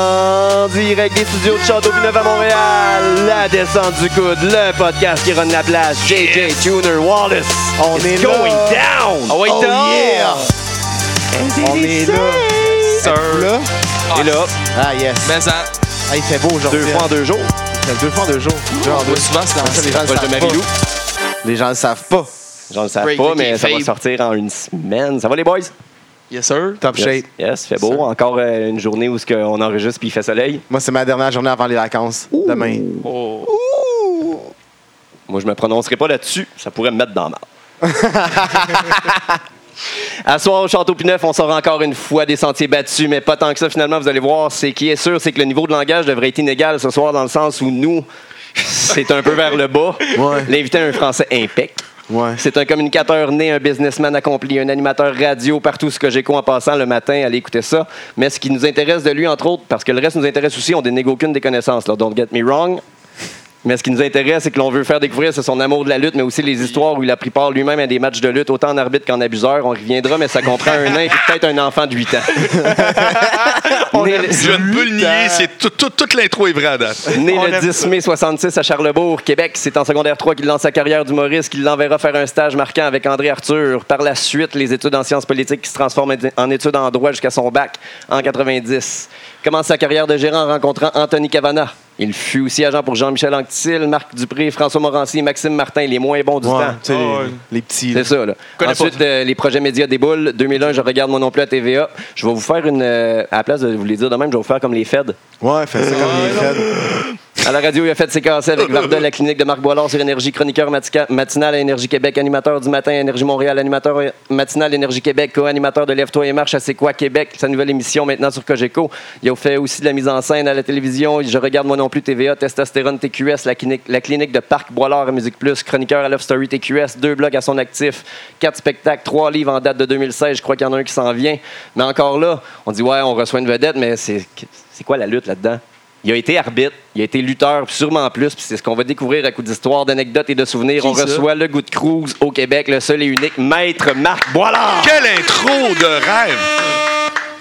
en direct des studios de Château Villeneuve à Montréal. La descente du coude, le podcast qui run la place. JJ Tuner Wallace. On It's est là. going down. Oh, wait, Oh yeah! Ah On est là. Vous Sir. là? Et là, Ah yes. Mais Ben, ça, Hey, il fait beau aujourd'hui. deux fois en deux jours. hein. Deux fois en deux jours. Deux en deux. moi, souvent, c'est dans Ça, les c'est gens dans le la poche de savent Marilou. Les gens le savent pas. J'en ne savais Break pas, the mais game, ça va Fave. sortir en une semaine. Ça va les boys? Yes, sir. Top Yes, shape. yes fait beau. Encore euh, une journée où ce que on enregistre puis il fait soleil. Moi, c'est ma dernière journée avant les vacances. Demain. Oh. Moi, je me prononcerai pas là-dessus. Ça pourrait me mettre dans mal. À soir au Château Pineuf, on sort encore une fois des sentiers battus, mais pas tant que ça finalement. Vous allez voir, c'est qui est sûr, c'est que le niveau de langage devrait être inégal ce soir dans le sens où nous, c'est un peu vers le bas. Ouais. L'invité a un français impec. Ouais. C'est un communicateur né, un businessman accompli, un animateur radio, partout ce que j'ai en passant le matin, allez écouter ça. Mais ce qui nous intéresse de lui, entre autres, parce que le reste nous intéresse aussi, on dénègue aucune des connaissances, là, don't get me wrong. Mais ce qui nous intéresse, c'est que l'on veut faire découvrir c'est son amour de la lutte, mais aussi les histoires où il a pris part lui-même à des matchs de lutte, autant en arbitre qu'en abuseur. On reviendra, mais ça comprend un nain et peut-être un enfant de 8 ans. Né le- Je ne peux le nier, c'est tout- tout- toute l'intro est vraie à date. Né On le aime 10 mai 66 à Charlebourg, Québec, c'est en secondaire 3 qu'il lance sa carrière d'humoriste, qu'il l'enverra faire un stage marquant avec André Arthur. Par la suite, les études en sciences politiques qui se transforment en études en droit jusqu'à son bac en 90. Commence sa carrière de gérant en rencontrant Anthony Cavana. Il fut aussi agent pour Jean-Michel Anctil, Marc Dupré, François Morancy, Maxime Martin, les moins bons du Ouais, temps. tu sais, les- Oh, ouais. les petits. C'est ça, là. connais pas Ensuite, euh, les projets médias déboulent. 2001, je regarde moi non plus à TVA. Je vais vous faire une. euh, à la place de vous les dire de même, je vais vous faire comme les Fed. Ouais, fait ça comme les fêtes. À la radio, il a fait ses cassés avec Varda, la clinique de Marc Boilard sur Énergie, chroniqueur matica- matinal à Énergie Québec, animateur du matin à Énergie Montréal, animateur euh, matinal Énergie Québec, co-animateur de Lève-toi et marche à C'est quoi Québec, sa nouvelle émission maintenant sur Cogeco. Il a fait aussi de la mise en scène à la télévision. Je regarde moi non plus TVA, Testostérone TQS, la clinique, la clinique de Parc Boilard à Musique Plus, chroniqueur à Love Story TQS, deux blogs à son actif, quatre spectacles, trois livres en date de 2016. Je crois qu'il y en a un qui s'en vient. Mais encore là, on dit ouais, on reçoit une vedette, mais c'est c'est quoi la lutte là-dedans? Il a été arbitre, il a été lutteur, puis sûrement plus, puis c'est ce qu'on va découvrir à coup d'histoire, d'anecdotes et de souvenirs. Qui On ça? reçoit le goût de Cruz au Québec, le seul et unique maître Marc Boilard. Quelle intro de rêve!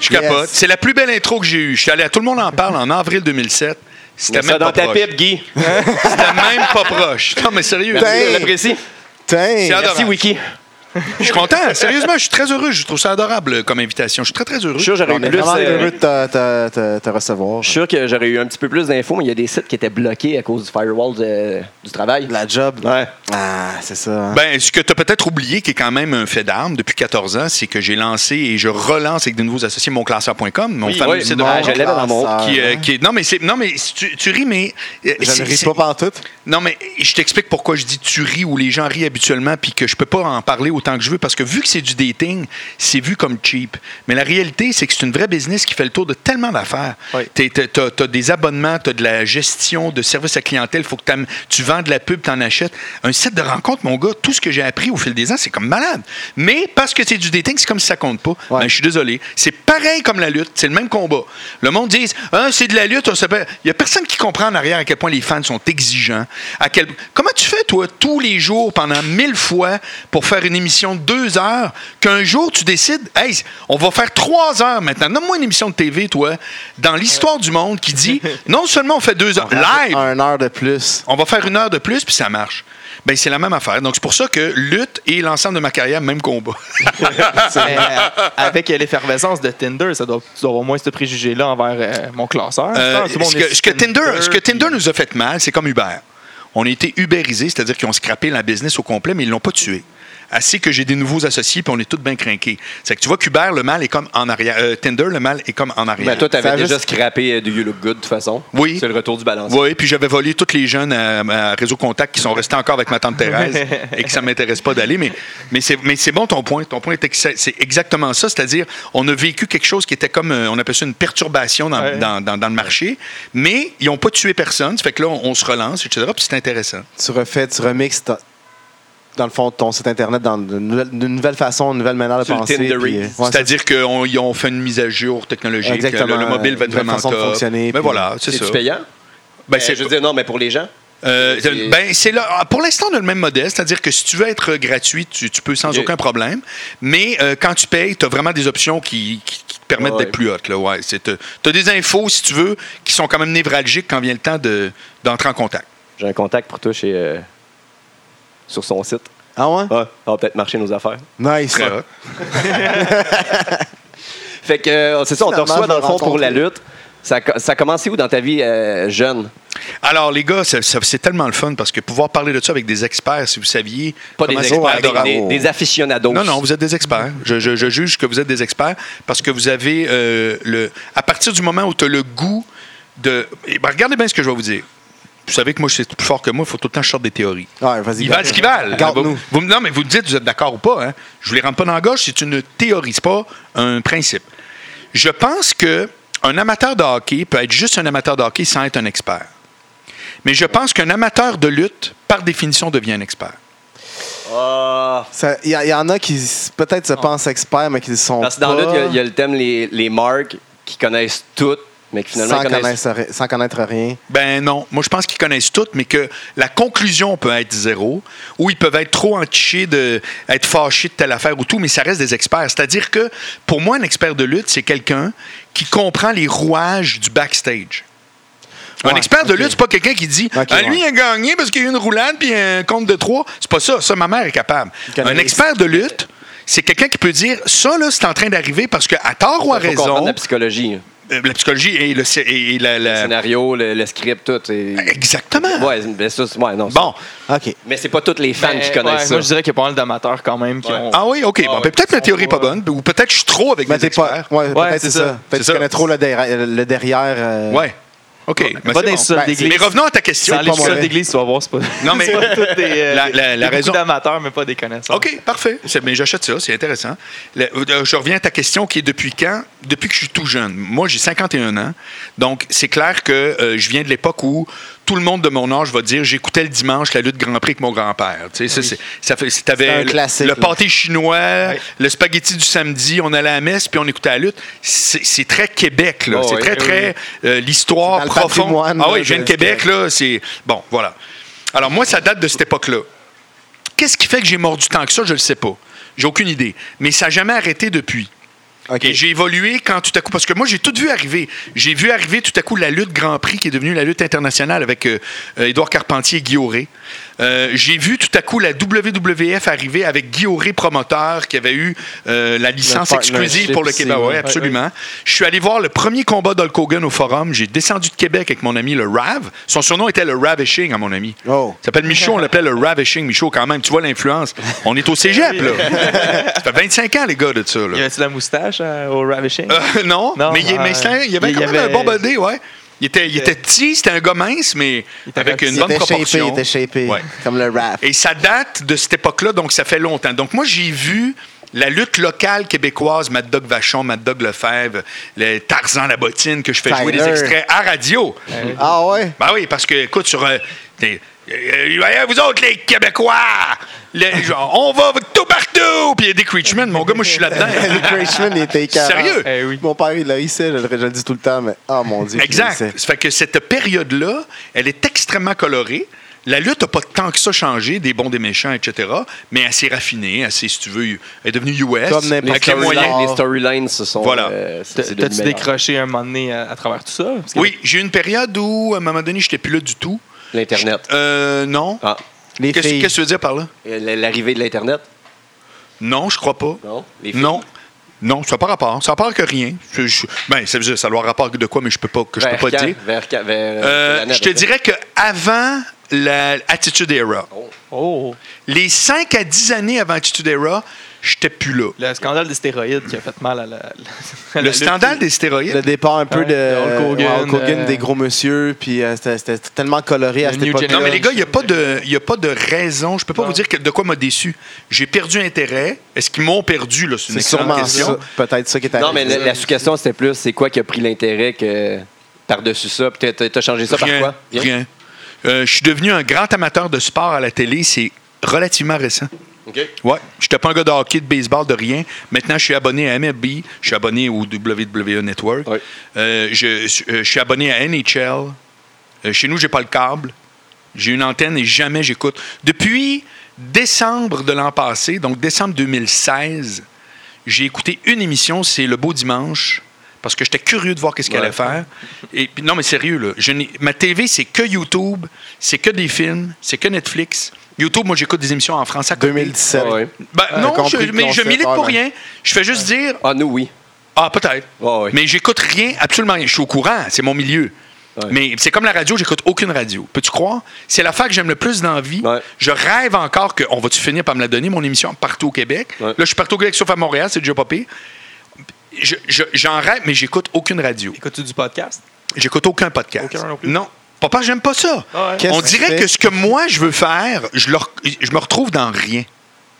Je Yes. capote. C'est la plus belle intro que j'ai eue. Je suis allé à Tout le monde en parle en avril 2007. C'était Mets même ça pas dans ta proche. pipe, Guy. C'était même pas proche. Non, mais sérieux. Putain. Je l'apprécie. Tiens. C'est adorable. Merci, Wiki. Je suis content. Sérieusement, je suis très heureux. Je trouve ça adorable euh, comme invitation. Je suis très, très heureux. Je suis sûr, j'aurais eu On est plus, vraiment euh, heureux de te- te- te te recevoir. Je suis sûr que j'aurais eu un petit peu plus d'infos, mais il y a des sites qui étaient bloqués à cause du firewall de- du travail. La job. Ouais. Ah, c'est ça. hein. Ben, ce que tu as peut-être oublié, qui est quand même un fait d'armes depuis 14 ans, c'est que j'ai lancé et je relance avec de nouveaux associés monclasseur.com, mon Oui, fameux oui, Ah, site de mon rencontre je l'avais dans mon- classeur. qui, euh, qui est- non mais c'est non mais tu, tu ris mais euh, Je c'est- ne ris c'est- pas pantoute. non mais je t'explique pourquoi je dis tu ris ou les gens rient habituellement puis que je peux pas en parler autant que je veux parce que vu que c'est du dating c'est vu comme cheap mais la réalité c'est que c'est une vraie business qui fait le tour de tellement d'affaires Oui. T'es- t'as- t'as t'as des abonnements t'as de la gestion de service à clientèle faut que t'am- tu vends de la pub t'en achètes un site de rencontre mon gars tout ce que j'ai appris au fil des ans c'est comme malade mais parce que c'est du dating c'est comme si ça compte pas Ouais. Ben, je suis désolé c'est pareil comme la lutte c'est le même combat le monde dit ah, c'est de la lutte on s'appelle il y a personne qui comprend en arrière à quel point les fans sont exigeants à quel comment tu fais toi tous les jours pendant mille fois pour faire une émission de deux heures qu'un jour tu décides hey on va faire trois heures maintenant nomme-moi une émission de TV toi dans l'histoire du monde qui dit non seulement on fait deux heures live Un heure de plus. on va faire une heure de plus, puis ça marche. Ben, c'est la même affaire. Donc, c'est pour ça que lutte et l'ensemble de ma carrière, même combat. Mais, euh, avec euh, l'effervescence de Tinder, ça doit, tu dois avoir au moins ce préjugé-là envers euh, mon classeur. Euh, Tout le monde ce, est que, sur ce que Tinder, ce que puis- Tinder nous a fait mal, c'est comme Uber. On a été Uberisés, c'est-à-dire qu'ils ont scrappé la business au complet, mais ils l'ont pas tué. Assez que j'ai des nouveaux associés, puis on est tous bien crinqués. C'est que tu vois qu'Uber, le mal est comme en arrière. euh, Tinder, le mal est comme en Ben, arrière. toi, Ça t'avais a déjà juste- scrappé euh, Do You Look Good, de toute façon. Oui. C'est le retour du balance. oui, puis j'avais volé tous les jeunes à, à Réseau Contact qui sont restés encore avec ma tante Thérèse et que ça ne m'intéresse pas d'aller. Mais, mais c'est mais c'est bon ton point. Ton point, est exa- c'est exactement ça. C'est-à-dire, on a vécu quelque chose qui était comme, euh, on appelle ça une perturbation dans, Ouais. dans- dans- dans le marché, mais ils n'ont pas tué personne. Ça fait que là, on, on se relance, etc. Puis c'est intéressant. Tu refais, tu remixes, ta- dans le fond, ton site Internet dans d'une nouvelle- d'une nouvelle façon, une nouvelle manière de Tu le penser. Tinderies. puis, euh, ouais, C'est-à-dire qu'ils ont, fait une mise à jour technologique. Exactement. Le, le mobile va être Une nouvelle vraiment façon de top. fonctionner, Mais puis- voilà, c'est ça. C'est-tu payant? Ben, Euh, c'est- je veux dire, non, mais pour les gens. Euh, C'est- ben, c'est là. Pour l'instant, on a le même modèle, c'est-à-dire que si tu veux être gratuit, tu, tu peux sans Ok. aucun problème. Mais euh, quand tu payes, tu as vraiment des options qui, qui- qui te permettent Ouais. d'être plus haute. Ouais, tu as des infos, si tu veux, qui sont quand même névralgiques quand vient le temps de- d'entrer en contact. J'ai un contact pour toi chez, euh, sur son site. Ah ouais? Ouais, ça va peut-être marcher nos affaires. Nice. Très hot. Fait que euh, c'est ça, on te Finalement, reçoit je dans le vais fond pour rencontrer. la lutte. Ça, co- ça a commencé où dans ta vie euh, jeune? Alors, les gars, ça- ça- c'est tellement le fun parce que pouvoir parler de ça avec des experts, si vous saviez. Pas des comment ça- experts, des, Adorable. des- des aficionados. Non, non, vous êtes des experts. Je, je- je juge que vous êtes des experts parce que vous avez euh, le. À partir du moment où tu as le goût de. Eh ben, regardez bien ce que je vais vous dire. Vous savez que moi, je suis plus fort que moi, il faut tout le temps que je sorte des théories. Ouais, vas-y. Ils valent ce qu'ils valent. Garde-nous. Vous- vous- non, mais vous me dites, vous êtes d'accord ou pas. Hein? Je vous les rentre pas dans la gauche, c'est une théorie, c'est pas un principe. Je pense que un amateur de hockey peut être juste un amateur de hockey sans être un expert. Mais je pense qu'un amateur de lutte, par définition, devient un expert. Ah, Ça- Il y, a- il y en a qui s- peut-être se pensent experts, mais qui ne sont parce que pas. dans la lutte, il y a- il y, a le thème les, les marques qui connaissent toutes, mais qui finalement sans, ils connaissent connaître, ri- sans connaître rien. Ben non. Moi, je pense qu'ils connaissent toutes, mais que la conclusion peut être zéro, ou ils peuvent être trop entichés de être fâchés de telle affaire ou tout, mais ça reste des experts. C'est-à-dire que, pour moi, un expert de lutte, c'est quelqu'un qui comprend les rouages du backstage. un Ouais, expert de ok. lutte, c'est pas quelqu'un qui dit Ok, Ah, lui, ouais. il a gagné parce qu'il y a eu une roulade puis un compte de trois. C'est pas ça. Ça, ma mère est capable. connaît Un les- expert de lutte, c'est quelqu'un qui peut dire Ça, là, c'est en train d'arriver parce que, à tort ou à Faut comprendre raison, la psychologie, euh, la psychologie et, le, sc- et la- le la- scénario, le, le script, tout. c'est- Exactement. Ouais, mais ça, c'est- ouais, non. Bon. OK. Mais c'est pas tous les fans Ben, qui connaissent ouais, ça. Moi, je dirais qu'il y a pas mal d'amateurs quand même qui Ouais. ont. Ah oui, OK. Ah bon, ouais, ben, peut-être ils ma sont théorie n'est pas pas- bonne, ou peut-être je suis trop avec Mais les t'es experts. pas. Ouais, peut-être c'est c'est ça. ça. Peut-être C'est tu connais ça. trop le derrière. Le derrière euh, Ouais. OK. mais Pas c'est des bon. seuls Ben, d'église. Mais revenons à ta question. Sans les pas mauvais. seuls d'église, tu vas voir, c'est pas. Non, mais- c'est pas toutes des, euh, La- la- la il y a beaucoup raison- d'amateurs, mais pas des connaisseurs. OK, parfait. C'est- Mais j'achète ça, c'est intéressant. Le- euh, je reviens à ta question qui est depuis quand? Depuis que je suis tout jeune. Moi, j'ai 51 ans. Donc, c'est clair que euh, je viens de l'époque où tout le monde de mon âge va dire j'écoutais le dimanche la lutte Grand Prix avec mon grand-père. Tu sais, ça, c'est- ça fait- t'avais C'est un le- classique, Le, là. pâté chinois, le spaghetti du samedi, on allait à la messe puis on écoutait la lutte. C'est c'est très Québec, là. Oh, c'est oui, très, oui, très euh, l'histoire C'est dans le profonde. patrimoine, Ah là, oui, je viens de de- Québec, là. C'est. Bon, voilà. Alors, moi, ça date de cette époque-là. Qu'est-ce qui fait que j'ai mordu tant que ça, je le sais pas. J'ai aucune idée. Mais ça n'a jamais arrêté depuis. OK. Et j'ai évolué quand tout à coup, parce que moi, j'ai tout vu arriver. J'ai vu arriver tout à coup la lutte Grand Prix qui est devenue la lutte internationale avec euh, euh, Édouard Carpentier et Guy Auré. Euh, j'ai vu tout à coup la WWF arriver avec Guy Auré, promoteur, qui avait eu euh, la licence partnership, exclusive pour le c'est- Québec. ouais, Oui, ouais, absolument. Je suis allé voir le premier combat d'Hulk Hogan au Forum. J'ai descendu de Québec avec mon ami le Rav. Son surnom était le Ravishing, à mon ami. Oh. Il s'appelle Michaud, on l'appelait le Ravishing Michaud quand même. Tu vois l'influence. On est au cégep, là. Ça fait 25 ans, les gars, de ça. là. Y avait-tu la moustache euh, au Ravishing? Euh, non, Non, mais, il, ah, mais c'était- il y avait il y quand même avait- un bon body, ouais. Il était, il était- était petit, c'était un gars mince, mais était avec rapide. une Il bonne était shapé, proportion. il était shapé. Ouais. Comme le rap. Et ça date de cette époque-là, donc ça fait longtemps. Donc moi, j'ai vu la lutte locale québécoise, Mad Dog Vachon, Mad Dog Lefebvre, le Tarzan la bottine, que je fais jouer des Tyler. extraits à radio. Ah ouais? Ben oui, parce que, écoute, sur. euh, t'es- euh, euh, vous autres, les Québécois, le- genre, on va tout partout! Puis Eddie Creechman, mon gars, moi, je suis là-dedans. Eddie Creishman, il était écœurant. Sérieux? Eh oui. Mon père, il l'a hissé, je le, je le dis tout le temps, mais oh mon Dieu. Exact. qu'il Ça le hissait. fait que cette période-là, elle est extrêmement colorée. La lutte n'a pas tant que ça changé, des bons, des méchants, etc. Mais assez raffinée, assez, si tu veux, elle est devenue US. Comme n'importe avec les quel moyens. genre. les storylines, ce sont. Voilà. euh, c'est- c'est T'as- T'as-tu devenu meilleur. décroché un moment donné euh, à, à travers tout ça? Parce que- Oui, j'ai eu une période où, à un moment donné, je n'étais plus là du tout. L'Internet. Euh, non. Ah, Les Qu'est-ce filles. qu'est-ce que tu veux dire par là? et l- Euh, l'arrivée de l'Internet? Non, je crois pas. Non. Les filles? Non. Non, ça n'a pas rapport. Ça n'a pas rapport que rien. Je- je- ben, ça veut dire, ça doit avoir rapport de quoi, mais je peux pas, que je Vers peux pas quand? dire. Vers quand? Vers, Euh, quelle année, je te à peu près? dirais qu'avant l'Attitude Era, Oh! Les 5 à 10 années avant Attitude Era, j'étais plus là. Le scandale des stéroïdes qui a fait mal à la. à la Le lutte. scandale des Le stéroïdes. départ un peu Ouais, de de Hulk Hogan, ouais, Hulk Hogan, euh, des gros monsieur, puis euh, c'était- c'était tellement coloré à Le cette New époque Non, mais les Generation. gars, il n'y a, pas de- il y a pas de raison. Je peux pas Non. vous dire que- de quoi m'a déçu. J'ai perdu intérêt. Est-ce qu'ils m'ont perdu? là? C'est une c'est excellente sûrement question. ça, peut-être ça qui est arrivé. Non, mais la, la sous-question, c'était plus c'est quoi qui a pris l'intérêt que par-dessus ça? Puis t'as- t'as t'as changé ça Rien. par quoi? rien. Euh, je suis devenu un grand amateur de sport à la télé. C'est relativement récent. OK. Ouais, j'étais pas un gars de hockey, de baseball, de rien. Maintenant, je suis abonné à MLB, je suis abonné au WWE Network. Ouais. Euh, je, je- je suis abonné à NHL. Euh, chez nous, j'ai pas le câble. J'ai une antenne et jamais j'écoute. Depuis décembre de l'an passé, donc décembre 2016, j'ai écouté une émission, c'est Le Beau Dimanche, parce que j'étais curieux de voir qu'est-ce qu'elle Ouais. allait faire. Et puis, non, mais sérieux, là, je n'ai- ma TV, c'est que YouTube, c'est que des films, c'est que Netflix. YouTube, moi, j'écoute des émissions en français à côté. 2017. Ah ouais. Ben, Euh, non, je, compris le mais je concept, milite ah pour ben. rien. Je fais juste dire, Ah, nous, oui. ah, peut-être. Ouais, ouais. Mais j'écoute rien, absolument rien. Je suis au courant, c'est mon milieu. Ouais. Mais c'est comme la radio, j'écoute aucune radio. Peux-tu croire? C'est l'affaire que j'aime le plus dans la vie. Ouais. Je rêve encore que, on va-tu finir par me la donner, mon émission, partout au Québec? Ouais. Là, je suis partout au Québec, sauf à Montréal, c'est déjà pas pire. Je- je- J'en rêve, mais j'écoute aucune radio. Écoutes-tu du podcast? J'écoute aucun podcast. Aucun non plus. Papa, j'aime pas ça. Ah ouais. Qu'est-ce On que tu dirait fais? que ce que moi je veux faire, je, le re- je me retrouve dans rien.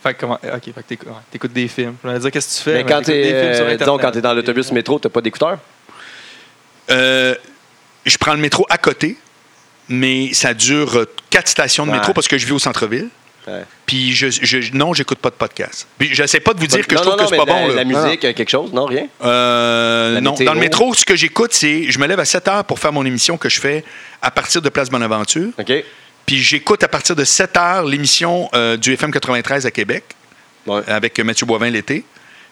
Fait que comment. Ok, fait que t'écoutes, ouais, t'écoutes des films. Je voulais dire, qu'est-ce que tu fais? Mais quand t'écoutes t'es des films sur euh, Internet. disons, quand t'es dans l'autobus métro, t'as pas d'écouteurs? Euh, je prends le métro à côté, mais ça dure euh, quatre stations de Ouais. métro parce que je vis au centre-ville. Ouais. Puis je, je- non, j'écoute pas de podcast. Puis j'essaie pas de vous dire que Non, je trouve non, que c'est non, pas mais bon. la- là. La musique, euh, quelque chose? Non, rien? Euh, la non, météo. dans le métro, ce que j'écoute, c'est je me lève à 7 heures pour faire mon émission que je fais à partir de Place Bonaventure. OK. Ouais. Puis j'écoute à partir de 7 heures l'émission euh, du FM 93 à Québec avec euh, Mathieu Boivin l'été.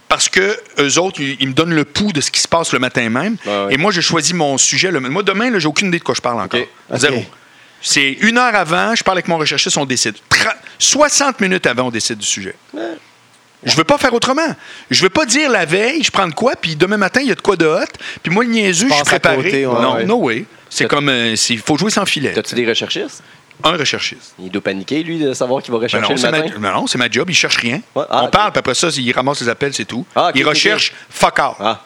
Parce que eux autres, ils, ils me donnent le pouls de ce qui se passe le matin même. Ah ouais. Et moi, je choisis mon sujet. le- moi, demain, là, j'ai aucune idée de quoi je parle encore. Ok. Zéro. Ok. C'est une heure avant, je parle avec mon recherchiste, on décide. Tra- 60 minutes avant, on décide du sujet. Je veux pas faire autrement. Je veux pas dire la veille, je prends de quoi, puis demain matin, il y a de quoi de hot, puis moi, le niaiseux, je suis Passe à préparé. côté, ouais, non, ouais. no way. C'est T'as- comme. Il faut jouer sans filet. T'as-tu des recherchistes? Un recherchiste. Il doit paniquer, lui, de savoir qu'il va Ben rechercher non, c'est le ma, matin. ben non, c'est ma job, il cherche rien. Ouais, ah, on ok. parle, puis après ça, il ramasse les appels, c'est tout. Ah, ok, il ok, ok. recherche, fuck out. Ah,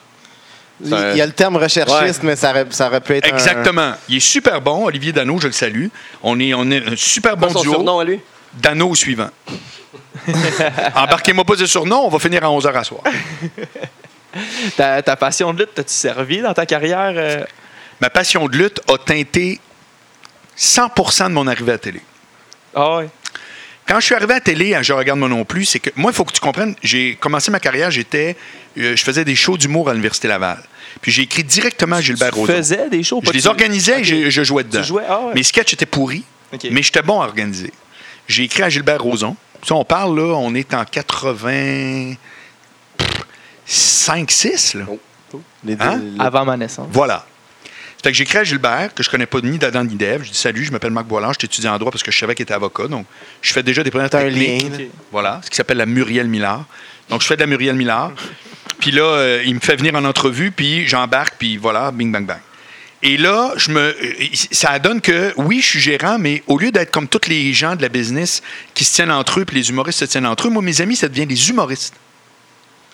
Il il y a le terme recherchiste, mais ça aurait, ça aurait pu être. un- Exactement. Il est super bon, Olivier Dano, je le salue. On est, on est un super Quoi bon son duo. surnom à lui? Dano au suivant. Embarquez-moi pas de surnom, on va finir à 11h à soir. Ta, ta passion de lutte, t'as-tu servi dans ta carrière? euh? Ma passion de lutte a teinté 100 de mon arrivée à la télé. Ah ouais. Quand je suis arrivé à la télé, à Je regarde moi non plus, c'est que moi, il faut que tu comprennes, j'ai commencé ma carrière, j'étais, euh, je faisais des shows d'humour à l'Université Laval. Puis j'ai écrit directement à Gilbert Tu Rozon. faisais des shows? pas Je les tu- organisais Ok. et je, je jouais dedans. jouais, ah ouais. Mes sketchs étaient pourris, Ok. mais j'étais bon à organiser. J'ai écrit à Gilbert Rozon. Si on parle, là, on est en 85, 6, là. Les deux- Hein? les- Avant ma naissance. Voilà. Fait que j'ai écrit à Gilbert, que je connais pas ni d'Adam ni d'Ève. Je dis salut, je m'appelle Marc Boiland, je t'étudie en droit parce que je savais qu'il était avocat. Donc, je fais déjà des premières T'as un techniques. lien, là. Ok. Voilà, ce qui s'appelle la Muriel Millard. Donc, je fais de la Muriel Millard. puis là, euh, il me fait venir en entrevue, puis j'embarque, puis voilà, bing, bang, bang. Et là, je me, euh, ça donne que, oui, je suis gérant, mais au lieu d'être comme tous les gens de la business qui se tiennent entre eux, puis les humoristes se tiennent entre eux, moi, mes amis, ça devient des humoristes.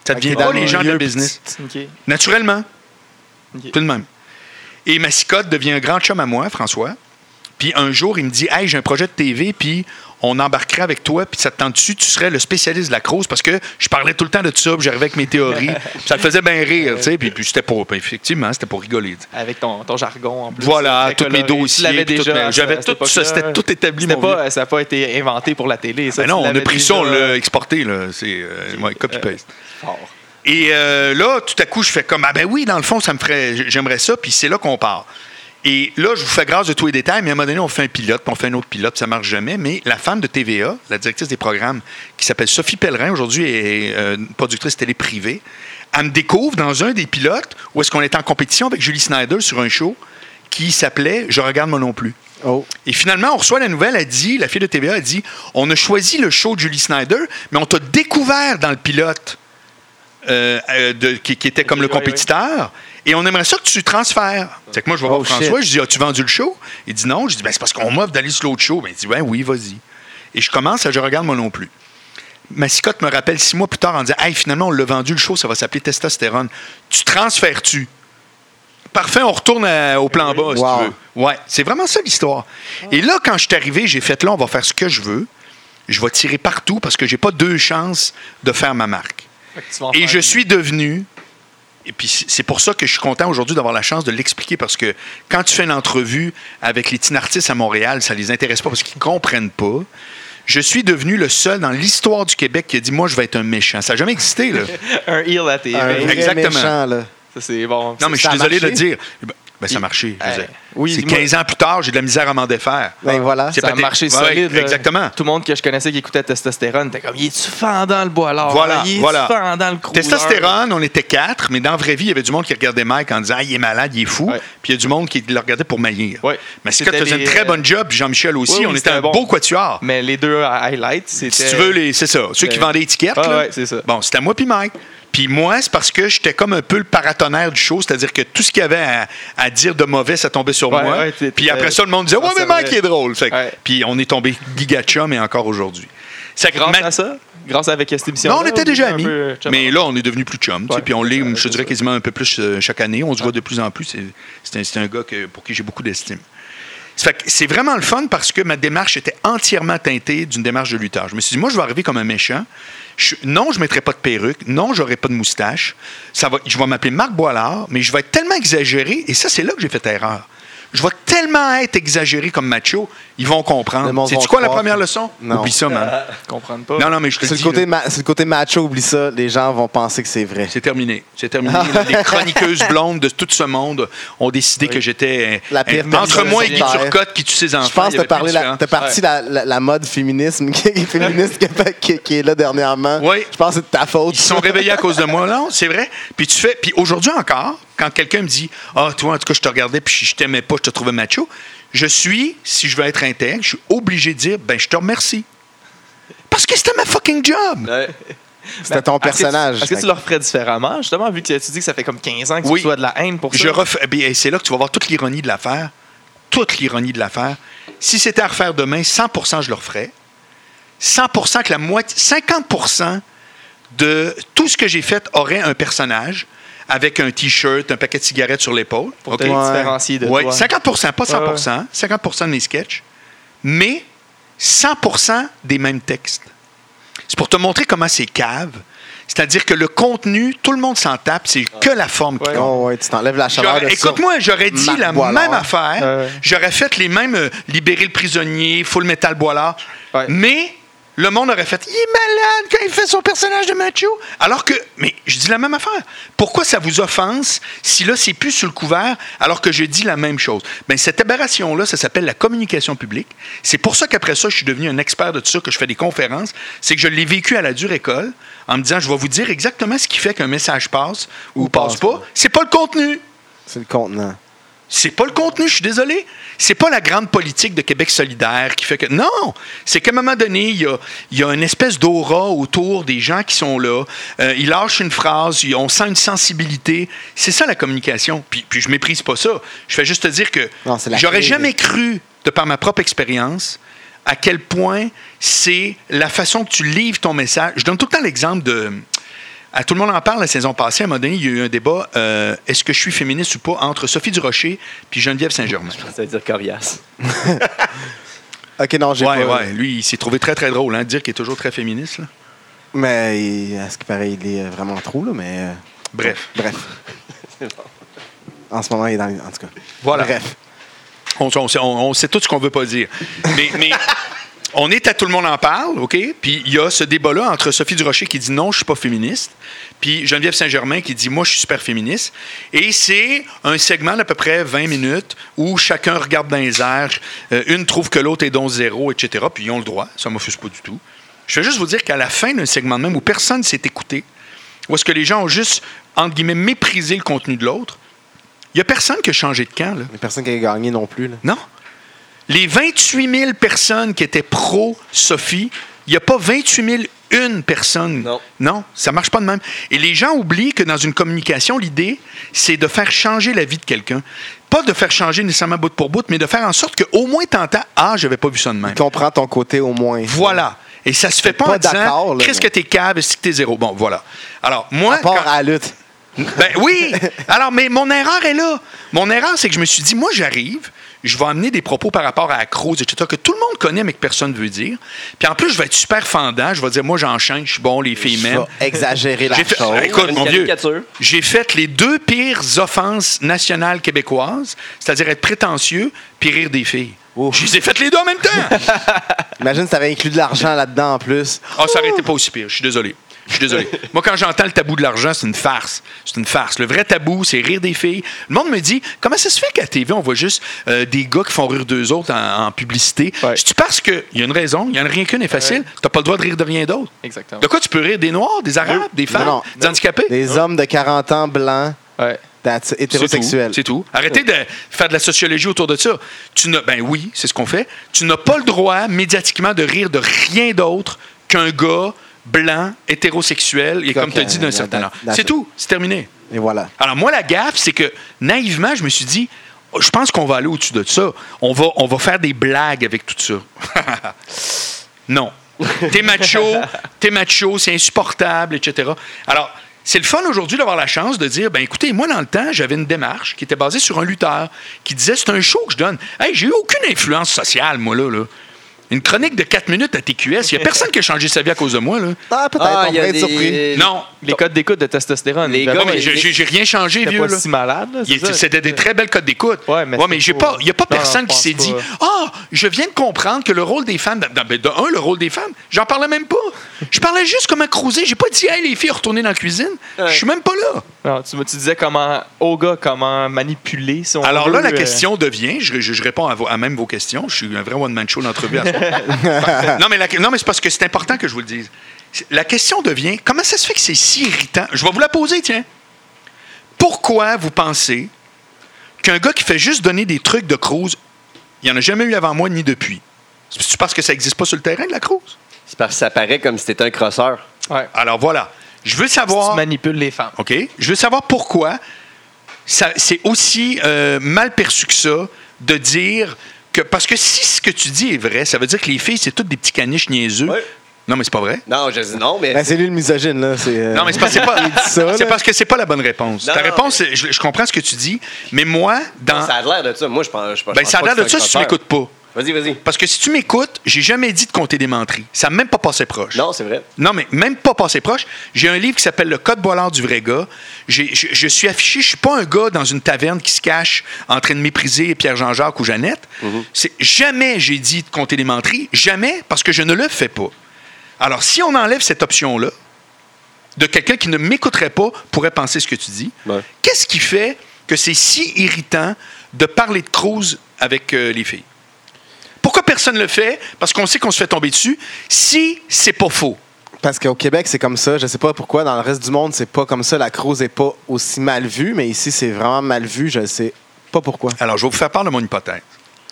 Ça devient Ok, pas dans les le gens de la milieu, business. Ok. Naturellement. Ok. Tout de même. Et Massicotte devient un grand chum à moi, François. Puis un jour, il me dit Hey, j'ai un projet de TV, puis on embarquerait avec toi, puis ça te tente dessus, tu serais le spécialiste de la crosse, parce que je parlais tout le temps de ça, puis j'arrivais avec mes théories, puis ça te faisait bien rire, tu sais, puis, puis c'était pour. puis effectivement, c'était pour rigoler. tu sais. Avec ton, ton jargon en plus. Voilà, Très tous mes coloré. dossiers, Tu l'avais puis tout, déjà. mais à j'avais cette tout ça, époque-là. c'était tout établi, C'était mon pas- Ça n'a pas été inventé pour la télé. Ça, Ben tu non, on a l'avais pris déjà, ça, on l'a euh, exporté, là. C'est euh, ouais, copy-paste. fort. Et euh, là, tout à coup, je fais comme Ah ben oui, dans le fond, ça me ferait. j- J'aimerais ça, puis c'est là qu'on part. Et là, je vous fais grâce de tous les détails, mais à un moment donné, on fait un pilote, puis on fait un autre pilote, puis ça marche jamais. Mais la femme de TVA, la directrice des programmes, qui s'appelle Sophie Pellerin, aujourd'hui est euh, une productrice télé privée, elle me découvre dans un des pilotes où est-ce qu'on était en compétition avec Julie Snyder sur un show qui s'appelait Je regarde moi non plus. Oh. Et finalement, on reçoit la nouvelle, elle dit, la fille de TVA a dit, on a choisi le show de Julie Snyder, mais on t'a découvert dans le pilote euh, euh, de- qui, qui était comme Ok, le oui, compétiteur, et on aimerait ça que tu transfères. C'est que moi, je vais voir Oh, François, shit. je dis, as-tu vendu le show? Il dit non, je dis, ben, c'est parce qu'on m'offre d'aller sur l'autre show. Ben, il dit, ben oui, vas-y. Et je commence, à je regarde moi non plus. Massicotte me rappelle six mois plus tard en disant Hey, finalement, on l'a vendu le show, ça va s'appeler testostérone. Tu transfères-tu Parfait, on retourne à- au plan bas, si Wow. tu veux. Ouais, c'est vraiment ça l'histoire. Et là, quand je suis arrivé, j'ai fait là, on va faire ce que je veux. Je vais tirer partout parce que j'ai pas deux chances de faire ma marque. Fait que tu vas en Et faire je une. suis devenu. Et puis c'est c'est pour ça que je suis content aujourd'hui d'avoir la chance de l'expliquer parce que quand tu fais une entrevue avec les teen artistes à Montréal, ça les intéresse pas parce qu'ils comprennent pas. Je suis devenu le seul dans l'histoire du Québec qui a dit moi je vais être un méchant. Ça n'a jamais existé là. un heel à Un TV. vrai Exactement. méchant, là. Ça, c'est bon. Non mais je Ça suis a désolé de marché? le dire. Ben, Ben, ça a marché. je veux Hey. dire. euh, Oui, c'est moi- 15 ans plus tard, j'ai de la misère à m'en défaire. Ben voilà. C'est ça a peut-être- marché Ouais, solide. là. exactement. Tout le monde que je connaissais qui écoutait Testostérone était comme, il est-tu fendant le bois alors? Voilà, Il est-tu voilà. fendant le crouleur? Testostérone, on était quatre, mais dans la vraie vie, il y avait du monde qui regardait Mike en disant ah, il est malade, il est fou. Ouais. Puis il y a du monde qui le regardait pour maillir. Ouais. Mais Scott C'était faisait les, un très euh, bon job, puis Jean-Michel aussi. Oui, oui, on était c'était un bon. beau quatuor. Mais les deux highlights, c'était. Si tu veux, les, c'est ça. Ceux qui Euh, vendaient des tickets. ah là. ouais, c'est ça. Bon, c'était moi puis Mike. Puis moi, c'est parce que j'étais comme un peu le paratonnerre du show, c'est-à-dire que tout ce qu'il y avait à, à dire de mauvais, ça tombait sur Ouais, moi. ouais, t'es- puis après ça, le monde disait Ouais, t'en mais Mike, servais. il est drôle. Fait que- Ouais. Puis on est tombé gigachum et encore aujourd'hui. Ça Grâce à ça? Grâce à avec cette émission. non, on était déjà amis. Mais Mais là, on est devenus plus chums. tu sais, Ouais. Puis on l'est, Ouais, je c'est dirais, ça. quasiment un peu plus euh, chaque année. On se voit de plus en plus. C'est- C'est un, c'est un gars que- pour qui j'ai beaucoup d'estime. Ça fait que C'est vraiment le fun parce que ma démarche était entièrement teintée d'une démarche de lutteur. Je me suis dit, moi, je vais arriver comme un méchant. Je- non, je ne mettrai pas de perruque. Non, je n'aurai pas de moustache. Ça va, je vais m'appeler Marc Boilard, mais je vais être tellement exagéré. Et ça, c'est là que j'ai fait erreur. Je vais tellement être exagéré comme macho, ils vont Le comprendre. monde C'est va quoi la croire. première leçon? Non. Oublie ça, man. comprendre pas. Non, non, mais je te C'est dis, le, là. côté ma- c'est le côté macho, oublie ça. Les gens vont penser que c'est vrai. C'est terminé. C'est terminé. Les chroniqueuses blondes de tout ce monde ont décidé que j'étais La pire euh, entre personne moi sur et Guy Terre. Turcotte qui tue ses enfants. Je pense il y que avait plus de t'as as différence. parti la, la- la mode féminisme qui, féministe qui, qui- qui est là dernièrement. Oui. Je pense que c'est de ta faute. Ils se sont réveillés à cause de moi, non? C'est vrai? Puis tu fais. Puis aujourd'hui encore, quand quelqu'un me dit Ah, toi, en tout cas, je te regardais puis je t'aimais pas, je te trouvais macho, je suis, si je veux être intègre, je suis obligé de dire Ben, je te remercie. Parce que c'était ma fucking job. C'était ton Est-ce que tu- personnage. Est-ce que tu le referais différemment, justement, vu que tu dis que ça fait comme 15 ans que Oui. tu as de la haine pour ça? Je refais- ben, C'est là que tu vas voir toute l'ironie de l'affaire. Toute l'ironie de l'affaire. Si c'était à refaire demain, 100 je le referais. 100 que la moitié. 50 de tout ce que j'ai fait aurait un personnage avec un T-shirt, un paquet de cigarettes sur l'épaule. Pour te OK? différencier de Ouais, toi. 50 pas 100 Ouais, 50 de mes sketchs, mais 100 des mêmes textes. C'est pour te montrer comment c'est cave. C'est-à-dire que le contenu, tout le monde s'en tape, c'est que la forme qui Ouais. compte. Oh, ouais, tu t'enlèves la chaleur J'aurais- de ça. Écoute-moi, j'aurais dit Marc la Boilard. même affaire. Ouais. J'aurais fait les mêmes euh, libérer le prisonnier, full metal boilard. Ouais. Mais le monde aurait fait Il est malade quand il fait son personnage de macho. Alors que, mais je dis la même affaire. Pourquoi ça vous offense si là, c'est plus sous le couvert alors que je dis la même chose? Bien, cette aberration-là, ça s'appelle la communication publique. C'est pour ça qu'après ça, je suis devenu un expert de tout ça, que je fais des conférences. C'est que je l'ai vécu à la dure école en me disant Je vais vous dire exactement ce qui fait qu'un message passe ou, Ou passe passe pas. C'est pas le contenu. C'est le contenant. C'est pas le contenu, je suis désolé. C'est pas la grande politique de Québec solidaire qui fait que. Non! C'est qu'à un moment donné, il y a, il y a une espèce d'aura autour des gens qui sont là. Euh, ils lâchent une phrase, ils- on sent une sensibilité. C'est ça la communication. Puis, puis je méprise pas ça. Je fais juste te dire que Non, c'est la j'aurais clé. jamais cru, de par ma propre expérience, à quel point c'est la façon que tu livres ton message. Je donne tout le temps l'exemple de. euh, À tout le monde en parle la saison passée. À un moment donné, il y a eu un débat euh, est-ce que je suis féministe ou pas entre Sophie Durocher puis Geneviève Saint-Germain. Ça veut dire coriace. Ok, non, j'ai Ouais, pas. ouais. Lui, il s'est trouvé très, très drôle, hein, de dire qu'il est toujours très féministe. là. Mais il- à ce qui paraît, il est euh, vraiment trop, là, mais. euh, Bref. Bref. En ce moment, il est dans les. En tout cas. Voilà. Bref. On, on sait- on- on sait tout ce qu'on veut pas dire. Mais, mais on est à tout le monde en parle, OK? Puis il y a ce débat-là entre Sophie Durocher qui dit non, je suis pas féministe, puis Geneviève Saint-Germain qui dit moi, je suis super féministe. Et c'est un segment d'à peu près 20 minutes où chacun regarde dans les airs, euh, une trouve que l'autre est donc zéro, etc. Puis ils ont le droit, ça m'offuse pas du tout. Je veux juste vous dire qu'à la fin d'un segment de même où personne s'est écouté, où est-ce que les gens ont juste, entre guillemets, méprisé le contenu de l'autre, il y a personne qui a changé de camp, là. Il n'y a personne qui a gagné non plus, là. Non. Les 28 000 personnes qui étaient pro-Sophie, il n'y a pas 28 000 une personne. Non. ça marche pas de même. Et les gens oublient que dans une communication, l'idée, c'est de faire changer la vie de quelqu'un. Pas de faire changer nécessairement bout pour bout, mais de faire en sorte qu'au moins t'entends « Ah, j'avais pas vu ça de même Il ». comprend ton côté au moins. Voilà. Et ça se fait pas, pas en disant d'accord, « là, Qu'est-ce que mais- t'es cave, est-ce que t'es zéro ?» Bon, voilà. Alors, moi... À part quand- à la lutte. ben oui! Alors, mais mon erreur est là. Mon erreur, c'est que je me suis dit, moi, j'arrive, je vais amener des propos par rapport à la Cruz, etc., que tout le monde connaît, mais que personne ne veut dire. Puis en plus, je vais être super fendant. Je vais dire, moi, j'enchaîne, je suis bon, les filles Il m'aiment. faut exagérer la J'ai fait- chose. Écoute, Une mon vieux, caricature. j'ai fait les deux pires offenses nationales québécoises, c'est-à-dire être prétentieux puis rire des filles. Ouf. Je les ai faites les deux en même temps! Imagine si t'avais inclus de l'argent là-dedans en plus. Ah, ça aurait été pas aussi pire, je suis désolé. Je suis désolé. Moi, quand j'entends le tabou de l'argent, c'est une farce. C'est une farce. Le vrai tabou, c'est rire des filles. Le monde me dit comment ça se fait qu'à TV, on voit juste euh, des gars qui font rire d'eux autres en, en publicité Ouais. C'est-tu parce qu'il y a une raison Il y en a rien qu'une est facile. T'as pas le droit de rire de rien d'autre. Exactement. De quoi tu peux rire Des Noirs, des Arabes, des femmes, non. des handicapés Des hommes de 40 ans blancs, Ouais. that's it, C'est tout. hétérosexuels. C'est tout. Arrêtez de faire de la sociologie autour de ça. Tu n'as, ben oui, c'est ce qu'on fait. Tu n'as pas le droit médiatiquement de rire de rien d'autre qu'un gars blanc, hétérosexuel, et comme tu as Coquin, dit d'un là, certain dans- âge. dans- C'est tout. C'est terminé. Et voilà. Alors moi, la gaffe, c'est que naïvement, je me suis dit, oh, je pense qu'on va aller au-dessus de ça. On va, on va faire des blagues avec tout ça. non. T'es macho, t'es macho, c'est insupportable, etc. Alors, c'est le fun aujourd'hui d'avoir la chance de dire, ben écoutez, moi dans le temps, j'avais une démarche qui était basée sur un lutteur qui disait, c'est un show que je donne. Hey, j'ai eu aucune influence sociale, moi là. là. Une chronique de 4 minutes à TQS, il n'y a personne qui a changé sa vie à cause de moi. Là. Ah, peut-être, Ah, on il y a pourrait être des- surpris. Non. Ben, Les codes d'écoute de testostérone. Les évidemment, gars, Non, mais mais- j'ai- j'ai j'ai rien changé, t'es vieux. pas là. si malade. là, Il- c'est ça? C'était des très belles codes d'écoute. Ouais, mais c'est j'ai pas- pas, il n'y a pas Non, personne non, qui je s'est pense dit pas. Ah, je viens de comprendre que le rôle des femmes. Ben, ben, de un, le rôle des femmes, j'en parlais même pas. Je parlais juste comme un cruiser. J'ai pas dit Hey, les filles, retournez dans la cuisine. Ouais. Je suis même pas là. Non, tu, me- tu disais comment, au gars, comment manipuler si on Alors là, veut, la euh, question devient, je, je- je réponds à, vos- à même vos questions, je suis un vrai one-man show d'entrevue. à ce moment. non, mais, la- non, mais c'est parce que c'est important que je vous le dise. La question devient, comment ça se fait que c'est si irritant? Je vais vous la poser, tiens. Pourquoi vous pensez qu'un gars qui fait juste donner des trucs de cruise, il n'y en a jamais eu avant moi ni depuis? C'est parce que ça n'existe pas sur le terrain de la cruise? C'est parce que ça paraît comme si t'étais un crosseur. Ouais. Alors voilà, je veux Si tu savoir... manipules les femmes. OK? Je veux savoir pourquoi ça- c'est aussi euh, mal perçu que ça de dire que. Parce que si ce que tu dis est vrai, ça veut dire que les filles, c'est toutes des petits caniches niaiseux. Ouais. Non, mais c'est pas vrai. Non, je dis non, mais. Ben, c'est lui le misogyne, là. c'est, euh, Non, mais c'est parce, que c'est pas- il dit ça, c'est là. parce que c'est pas la bonne réponse. Non, Ta non, réponse, c'est- je, je comprends ce que tu dis, mais moi, dans. Ça a l'air de ça. Moi, je pense. Je pense ben, ça a pas l'air que de ça si tu un m'écoutes pas. crosseur. Vas-y, vas-y. Parce que si tu m'écoutes, j'ai jamais dit de compter des menteries. Ça n'a même pas passé proche. Non, c'est vrai. Non, mais même pas passé proche. J'ai un livre qui s'appelle Le Code boilard du vrai gars. J'ai- Je, je suis affiché, je suis pas un gars dans une taverne qui se cache en train de mépriser Pierre-Jean-Jacques ou Jeannette. C'est Jamais j'ai dit de compter les menteries. Jamais, parce que je ne le fais pas. Alors, si on enlève cette option-là, de quelqu'un qui ne m'écouterait pas pourrait penser ce que tu dis, Ouais. qu'est-ce qui fait que c'est si irritant de parler de Cruz avec euh, les filles? Pourquoi personne ne le fait? Parce qu'on sait qu'on se fait tomber dessus. Si c'est pas faux, Parce qu'au Québec, c'est comme ça. Je sais pas pourquoi. Dans le reste du monde, c'est pas comme ça. La crouse est pas aussi mal vue, mais ici, c'est vraiment mal vu. Je sais pas pourquoi. Alors, je vais vous faire part de mon hypothèse.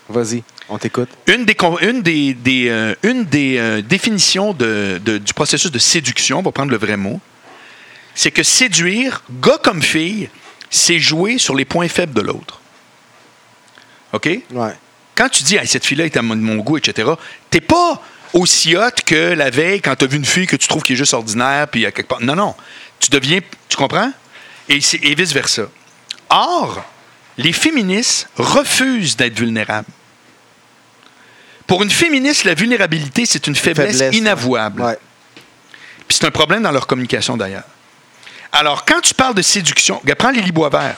Vas-y, on t'écoute. Une des, con- une des, des, euh, une des euh, définitions de- de- du processus de séduction, on va prendre le vrai mot, c'est que séduire, gars comme fille, c'est jouer sur les points faibles de l'autre. OK? Ouais. Quand tu dis, Hey, cette fille-là est à mon, mon goût, etc., t'es pas aussi hot que la veille quand t'as vu une fille que tu trouves qui est juste ordinaire, puis à quelque part. Non, non. Tu deviens. Tu comprends? Et, c'est- et vice-versa. Or, les féministes refusent d'être vulnérables. Pour une féministe, la vulnérabilité, c'est une faiblesse, Faiblesse, inavouable. Ouais. Puis c'est un problème dans leur communication d'ailleurs. Alors, quand tu parles de séduction, gars, prends Lily Boisvert.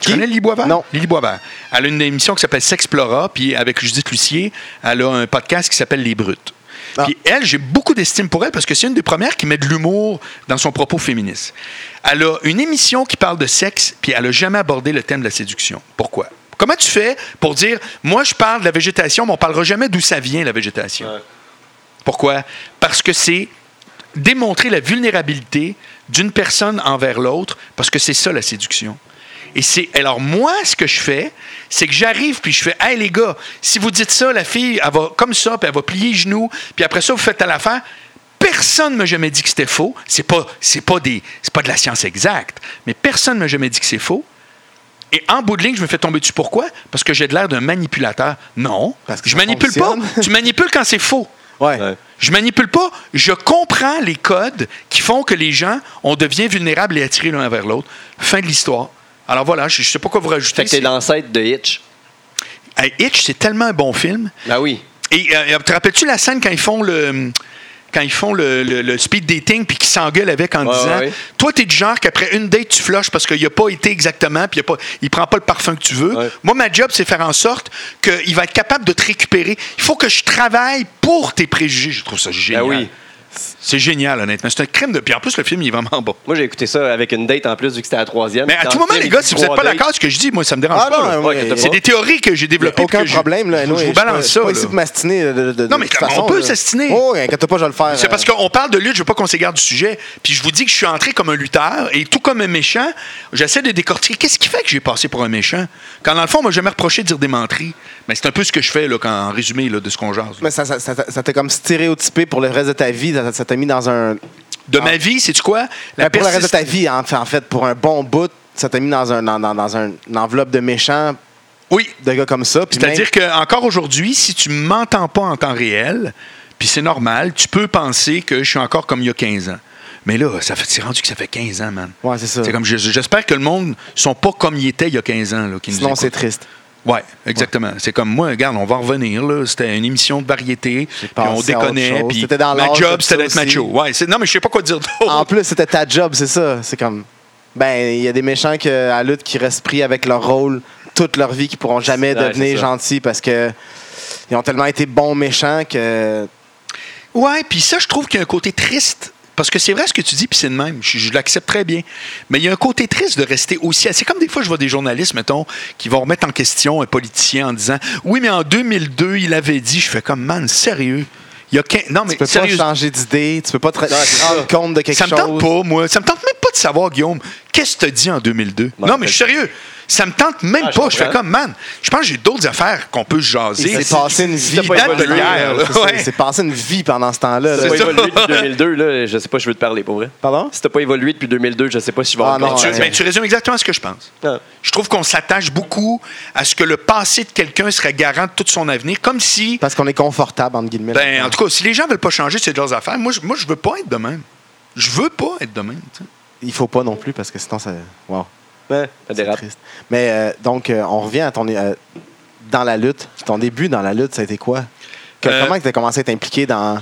Tu Qui? connais Lily Boisvert? Non. Lily Boisvert. Elle a une émission qui s'appelle Sexplora, puis avec Judith Lucier, elle a un podcast qui s'appelle Les Brutes. Ah. Puis elle, j'ai beaucoup d'estime pour elle parce que c'est une des premières qui met de l'humour dans son propos féministe. Elle a une émission qui parle de sexe, puis elle n'a jamais abordé le thème de la séduction. Pourquoi? Comment tu fais pour dire, moi je parle de la végétation, mais on ne parlera jamais d'où ça vient la végétation? Ouais. Pourquoi? Parce que c'est démontrer la vulnérabilité d'une personne envers l'autre, parce que c'est ça la séduction. Et c'est alors moi ce que je fais, c'est que j'arrive puis je fais "Hey les gars, si vous dites ça la fille elle va comme ça puis elle va plier les genoux, puis après ça vous faites à l'affaire." Personne m'a jamais dit que c'était faux, c'est pas c'est pas des c'est pas de la science exacte, mais personne m'a jamais dit que c'est faux. Et en bout de ligne, je me fais tomber dessus. Pourquoi? Parce que j'ai de l'air d'un manipulateur. Non. Parce que je ça manipule pas. fonctionne. Tu manipules quand c'est faux. Ouais. Ouais. Je manipule pas. Je comprends les codes qui font que les gens, on devient vulnérables et attirés l'un vers l'autre. Fin de l'histoire. Alors voilà, je, je sais pas quoi vous Fait rajouter. que t'es l'ancêtre de Hitch. C'est- Hey, Hitch, c'est tellement un bon film. Ben oui. Et euh, te rappelles-tu la scène quand ils font le quand ils font le, le- le speed dating puis qu'ils s'engueulent avec en Ouais, disant ouais. toi t'es du genre qu'après une date tu flushes parce qu'il a pas été exactement puis il a pas il prend pas le parfum que tu veux Ouais. moi ma job c'est faire en sorte Ben qu'il va être capable de te récupérer il faut que je travaille pour tes préjugés je trouve ça génial oui. C'est génial, honnêtement. C'est un crime de. Puis en plus, le film, il est vraiment bon. Moi, j'ai écouté ça avec une date en plus, vu que c'était la troisième. Mais à Dans tout le moment, film, les il gars, dit si vous n'êtes trois pas dates. d'accord, ce que je dis, moi, ça me dérange Ah pas. non, là. moi, Ouais, que t'as C'est des théories que Il j'ai y a développées. aucun que j'ai- problème, là. Je anyway, vous suis pas- balance je suis ça. pas là. ici pour m'astiner. de- de- de- de Non, mais toute on façon, peut là. s'astiner. Oh, inquiète pas, je vais le faire. C'est parce euh, qu'on parle de lutte, je veux pas qu'on s'égare du sujet. Puis je vous dis que je suis entré comme un lutteur et tout comme un méchant, j'essaie de décortiquer. Qu'est-ce qui fait que j'ai passé pour un méchant? Quand dans le fond, on m'a jamais reproché de dire des menteries. Mais c'est un peu ce que je fais, là, quand, en résumé, là, de ce qu'on jase. là. Mais ça, ça, ça, ça t'a comme stéréotypé pour le reste de ta vie. Ça ça t'a mis dans un. De ma vie, c'est tu quoi? Ah. Ben, pour le reste de persist- ta vie, en fait, en fait, pour un bon bout, ça t'a mis dans, un, dans, dans- dans un, une enveloppe de méchants, Oui, de gars comme ça. puis C'est-à-dire que encore aujourd'hui, si tu m'entends pas en temps réel, puis c'est normal, tu peux penser que je suis encore comme il y a 15 ans. Mais là, ça fait, c'est rendu que ça fait 15 ans, man. même- Ouais, c'est ça. C'est comme je- j'espère que le monde sont pas comme il était il y a 15 ans là, qui nous Sinon, écoutent. c'est triste. Ouais, exactement. C'est comme moi, regarde, on va en revenir. là. C'était une émission de variété, puis on pensé à autre déconnait, chose. puis C'était dans ma l'âge job de ça c'était d'être macho. aussi. Ouais, c'est- non mais je sais pas quoi dire d'autre. En plus, c'était ta job, c'est ça. C'est comme. Ben, il y a des méchants que, à lutte qui restent pris avec leur rôle toute leur vie, qui pourront jamais Ouais, c'est devenir ça. gentils parce que ils ont tellement été bons méchants que. Ouais, puis ça, je trouve qu'il y a un côté triste. Parce que c'est vrai ce que tu dis, puis c'est le même. Je, je l'accepte très bien. Mais il y a un côté triste de rester aussi. C'est comme des fois, je vois des journalistes, mettons, qui vont remettre en question un politicien en disant Oui, mais en 2002, il avait dit. Je fais comme, man, sérieux. Il y a quin- Non, mais Tu peux sérieux. pas changer d'idée, tu peux pas te c'est rendre compte de quelque Ça me chose. tente pas, moi. Ça me tente même pas de savoir, Guillaume, qu'est-ce que tu dit en 2002. Bon, non, fait- ben, mais je suis sérieux. Ça me tente même Ah, je pas. Je fais comprends. comme, man, je pense que j'ai d'autres affaires qu'on peut jaser. C'est passé une vie. Il date de hier, là. C'est ça, Ouais. C'est passé une vie pendant ce temps-là. là. Si t'as C'est ça. pas évolué depuis 2002, là, je sais pas, je veux te parler pour vrai. Pardon? Si t'as pas évolué depuis 2002, je sais pas si je vais Ah, encore. non, Tu- ouais. mais tu résumes exactement ce que je pense. Ah. Je trouve qu'on s'attache beaucoup à ce que le passé de quelqu'un serait garant de tout son avenir, comme si, Parce qu'on est confortable, entre guillemets. ben, en tout cas, si les gens veulent pas changer, c'est de leurs affaires. Moi, je, moi, je veux pas être de même. Je veux pas être de même. tu sais. Il faut pas non plus, parce que sinon, ça. Wow. Ouais, ça C'est dérape. triste. Mais euh, donc, euh, on revient à ton. euh, dans la lutte. Ton début dans la lutte, ça a été quoi? Que- Euh, Comment tu as commencé à t'impliquer dans.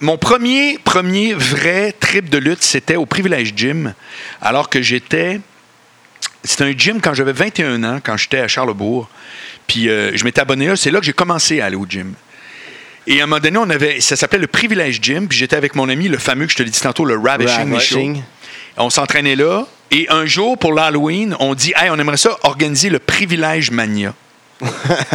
Mon premier, premier vrai trip de lutte, c'était au Privilège Gym, alors que j'étais. C'était un gym quand j'avais 21 ans, quand j'étais à Charlebourg. Puis euh, je m'étais abonné là, c'est là que j'ai commencé à aller au gym. Et à un moment donné, on avait, ça s'appelait le Privilège Gym, puis j'étais avec mon ami, le fameux que je te l'ai dit tantôt, le Ravishing Michaud. Ravishing? On s'entraînait là. Et un jour, pour l'Halloween, on dit Hey, on aimerait ça organiser le Privilège Mania.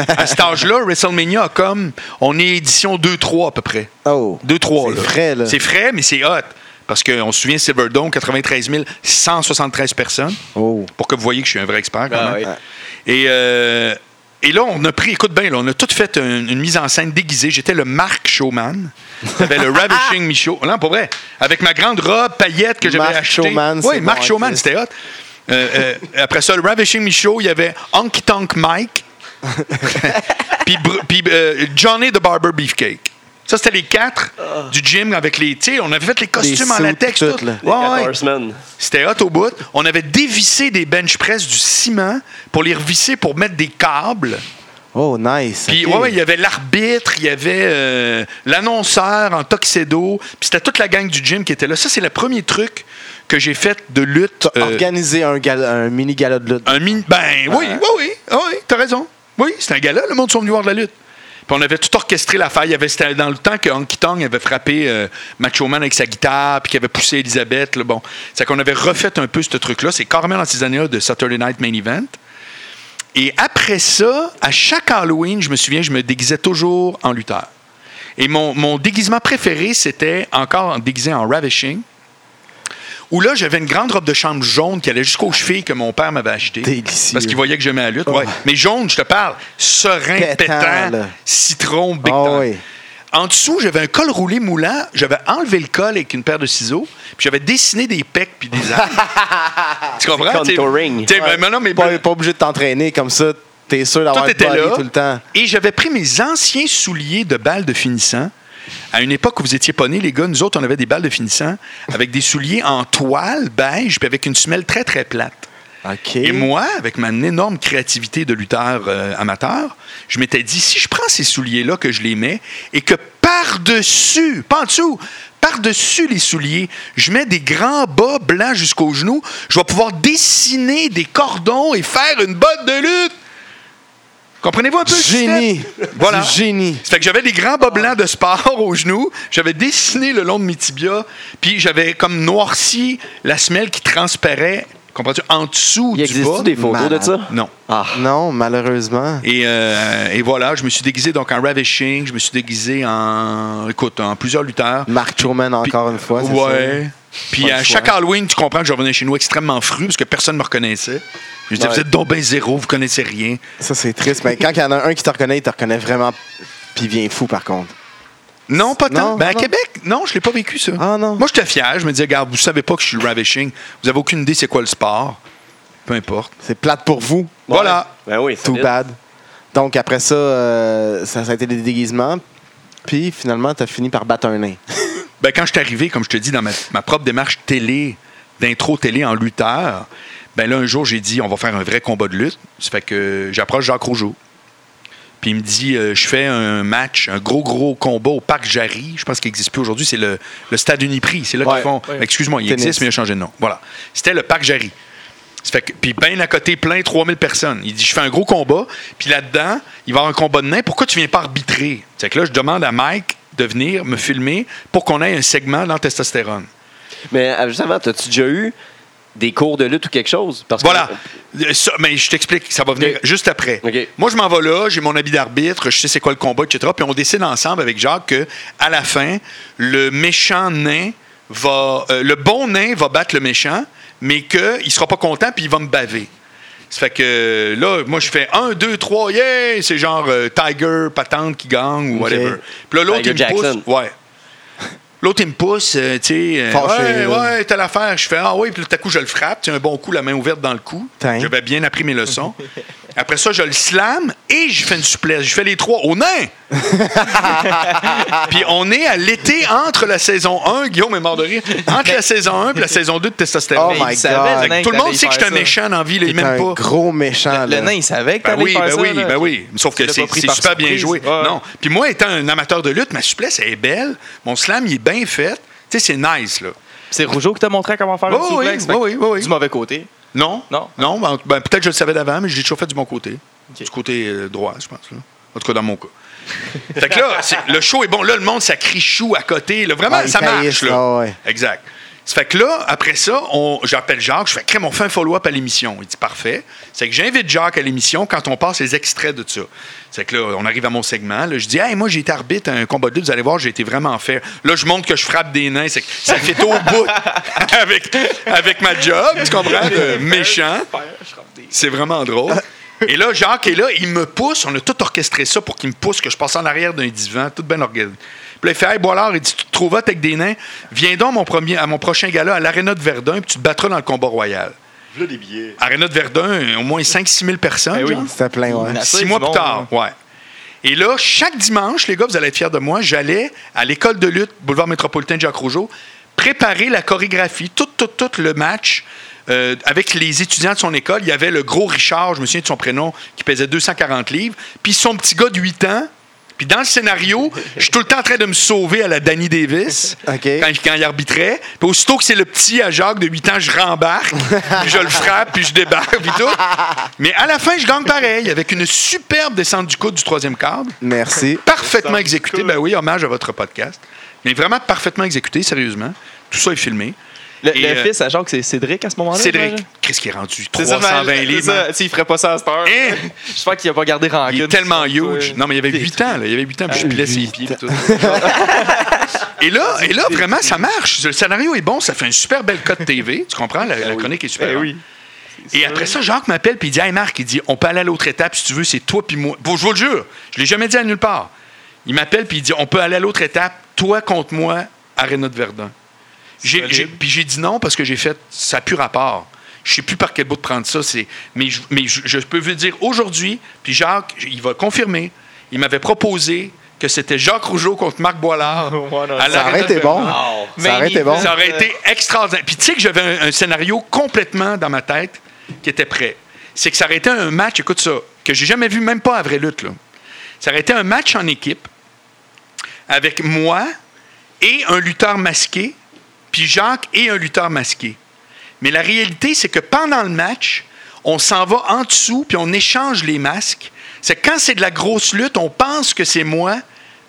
à cet âge-là, WrestleMania a comme. On est édition 2-3 à peu près. Oh. 2-3. C'est frais, là. C'est frais, mais c'est hot. Parce qu'on se souvient, Silverdome, 93 173 personnes. Oh. Pour que vous voyez que je suis un vrai expert. quand Ah, même. oui. Et, euh, et là, on a pris, écoute bien, là, on a tout fait une, une mise en scène déguisée. J'étais le Marc Showman. J'avais le Ravishing Michaud. Non, pour vrai. Avec ma grande robe paillette que j'avais Marc achetée. Showman, Oui, c'est Marc bon, Showman, ok. c'était hot. Euh, euh, après ça, le Ravishing Michaud, il y avait Honky Tonk Mike. puis Bru- puis, euh, Johnny the Barber Beefcake. Ça, c'était les quatre du gym avec les. Tu sais, on avait fait les costumes en Ah. suits, latex. tout, tout. là. Les Ouais, quatre ouais. Horsemen. C'était hot au bout. On avait dévissé des bench press du ciment pour les revisser pour mettre des câbles. Oh, nice. Puis, OK. ouais, ouais, il y avait l'arbitre, il y avait euh, l'annonceur en tuxedo. Puis, c'était toute la gang du gym qui était là. Ça, c'est le premier truc que j'ai fait de lutte. euh, Organiser un, gal- un mini gala de lutte. un mini- Ben oui, oui, oui, oui, t'as raison. Oui, c'est un gars-là, le monde sont venus voir de la lutte. Puis on avait tout orchestré l'affaire. Il y avait, c'était dans le temps que Honky Tonk avait frappé euh, Macho Man avec sa guitare, puis qu'il avait poussé Elisabeth. là, bon, c'est qu'on avait refait un peu ce truc-là. C'est carrément dans ces années-là de Saturday Night Main Event. Et après ça, à chaque Halloween, je me souviens, je me déguisais toujours en lutteur. Et mon, mon déguisement préféré, c'était encore déguisé en Ravishing, où là, j'avais une grande robe de chambre jaune qui allait jusqu'aux chevilles que mon père m'avait achetée. Délicieux. Parce qu'il voyait que j'aimais la lutte. Oh. ouais. Mais jaune, je te parle, serein, pétant, Pétant, là. citron, big Ah time. oui. En dessous, j'avais un col roulé moulant. J'avais enlevé le col avec une paire de ciseaux. Puis j'avais dessiné des pecs puis des armes. tu comprends? C'est contouring. T'sais, ben, non, non, mais Pas, pas obligé de t'entraîner comme ça. T'es sûr d'avoir tout le était body là. tout le temps. Et j'avais pris mes anciens souliers de balles de finissant. À une époque où vous étiez pas nés, les gars, nous autres, on avait des balles de finissant avec des souliers en toile beige puis avec une semelle très, très plate. OK. Et moi, avec ma énorme créativité de lutteur euh, amateur, je m'étais dit, si je prends ces souliers-là, que je les mets, et que par-dessus, pas en dessous, par-dessus les souliers, je mets des grands bas blancs jusqu'aux genoux, je vais pouvoir dessiner des cordons et faire une botte de lutte. Comprenez-vous un peu le Génie. système? Voilà. Du génie. Ça fait que j'avais des grands Ah. bas blancs de sport aux genoux. J'avais dessiné le long de mes tibias. Puis j'avais comme noirci la semelle qui transparaît, comprends-tu, en dessous Il du bas. existe des photos de ça? Non. Ah. Non, malheureusement. Et, euh, et voilà, je me suis déguisé donc en Ravishing. Je me suis déguisé en, écoute, en plusieurs lutteurs. Mark Truman, encore une fois. c'est ça? hein? Ouais. Puis Pas à le chaque choix. Halloween, tu comprends que je revenais chez nous extrêmement fru parce que personne ne me reconnaissait. Je disais, Ouais. vous êtes donc ben zéro, vous connaissez rien. Ça, c'est triste. Mais quand il y en a un qui te reconnaît, il te reconnaît vraiment. Puis il vient fou, par contre. Non, pas tant. Non, Ben, à non. Québec, non, je l'ai pas vécu, ça. Ah, non. Moi, j'étais fier. Je me disais, regarde, vous savez pas que je suis ravishing. Vous avez aucune idée c'est quoi le sport. Peu importe. C'est plate pour vous. Voilà. Ben oui, Too solide. bad. Donc, après ça, euh, ça, ça a été des déguisements. Puis finalement, t'as fini par battre un nain. Ben, quand je suis arrivé, comme je te dis, dans ma, ma propre démarche télé, d'intro télé en lutteur, ben là, un jour, j'ai dit, on va faire un vrai combat de lutte. Ça fait que j'approche Jacques Rougeau. Puis il me dit, euh, je fais un match, un gros, gros combat au Parc Jarry. Je pense qu'il n'existe plus aujourd'hui. C'est le, le Stade Uniprix. C'est là Ouais, qu'ils font. ouais. Excuse-moi, il Tennis. existe, mais il a changé de nom. Voilà. C'était le Parc Jarry. Ça fait que- puis ben à côté, plein 3000 personnes. Il dit, je fais un gros combat. Puis là-dedans, il va y avoir un combat de nains. Pourquoi tu viens pas arbitrer? C'est que là, je demande à Mike de venir me filmer pour qu'on ait un segment dans Testostérone. Mais euh, juste avant, as-tu déjà eu des cours de lutte ou quelque chose? Parce que- Voilà. Euh, ça- mais je t'explique, ça va venir Ok. juste après. Ok. Moi, je m'en vais là, j'ai mon habit d'arbitre, je sais c'est quoi le combat, etc. Puis on décide ensemble avec Jacques que, à la fin, le méchant nain va. euh, le bon nain va battre le méchant, mais qu'il ne sera pas content, puis il va me baver. Ça fait que là, moi, je fais 1, 2, 3, yeah! C'est genre euh, Tiger, patente qui gagne ou Ok. whatever. Puis là, l'autre, il Tiger me pousse. Jackson. Ouais. L'autre, il me pousse, euh, tu sais. euh, Fâché, ouais, là. ouais, telle affaire. Je fais, ah oui, puis tout à coup, je le frappe. Tu sais, un bon coup, la main ouverte dans le cou. Tain. J'avais bien appris mes leçons. Après ça, je le slam et je fais une souplesse. Je fais les trois au nain. puis on est à l'été entre la saison 1, Guillaume est mort de rire, entre la saison 1 et la saison 2 Oh de Testostérone. my il savait, God. le Fait que nain, tout que le monde t'allais sait que je suis faire un ça. méchant dans la vie, là, il T'es m'aime un pas. gros méchant. Le là. nain, il savait que Ben t'allais oui, faire ben ça. oui, là. ben oui. Sauf Tu que l'as c'est pas pris c'est par super bien surprise. joué. Ouais. Non. Puis moi, étant un amateur de lutte, ma souplesse elle est belle. Mon slam, il est bien fait. Tu sais, c'est nice, là. C'est Rougeau qui t'a montré comment faire le Oh oui, suplex, oh fait que oui, oh oui. Du mauvais côté. Non? Non. Non, ben, ben, peut-être que je le savais d'avant, mais je l'ai toujours fait du bon côté. Ok. Du côté euh, droit, je pense. là. En tout cas, dans mon cas. fait que là, c'est- le show est bon. Là, le monde, ça crie chou à côté. là. vraiment, Ah, ils ça marche. taillissent, Là. ah ouais. Exact. Ça fait que là, après ça, on- j'appelle Jacques, je fais crème, on fait un follow-up à l'émission. Il dit parfait. C'est que j'invite Jacques à l'émission quand on passe les extraits de ça. C'est que là, on arrive à mon segment. Là, je dis, hey, moi, j'ai été arbitre à un combat de lutte, vous allez voir, j'ai été vraiment fair. Là, je montre que je frappe des nains. C'est que ça fait au bout avec, avec ma job, tu comprends, de méchant. C'est vraiment drôle. Et là, Jacques est là, il me pousse. On a tout orchestré ça pour qu'il me pousse, que je passe en arrière d'un divan, tout bien organisé. Puis là, il fait Hey, Boilard, il dit Tu te trouves hot avec des nains, viens donc mon premier, à mon prochain gala à l'Arena de Verdun, puis tu te battras dans le combat royal. Arena de Verdun, au moins 5-6 000 personnes. Eh oui. genre. C'était plein, ouais. Nasty. Six du mois plus monde, tard, ouais. Et là, chaque dimanche, les gars, vous allez être fiers de moi, j'allais à l'école de lutte, boulevard métropolitain de Jacques Rougeau, préparer la chorégraphie, tout, tout, tout le match euh, avec les étudiants de son école. Il y avait le gros Richard, je me souviens de son prénom, qui pesait 240 livres, puis son petit gars de 8 ans. Puis dans le scénario, je suis tout le temps en train de me sauver à la Danny Davis OK. quand, quand il arbitrait. Puis aussitôt que c'est le petit à Jacques de 8 ans, je rembarque, puis je le frappe, puis je débarque, puis tout. Mais à la fin, je gagne pareil, avec une superbe descente du coude du troisième câble, Merci. parfaitement exécutée. Ben oui, hommage à votre podcast. Mais vraiment parfaitement exécuté, sérieusement. Tout ça est filmé. Le, Et, le euh, fils à Jacques, c'est Cédric à ce moment-là. Cédric, j'imagine? qu'est-ce qui est rendu? C'est ça, 320 mais- c'est livres. ça. Tu sais, il ferait pas ça à cette heure. Hein? J'espère qu'il a pas gardé rancune. Il est tellement Ouais. huge. Non, mais il y avait 8 ans. Là. Il y avait 8 ans, Euh, puis je pilais ses pieds. puis tout. et, là, et là, vraiment, ça marche. Le scénario est bon. Ça fait un super bel code TV. Tu comprends? La, la chronique est super. Eh bonne. oui. Et après ça, Jacques m'appelle puis il dit Hey Marc, il dit On peut aller à l'autre étape si tu veux, c'est toi puis moi. Bon, je vous le jure, je l'ai jamais dit à nulle part. Il m'appelle puis il dit On peut aller à l'autre étape, toi contre moi, Arena de Verdun. J'ai- Solide. j'ai- Puis j'ai dit non parce que j'ai fait ça a plus rapport. Je sais plus par quel bout de prendre ça. C'est, mais je, mais je, je peux vous dire aujourd'hui, puis Jacques, il va confirmer. Il m'avait proposé que c'était Jacques Rougeau contre Marc Boilard. Ouais, non, à ça l'Arena aurait de été Verdun. bon. Wow. Ça aurait été bon. Ça aurait été extraordinaire. Puis tu sais que j'avais un, un scénario complètement dans ma tête qui était prêt. C'est que ça aurait été un match, écoute ça, que j'ai jamais vu, même pas à Vraie Lutte. Là. Ça aurait été un match en équipe avec moi et un lutteur masqué, puis Jacques et un lutteur masqué. Mais la réalité, c'est que pendant le match, on s'en va en dessous, puis on échange les masques. C'est que quand c'est de la grosse lutte, on pense que c'est moi,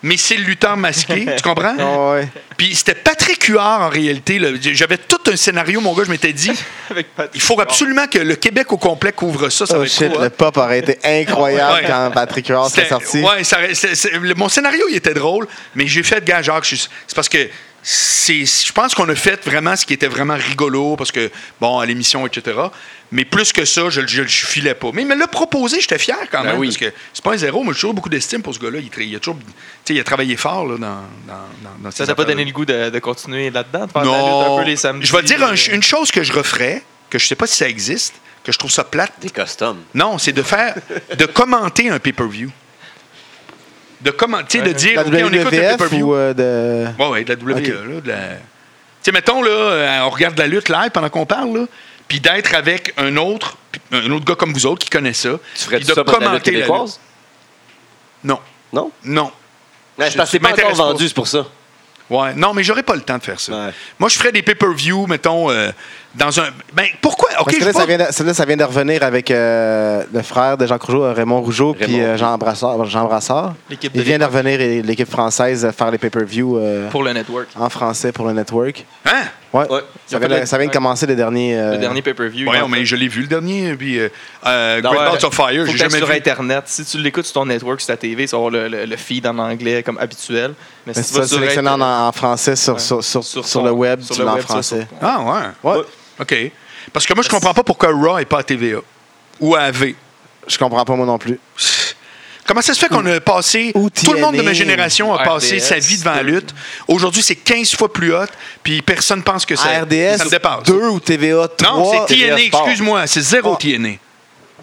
mais c'est le lutteur masqué. tu comprends? Ah ouais. Puis c'était Patrick Huard en réalité. là. J'avais tout un scénario, mon gars, je m'étais dit, Avec Patrick il faut Huard. absolument que le Québec au complet couvre ça, ça Oh va être shit, trop le hot. pop aurait été incroyable Ouais. quand Patrick Huard serait C'était- sorti. ouais, ça aurait- c'est- c'est- le- mon scénario, il était drôle, mais j'ai fait, gars, Jacques, je suis- c'est parce que c'est, je pense qu'on a fait vraiment ce qui était vraiment rigolo, parce que, bon, à l'émission, etc. Mais plus que ça, je, le- je, le- je filais pas. Mais il me l'a proposé, j'étais fier quand Ben même, oui. parce que c'est pas un zéro, mais j'ai toujours beaucoup d'estime pour ce gars-là. Il, tra- il a toujours, tu sais, il a travaillé fort là, dans, dans, dans, dans Ça ces t'a pas affaires-là. donné le goût de, de continuer là-dedans, de faire de la lutte Non. un peu les samedis. Je vais te dire un- euh, une chose que je referais, que je sais pas si ça existe, que je trouve ça plate. Des customs. Non, c'est de faire, de commenter un pay-per-view. De commenter, de dire, La OK, on écoute un WWF pay-per-view. ou euh, de. Ouais, ouais, de la WWE, Ok. là, de la- Tu sais, mettons, là, euh, on regarde la lutte live pendant qu'on parle, là, puis d'être avec un autre, puis un autre gars comme vous autres qui connaît ça. Tu ferais puis ça pour la lutte la québécoise? lutte. Non, Non? non. Non, c'est Je- parce que c'est pas encore m'intéresse pas. vendu, c'est pour ça. Ouais, non, mais j'aurais pas le temps de faire ça. Ouais. Moi, je ferais des pay-per-view, mettons, euh, dans un. Ben, pourquoi? OK, Parce que je là, vois- ça vient de, ça, là, ça vient de revenir avec euh, le frère de Jean Rougeau, euh, Raymond Rougeau, puis Raymond. euh, Jean Brassard. Jean Brassard. L'équipe de Il vient de revenir, et l'équipe française, euh, faire les pay-per-view euh, pour le network. en français pour le network. Hein? Ouais. Ouais. Ça, vient de, ça vient de commencer les derniers. euh, Le dernier pay-per-view. Voyons, il- mais je l'ai vu le dernier, puis euh, euh, Non, Great ouais. Balls of Fire, Faut j'ai que t'ailles jamais sur vu. Internet. Si tu l'écoutes sur ton network, sur ta TV, ça va avoir le, le- le feed en anglais comme habituel. Mais Mais si si tu tu vas le sur sélectionnes en, Internet- en français sur, sur, sur, Sur sur son- le web, sur tu le l'as en web, ça, français. sur- Ah, ouais. Ouais. OK. Parce que moi, je comprends pas pourquoi Raw est pas à TVA ou à AV. Je comprends pas moi non plus. Comment ça se fait qu'on a passé. Ou Tout le monde de TNA. ma génération a passé RDS, sa vie devant la deux. lutte. Aujourd'hui, c'est 15 fois plus haute, puis personne pense que ça, À RDS, ça me dépasse. 2 ou TVA 3. Non, c'est TNA, TVA Sport. excuse-moi, c'est zéro Ah. TNA.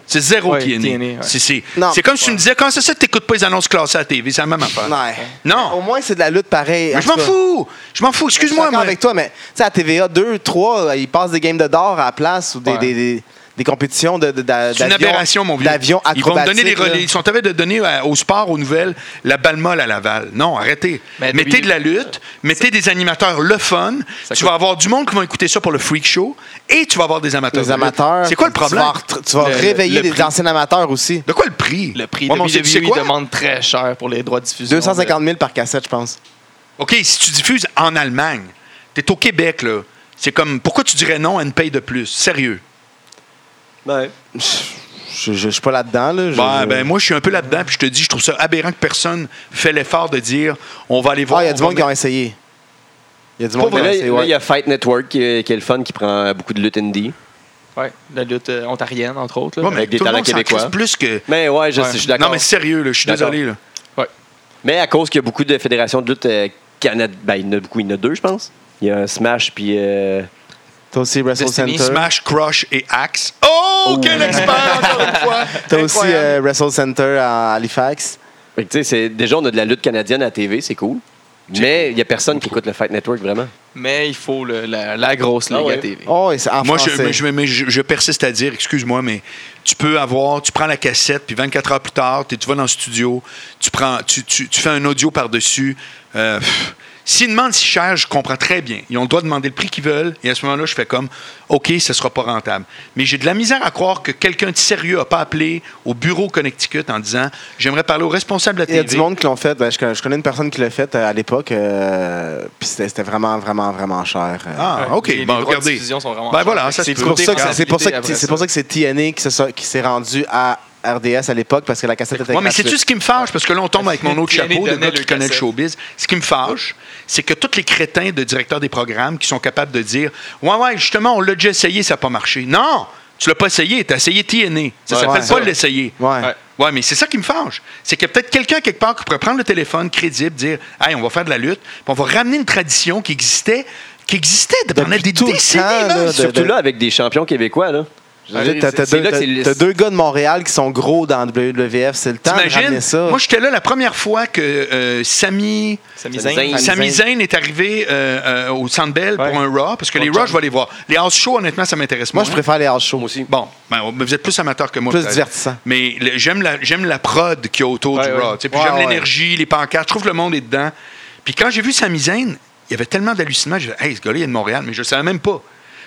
C'est zéro Ouais, TNA. TNA, ouais. C'est- C'est Non, c'est comme si tu me disais, comment ça, ça, t'écoutes pas les annonces classées à la TV? C'est la même affaire. Ouais. Non. Au moins, c'est de la lutte pareille. Mais en je tout m'en cas. fous. Je m'en fous. Je suis Excuse-moi, d'accord moi. avec toi, mais tu sais, à TVA 2, 3, euh, ils passent des games de d'or à la place ou des, Ouais. des, des, des compétitions de, de- d'a- C'est une d'avions- aberration, mon vieux. D'avions Ils vont me donner les acrobatiques, là. relais. Ils sont en train de donner à- au sport, aux nouvelles, la balle molle à Laval. Non, arrêtez. Mais mettez oui. de la lutte, mettez des animateurs le fun. Ça tu coûte- vas avoir du monde qui vont écouter ça pour le freak show et tu vas avoir des amateurs. de Les lutte. amateurs. C'est quoi le tu vas problème? retr- Tu vas, Le- le- réveiller le des prix. anciens amateurs aussi. De quoi le prix? Le prix Ouais, de mais on sait- c'est WWE quoi? demande très cher pour les droits de diffusion. 250 000 par cassette, je pense. OK, si tu diffuses en Allemagne, tu es au Québec, là. C'est comme, pourquoi tu dirais non à une paye de plus? Sérieux. Ouais. Je je- je suis pas là-dedans. Là. Je- Ben, je- ben, moi, je suis un peu là-dedans, puis je te dis, je trouve ça aberrant que personne fait l'effort de dire, on va aller voir. ah, il y a on du va monde qui mettre- ont essayé. Il y a du monde Pour qui ont vrai, essayé. là, il y ouais. a Fight Network qui est, qui est le fun, qui prend beaucoup de lutte indie. Ouais, la lutte euh, ontarienne, entre autres. là. Ouais, mais Avec des tout le talents monde s'en québécois. crisse plus que... Mais ouais, je, Ouais. je suis d'accord. Non, mais sérieux, là, je suis D'accord. désolé. Là. Ouais. Mais à cause qu'il y a beaucoup de fédérations de lutte euh, canad- ben, il y en a beaucoup, il y en a deux, je pense. Il y a un Smash, puis. euh, T'as aussi Wrestle Destiny Center. Smash, Crush et Axe. Oh, quel expert, encore une fois! T'as aussi Incroyable. euh, Wrestle Center à Halifax. fait que, tu sais, c'est- déjà, on a de la lutte canadienne à la TV, c'est cool. Mais il n'y a personne qui écoute le Fight Network vraiment. Mais il faut le- la, la grosse ligue Ah ouais. à TV. Oh, et c'est en Moi, je, français. mais je- mais je- je persiste à dire, excuse-moi, mais tu peux avoir, tu prends la cassette, puis 24 heures plus tard, t'es- tu vas dans le studio, tu, prends, tu, tu- tu fais un audio par-dessus. Euh, pff, S'ils demandent si cher, je comprends très bien. Ils ont le droit de demander le prix qu'ils veulent, et à ce moment-là, je fais comme, OK, ce ne sera pas rentable. Mais j'ai de la misère à croire que quelqu'un de sérieux n'a pas appelé au bureau au Connecticut en disant, j'aimerais parler au responsable de la Il y TV. a du monde qui l'ont fait. Ben, je, connais- je connais une personne qui l'a fait euh, à l'époque. euh, Puis c'était c'était vraiment, vraiment, vraiment cher. euh. Ah, OK, Les- les bon, droits de regardez. diffusion sont vraiment Ben chers. voilà, Fait ça que se du peut. C'est pour, côté ça que c'est- c'est pour ça que rentabilité c'est c'est pour ça que c'est TNA qui se so- qui s'est rendu à RDS à l'époque parce que la cassette était Ouais, mais gratuite. sais-tu ce qui me fâche? Parce que là, on Ah, tombe avec mon autre Tiens, chapeau de donnez gars le qui connaît le cassette. showbiz. Ce qui me fâche, c'est que tous les crétins de directeurs des programmes qui sont capables de dire Ouais, ouais, justement, on l'a déjà essayé, ça n'a pas marché. Non! Tu l'as pas essayé, tu as essayé TNA. Ça Ouais, s'appelle ouais. pas l'essayer. Ouais. Ouais. Ouais, mais c'est ça qui me fâche. C'est qu'il y a peut-être quelqu'un quelque part qui pourrait prendre le téléphone crédible, dire Hey, on va faire de la lutte, puis on va ramener une tradition qui existait, qui existait pendant Depuis des tout le décennies. temps, man. là, de- Surtout là, avec des champions québécois, là. Je veux dire, T'as t'as C'est deux, là que c'est le- t'as- t'as deux gars de Montréal qui sont gros dans le WWF. C'est le temps de T'imagines? ramener ça. Moi, j'étais là la première fois que euh, Sami. Sami Sami Zayn. Zayn. Sami Zayn est arrivé euh, euh, au Centre Bell Ouais. pour un Raw, parce que Bon les job. Raw, je vais les voir. Les house shows, honnêtement, ça m'intéresse Moi, moins. je préfère les house shows. Moi aussi. Bon, ben, vous êtes plus amateur que moi. Plus peut-être. divertissant. Mais le- j'aime la, j'aime la prod qu'il y a autour Ouais, du ouais. Raw. tu sais, Puis Ouais, j'aime ouais. l'énergie, les pancartes. Je trouve que le monde est dedans. Puis quand j'ai vu Sami Zayn, il y avait tellement d'hallucinants. J'ai dit, hey, ce gars-là, il est de Montréal, mais je le savais même pas.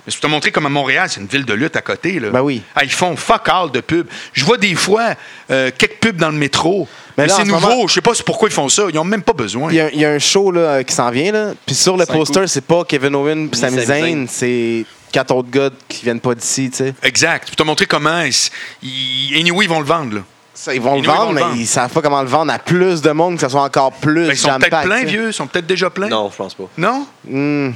Mais c'est pour te montrer comme à Montréal, c'est une ville de lutte à côté. Là. Ben oui. Ah, ils font fuck all de pubs. Je vois des fois euh, quelques pubs dans le métro. Mais Mais, là, en c'est ce nouveau. moment- Je sais pas pourquoi ils font ça. Ils n'ont même pas besoin. Il y, a, il y a un show là, euh, qui s'en vient, là. Puis sur le Cinq poster, c'est pas Kevin Owen puis Sami Sami Zayn, c'est quatre autres gars qui viennent pas d'ici, tu sais. Exact. Pour te montrer comment. Ils, ils- anyway, ils vont le vendre. Là. Ça, ils vont Et le nous, ils vendre, vont le mais vendre. ils savent pas comment le vendre à plus de monde, que ça soit encore plus Ben, ils sont peut-être jam-packed, pleins, tu sais. vieux. Ils sont peut-être déjà pleins. Non, je pense pas. Non? Hmm.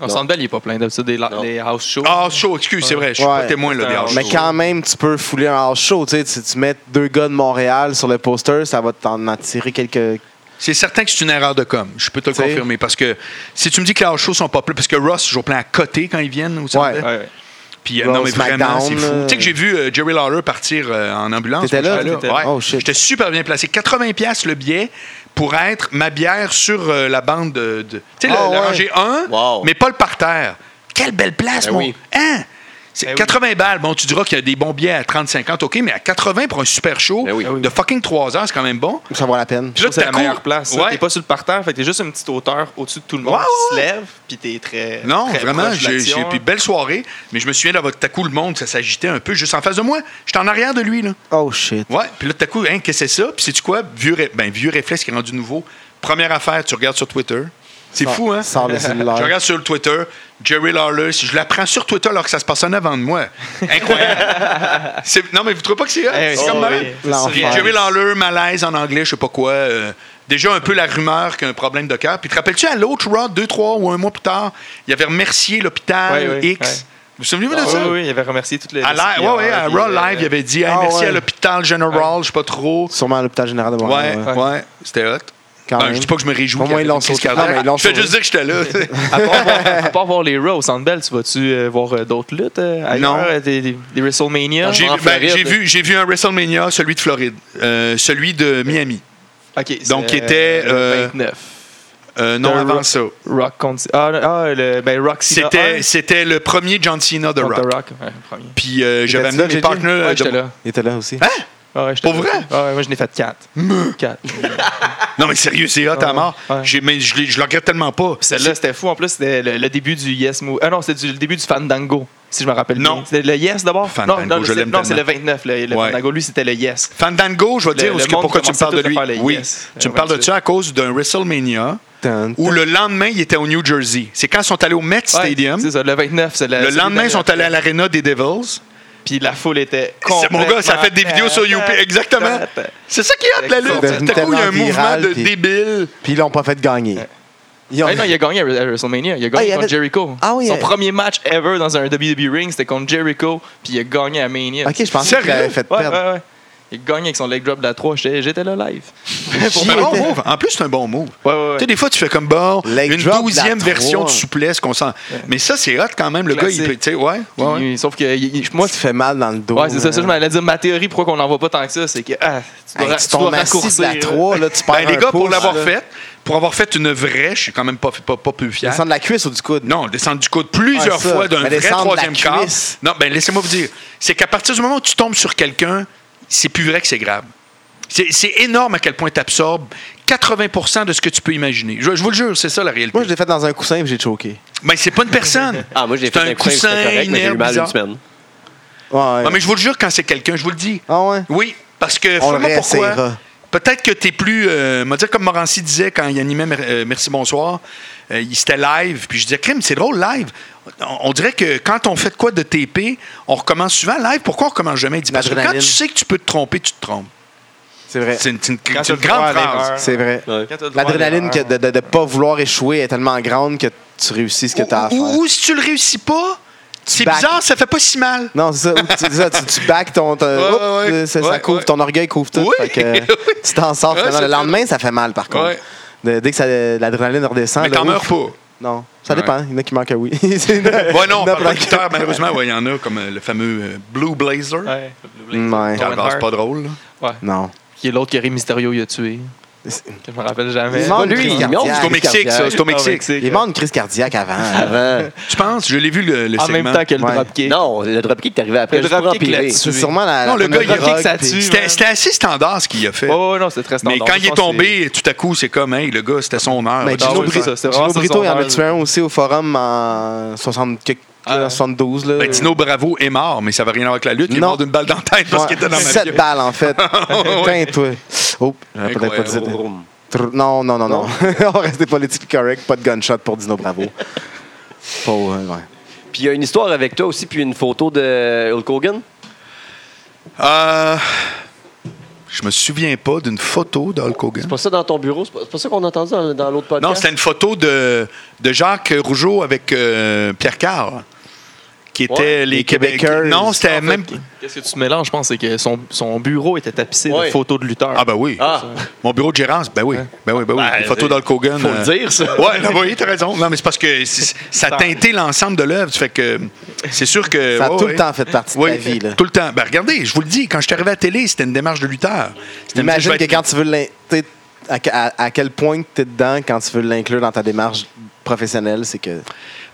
Au Centre Bell, il n'est pas plein. D'habitude, les, Non. les house shows. Ah, show, excuse, c'est vrai. Je suis Ouais. pas témoin là, des Mais house Mais shows. quand même, tu peux fouler un house show. Tu sais, si tu mets deux gars de Montréal sur le poster, ça va t'en attirer quelques. C'est certain que c'est une erreur de com. Je peux te le T'sais. confirmer. Parce que si tu me dis que les house shows sont pas pleins, parce que Ross joue plein à côté quand ils viennent ou Ouais. Ouais, ouais. Puis euh, Raw, non, mais vraiment, c'est SmackDown, fou. là. Tu sais que j'ai vu euh, Jerry Lawler partir euh, en ambulance. T'étais Moi, là? j'étais T'étais- Ouais. Oh, shit. J'étais super bien placé. 80$ piastres le billet pour être ma bière sur euh, la bande de. de- tu sais, le- Ah, la ouais. rangée 1, Wow. mais pas le parterre. Quelle belle place, Ben mon. oui. Hein? C'est Ben oui. 80 balles. Bon, tu diras qu'il y a des bons billets à 30-50, OK, mais à 80 pour un super show Ben oui. de fucking 3 heures, c'est quand même bon. Ça vaut la peine. Puis là, C'est tout la à coup- meilleure place. Ouais. T'es pas sur le parterre, fait que t'es juste une petite hauteur au-dessus de tout le monde Ouais, qui ouais. se lève, puis t'es très. Non, très vraiment, proche de j'ai l'action, j'ai- puis hein. belle soirée, mais je me souviens là, tout à coup, le monde, ça s'agitait un peu juste en face de moi. J'étais en arrière de lui, là. Oh shit. Ouais, puis là, tout à coup, hein, qu'est-ce que c'est ça? Puis c'est-tu quoi? Vieux, ré- ben, vieux réflexe qui est rendu nouveau. Première affaire, tu regardes sur Twitter. C'est Sors- fou, hein? sors le cellulaire. Je regarde sur le Twitter, Jerry Lawler, je l'apprends sur Twitter alors que ça se passe en avant de moi. Incroyable. C'est- non, mais vous trouvez pas que c'est hot? Eh oui, C'est c'est comme vrai. malade. L'enfer. Jerry Lawler, malaise en anglais, je sais pas quoi. euh, déjà un peu la rumeur qu'il y a un problème de cœur. Puis te rappelles-tu à l'autre Raw, deux, trois ou un mois plus tard, il avait remercié l'hôpital Ouais, ouais, X. ouais. Vous vous souvenez-vous de Ah, ça? oui, oui, il avait remercié toutes les. À, la- ouais, ouais, à puis, Raw euh, Live, il avait dit hey, Ah, merci ouais. à l'hôpital General, je sais pas trop. Sûrement à l'hôpital général de Ouais, Montréal. ouais. ouais, c'était hot. Quand Ben, même. je dis pas que je me réjouis. Au moins, qu'il y ils l'ont avait une crise sauvé. Non, cardiaque. mais ils l'ont Je fais sauvé. juste dire que j'étais là. tu sais. À part, voir, à part voir les Raw au Centre Bell, tu vas-tu euh, voir euh, d'autres luttes euh, ailleurs, Non. euh, Des, des- des WrestleMania? J'ai en ben, Floride. j'ai vu, j'ai vu un WrestleMania, celui de Floride, euh, celui de Miami. Ok, Donc, c'est, il était, euh, euh, 29. Euh, non, The avant Rock. ça. Rock contre. Ah, le- ah, le, ben, Rock Cena C'était, 1 c'était le premier John Cena de contre Rock. The Rock. Ouais, le premier. Puis euh, j'avais T'étais-tu là, amené JJ? mes partenaires. euh, Ouais, de- j'étais là. Il était là aussi. Hein? Ouais, j'étais Pour là. vrai? Ouais, moi, je l'ai fait 4. 4. Non, mais sérieux, c'est hot à Ouais, mort. ouais. J'ai- mais je, l'ai- je le regrette tellement pas. Celle-là, c'était fou. En plus, c'était le, le début du Yes Move. Ah non, c'était du- le début du Fandango, si je me rappelle Non. bien. C'était le Yes d'abord? Fandango, non, non, je c'est- l'aime non, c'est le tellement. 29, le, le Ouais. Fandango. Lui, c'était le Yes. Fandango, je vais te Le- dire le où est-ce que- monde pourquoi tu me commençait parles de tout à lui. faire les Oui. yes. Tu Euh, me parles ouais, de je- ça à cause d'un WrestleMania Tan, où tan. le lendemain, il était au New Jersey. C'est quand ils sont allés au Met Ouais, Stadium. C'est ça, le 29. c'est la- Le celui lendemain, ils d'ailleurs. sont allés à l'Arena des Devils. Puis la foule était C'est mon gars, ça a fait des vidéos sur Youpi. Exactement. C'est ça qui est hâte, la Ils sont lutte. devenus Tout à coup, il y a un tellement mouvement viral, de puis- débiles. Puis ils l'ont pas fait gagner. Ils ont- Ah non, il a gagné à à WrestleMania. Il Ah, a il gagné avait- contre Jericho. Ah oui, Son il- premier match ever dans un WWE ring, c'était contre Jericho. Puis il a gagné à Mania. Ok, je pensais qu'il Sérieux? avait fait Ouais, perdre. ouais, ouais. Il a gagné avec son leg drop de la 3. J'étais j'étais là live. C'est J'y un bon étais. move. En plus, c'est un bon move. Ouais, ouais, ouais. Tu sais, des fois, tu fais comme bon, Leg une drop, douzième la version de trois. souplesse qu'on sent. Mais ça, c'est hot quand même. Le Classique. gars, il peut. tu sais, Ouais, ouais, ouais. Puis, Sauf que il- il- moi, Moi, tu fais mal dans le dos. Ouais, c'est ça, ça, je là. m'allais dire. Ma théorie, pourquoi qu'on n'en voit pas tant que ça, c'est que ah, tu dois, Hey, tu Tu dois tombes assis de raccourcir. la 3, là, tu perds Ben, les un gars, pour pouce, l'avoir là. fait, pour avoir fait une vraie, je suis quand même pas, pas, pas peu fier. Descendre de la cuisse ou du coude. Non, descendre du coude plusieurs Ouais, Ah, ça. fois d'un Mais vrai descendre troisième la quart. cuisse. Non, ben laissez-moi vous dire. C'est qu'à partir du moment où tu tombes sur quelqu'un, c'est plus vrai que c'est grave. C'est c'est énorme à quel point tu absorbes 80 de ce que tu peux imaginer. Je, je vous le jure, c'est ça la réalité. Moi, je l'ai fait dans un coussin et j'ai choqué. Mais c'est pas une personne. Ah, moi, j'ai C'est fait un un coussin, coussin, c'était correct, mais j'ai eu nerf mal une bizarre. semaine. Ouais, ouais. Non, mais je vous le jure, quand c'est quelqu'un, je vous le dis. Ah ouais? Oui, parce que, On le vraiment pourquoi. réessayera. Peut-être que t'es plus. Euh, m'a dire comme Morancy disait quand il animait Mer- euh, Merci Bonsoir, euh, il c'était live, puis je disais, crime, c'est drôle, live. On, on dirait que quand on fait de quoi de TP, on recommence souvent live. Pourquoi on recommence jamais? Il dit, parce que quand L'adrénaline. tu sais que tu peux te tromper, tu te trompes. C'est vrai. C'est une, c'est une- Quand c'est une tu le vois à grande phrase. l'erreur. C'est vrai. Ouais. Quand t'as le droit à L'adrénaline que l'erreur. de ne pas vouloir échouer est tellement grande que tu réussis ce que tu as à Ou, faire. ou- ou si tu le réussis pas, c'est back. bizarre, ça fait pas si mal. Non, c'est ça. Ou tu, c'est ça, tu, tu back ton. ton- Ouais, oups, ouais, ouais. ça, ça Ouais, couvre, ouais. Ton orgueil couvre tout. Oui. Fait que, euh, tu t'en sors. Ouais, finalement. c'est le lendemain, ça fait mal, par contre. Ouais. De- dès que ça- l'adrénaline redescend. Mais là, t'en ouf. meurs pas. Non. Ça Ouais. dépend. Il y en a qui manquent à oui. Ouais, non, on parle pas ouais. de guitare, malheureusement, ouais, il y en a, comme euh, le fameux euh, Blue Blazer. Ouais. Ouais. Ah, bah, C'est pas drôle, là. Non. Qui est l'autre que Rey Mysterio il a tué. Que je me rappelle jamais. Il manque lui, une crise il manque. cardiaque. C'est au Mexique, ça. C'est au Au Mexique. Mexique. Il manque une crise cardiaque avant. Avant. Tu penses? Je l'ai vu, le, le En segment. même temps que le Ouais. dropkick. Non, le dropkick est arrivé après, Le juste pour dropkick empirer. là-dessus. C'est sûrement la. Non, la- le gars, il rock, rock, ça puis- tue. C'était man. c'était assez standard ce qu'il a fait. Oh, Ouais, ouais, ouais, non, c'était très Mais standard. quand Je il est pense que tombé, tout à coup, c'est comme, hey, le gars, c'était son heure. Mais Ah, Gino, ouais, Bri- ça. c'est vraiment Gino ça, Brito, il en a sondage. tué un aussi au forum en 60 quelques- c'est- là, en 72. Là. Ah. Ben, Tino Bravo est mort, mais ça va rien à voir avec la lutte. Il est Non. mort d'une balle dans la tête parce qu'il était dans ma 7 vie. Ah, balles, en fait. Ouais. Teinte, ouais. Oh, j'aurais peut-être pas dit ça. Vroom. Trrr, Non, non, non, non. On va rester politiquement correct. Pas de gunshot pour Dino Bravo. Pas, euh, ouais. Puis il y a une histoire avec toi aussi, puis une photo de Hulk Hogan. Euh, je me souviens pas d'une photo de Hulk Hogan. C'est pas ça dans ton bureau? C'est pas, c'est pas ça qu'on a entendu dans, dans l'autre podcast? Non, c'était une photo de, de Jacques Rougeau avec euh, Pierre Carr, qui étaient Ouais, les, les Québécois. Québécois. Non, En c'était fait, euh, même. Qu'est-ce que tu mélanges, je pense, c'est que son, son bureau était tapissé Ouais. de photos de lutteurs. Ah, ben oui. Ah. Mon bureau de gérance, ben oui. Ben oui, ben oui. Ben, Une photo c'est- d'Hulk Hogan. euh, faut le dire, ça. Ouais, ben oui, t'as raison. Non, mais c'est parce que c'est- ça a teinté l'ensemble de l'œuvre. Ça fait que c'est sûr que. Ça a ouais, tout ouais. le temps fait partie de Oui, ta vie. Là. tout le temps. Ben regardez, je vous le dis, quand je suis arrivé à la télé, c'était une démarche de lutteur. C'était de me dire, je Imagine vais que être- quand tu veux l'in- t'sais, à, à- à quel point tu es dedans quand tu veux l'inclure dans ta démarche professionnelle, c'est que.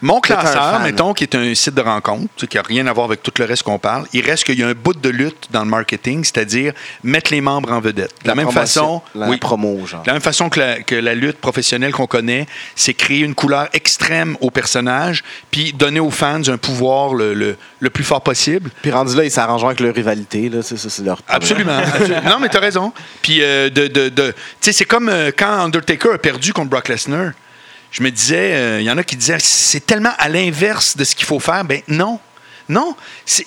Mon T'es un classeur, fan. mettons, qui est un site de rencontre, tu sais, qui n'a rien à voir avec tout le reste qu'on parle, il reste qu'il y a un bout de lutte dans le marketing, c'est-à-dire mettre les membres en vedette. De la, même promotion- façon, La oui. promo, genre. De la même façon que la, que la lutte professionnelle qu'on connaît, c'est créer une couleur extrême au personnage, puis donner aux fans un pouvoir le, le- le plus fort possible. Puis rendu là, ils s'arrangent avec leur rivalité. Là, ça, ça, c'est leur problème. Absolument. absolument. Non, mais t'as raison. Puis, euh, de, de- de- tu sais, c'est comme euh, quand Undertaker a perdu contre Brock Lesnar. Je me disais, euh, il y en a qui disaient, c'est tellement à l'inverse de ce qu'il faut faire. Ben non. Non. C'est-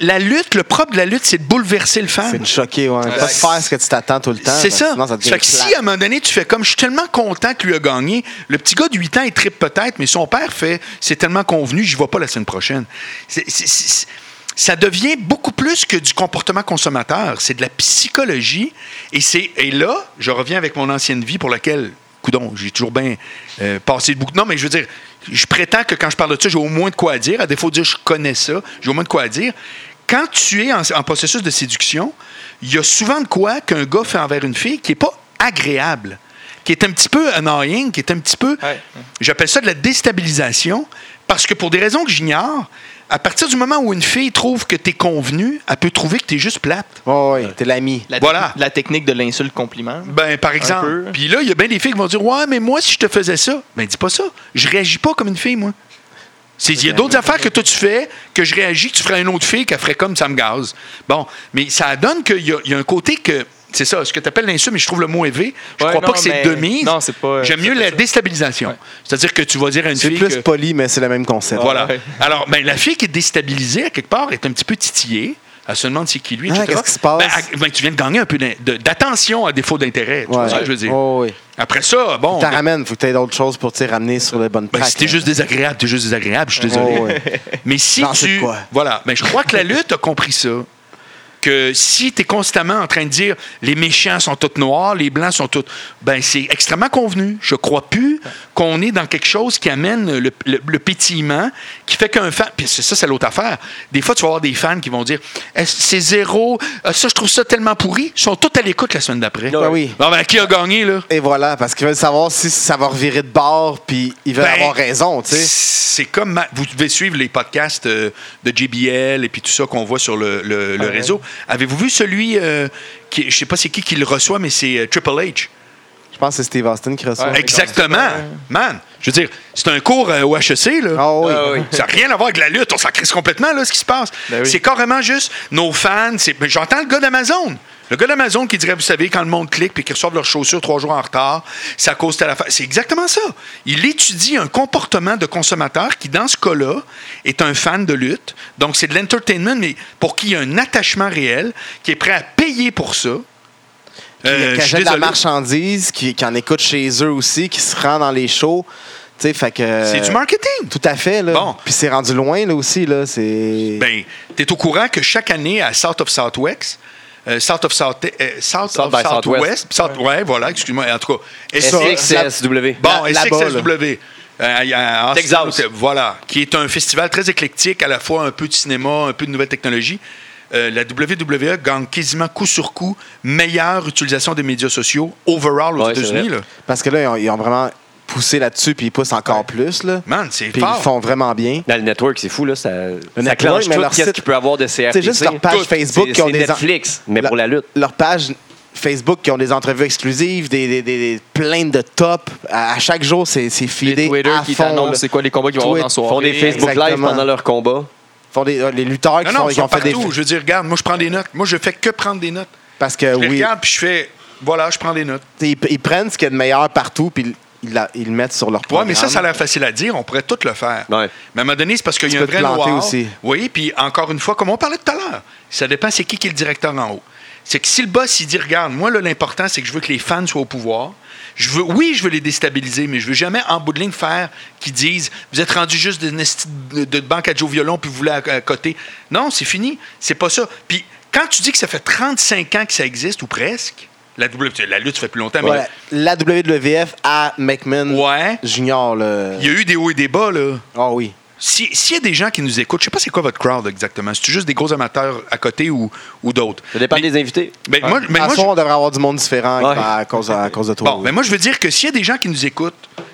La lutte, le propre de la lutte, c'est de bouleverser le fan. C'est de choquer, ouais. Pas de faire ce que tu t'attends tout le temps. C'est parce ça. que Sinon, ça devient fait que si à un moment donné, tu fais comme je suis tellement content que lui a gagné, le petit gars de 8 ans, il tripe peut-être, mais son père fait c'est tellement convenu, j'y vais pas la semaine prochaine. C'est- c'est- c'est- ça devient beaucoup plus que du comportement consommateur. C'est de la psychologie. Et, c'est, et là, je reviens avec mon ancienne vie pour laquelle, coudon, j'ai toujours bien euh, passé le beaucoup. Non, mais je veux dire, je prétends que quand je parle de ça, j'ai au moins de quoi à dire. À défaut de dire je connais ça, j'ai au moins de quoi à dire quand tu es en, en processus de séduction, il y a souvent de quoi qu'un gars fait envers une fille qui n'est pas agréable, qui est un petit peu annoying, qui est un petit peu. Ouais. J'appelle ça de la déstabilisation, parce que pour des raisons que j'ignore, à partir du moment où une fille trouve que tu es convenu, elle peut trouver que tu es juste plate. Ouais, ouais, t'es l'ami. La, Voilà. la technique de l'insulte-compliment. Ben, par exemple. peu. Puis là, il y a bien des filles qui vont dire Ouais, mais moi, si je te faisais ça, ben, dis pas ça. Je réagis pas comme une fille, moi. C'est- Il y a d'autres affaires que toi tu fais, que je réagis, que tu ferais à une autre fille, qu'elle ferait comme ça me gaze. Bon, mais ça donne qu'il y, a- il y a un côté que. C'est ça, ce que tu appelles l'insulte, mais je trouve le mot élevé. Je Ouais, crois non, pas que c'est mais- de mise. non, c'est pas, euh, J'aime mieux c'est pas la ça. déstabilisation. C'est-à-dire que tu vas dire à une C'est fille. plus que- poli, mais c'est le même concept. Ah, voilà. Ouais. Alors, ben, la fille qui est déstabilisée, à quelque part, est un petit peu titillée. Elle se demande c'est qui lui, Ah, etc. qu'est-ce qui se passe? Ben, elle- ben, tu viens de gagner un peu d'in- de- d'attention à défaut d'intérêt. Tu vois Ouais. ce que je veux dire? Ouais, ouais. Après ça, bon. T'en ramènes, faut que t'aies d'autres choses pour t'y ramener sur les bonnes ben, track, si t'es là. juste désagréable, t'es juste désagréable, je suis Ouais, désolé. ouais. Mais si J'en sais tu. de quoi. Voilà. Mais je crois que la lutte a compris ça. Que si tu es constamment en train de dire les méchants sont tous noirs, les blancs sont tous. Ben, c'est extrêmement convenu. Je crois plus qu'on est dans quelque chose qui amène le, le- le pétillement, qui fait qu'un fan. Puis c'est ça, c'est l'autre affaire. Des fois, tu vas avoir des fans qui vont dire Eh, c'est zéro, Ah, ça, je trouve ça tellement pourri. Ils sont tous à l'écoute la semaine d'après. Ben oui. Bon, ben, qui a gagné, là? Et voilà, parce qu'ils veulent savoir si ça va revirer de bord, puis ils veulent Ben, avoir raison, tu sais. C'est comme ma- vous devez suivre les podcasts euh, de JBL et puis tout ça qu'on voit sur le, le- le Ouais. réseau. Avez-vous vu celui euh, qui je sais pas c'est qui qui le reçoit mais c'est euh, Triple H. Je pense que c'est Steve Austin qui reçoit. Ouais. Exactement, man. Je veux dire, c'est un cours euh, au HEC là. Ah oui. Ah oui. Ça n'a rien à voir avec la lutte, on s'en crisse complètement là ce qui se passe. Ben oui. C'est carrément juste nos fans, c'est- mais j'entends le gars d'Amazon. Le gars d'Amazon qui dirait, vous savez, quand le monde clique puis qu'ils reçoivent leurs chaussures trois jours en retard, ça cause telle affaire. C'est exactement ça. Il étudie un comportement de consommateur qui, dans ce cas-là, est un fan de lutte. Donc, c'est de l'entertainment, mais pour qui il y a un attachement réel, qui est prêt à payer pour ça. Euh, qui je suis achètent de la désolé. marchandise, qui, qui en écoutent chez eux aussi, qui se rend dans les shows. Tu sais, fait que. C'est du marketing. Tout à fait, là. Bon. Puis c'est rendu loin, là aussi, là. C'est. Ben, tu es au courant que chaque année à South of Southwest, euh, South of South, euh, South, South of by Southwest, South- ouais, voilà, excuse-moi, en tout cas. Et ça, SXSW. bon, là- et là-bas, là. SXSW, euh, à- à- à- Texas. Austin, Voilà, qui est un festival très éclectique, à la fois un peu de cinéma, un peu de nouvelles technologies. Euh, la WWE gagne quasiment coup sur coup meilleure utilisation des médias sociaux overall aux Ouais, c'est États-Unis. vrai. là. Parce que là, ils ont, ils ont vraiment poussé là-dessus, puis ils poussent encore plus, là. Man, c'est Puis fort. ils font vraiment bien. Dans le network, c'est fou, là. Ça, ça network, clenche mais tout. leur Qu'est-ce site- qu'il peut avoir de CRTC? C'est juste leur page Tout. Facebook C'est- qui ont c'est des en- Netflix, mais pour la lutte. Leur page Facebook qui ont des entrevues exclusives, des, des, des- des- plein de tops. À, à chaque jour, c'est c'est Les filé Twitter à qui fond. là. t'annoncent c'est quoi les combats qu'ils vont avoir Tweet- dans la soirée. font des Facebook Live Exactement. pendant leur combat. Font des- euh, les lutteurs qui, Non, font- non, ils qui ont sont fait des... partout. Je veux dire, regarde, moi, je prends des notes. Moi, je fais que prendre des notes. Parce que Je les oui, regarde, puis je fais... Voilà, je prends des notes. t'sais, ils, ils prennent ce qu'il y a de meilleur partout, puis ils- ils, la- ils le mettent sur leur Oui, programme. mais ça, ça a l'air facile à dire. On pourrait tout le faire. Ouais. Mais à un moment donné, c'est parce qu'il y a peux un te vrai planter noir. aussi. Oui, puis encore une fois, comme on parlait tout à l'heure, ça dépend c'est qui qui est le directeur en haut. C'est que si le boss, il dit, regarde, moi, là, l'important, c'est que je veux que les fans soient au pouvoir. Je veux, oui, je veux les déstabiliser, mais je veux jamais, en bout de ligne, faire qu'ils disent, vous êtes rendu juste d'une esti de, de banque à Joe Violon, puis vous voulez à, à côté. Non, c'est fini. C'est pas ça. Puis quand tu dis que ça fait 35 ans que ça existe, ou presque, la, W- la lutte, ça fait plus longtemps, mais... Voilà. La WWF à McMahon Ouais. Junior. Là. Il y a eu des hauts et des bas, là. Ah oui. Si- S'il y a des gens qui nous écoutent, je sais pas c'est quoi votre crowd exactement. C'est juste des gros amateurs à côté ou, ou d'autres. Ça dépend mais, des invités. mais moi, mais à moi, soir, je- on devrait avoir du monde différent Ouais. à, cause, à cause de toi. bon, oui. mais moi, je veux dire que s'il y a des gens qui nous écoutent,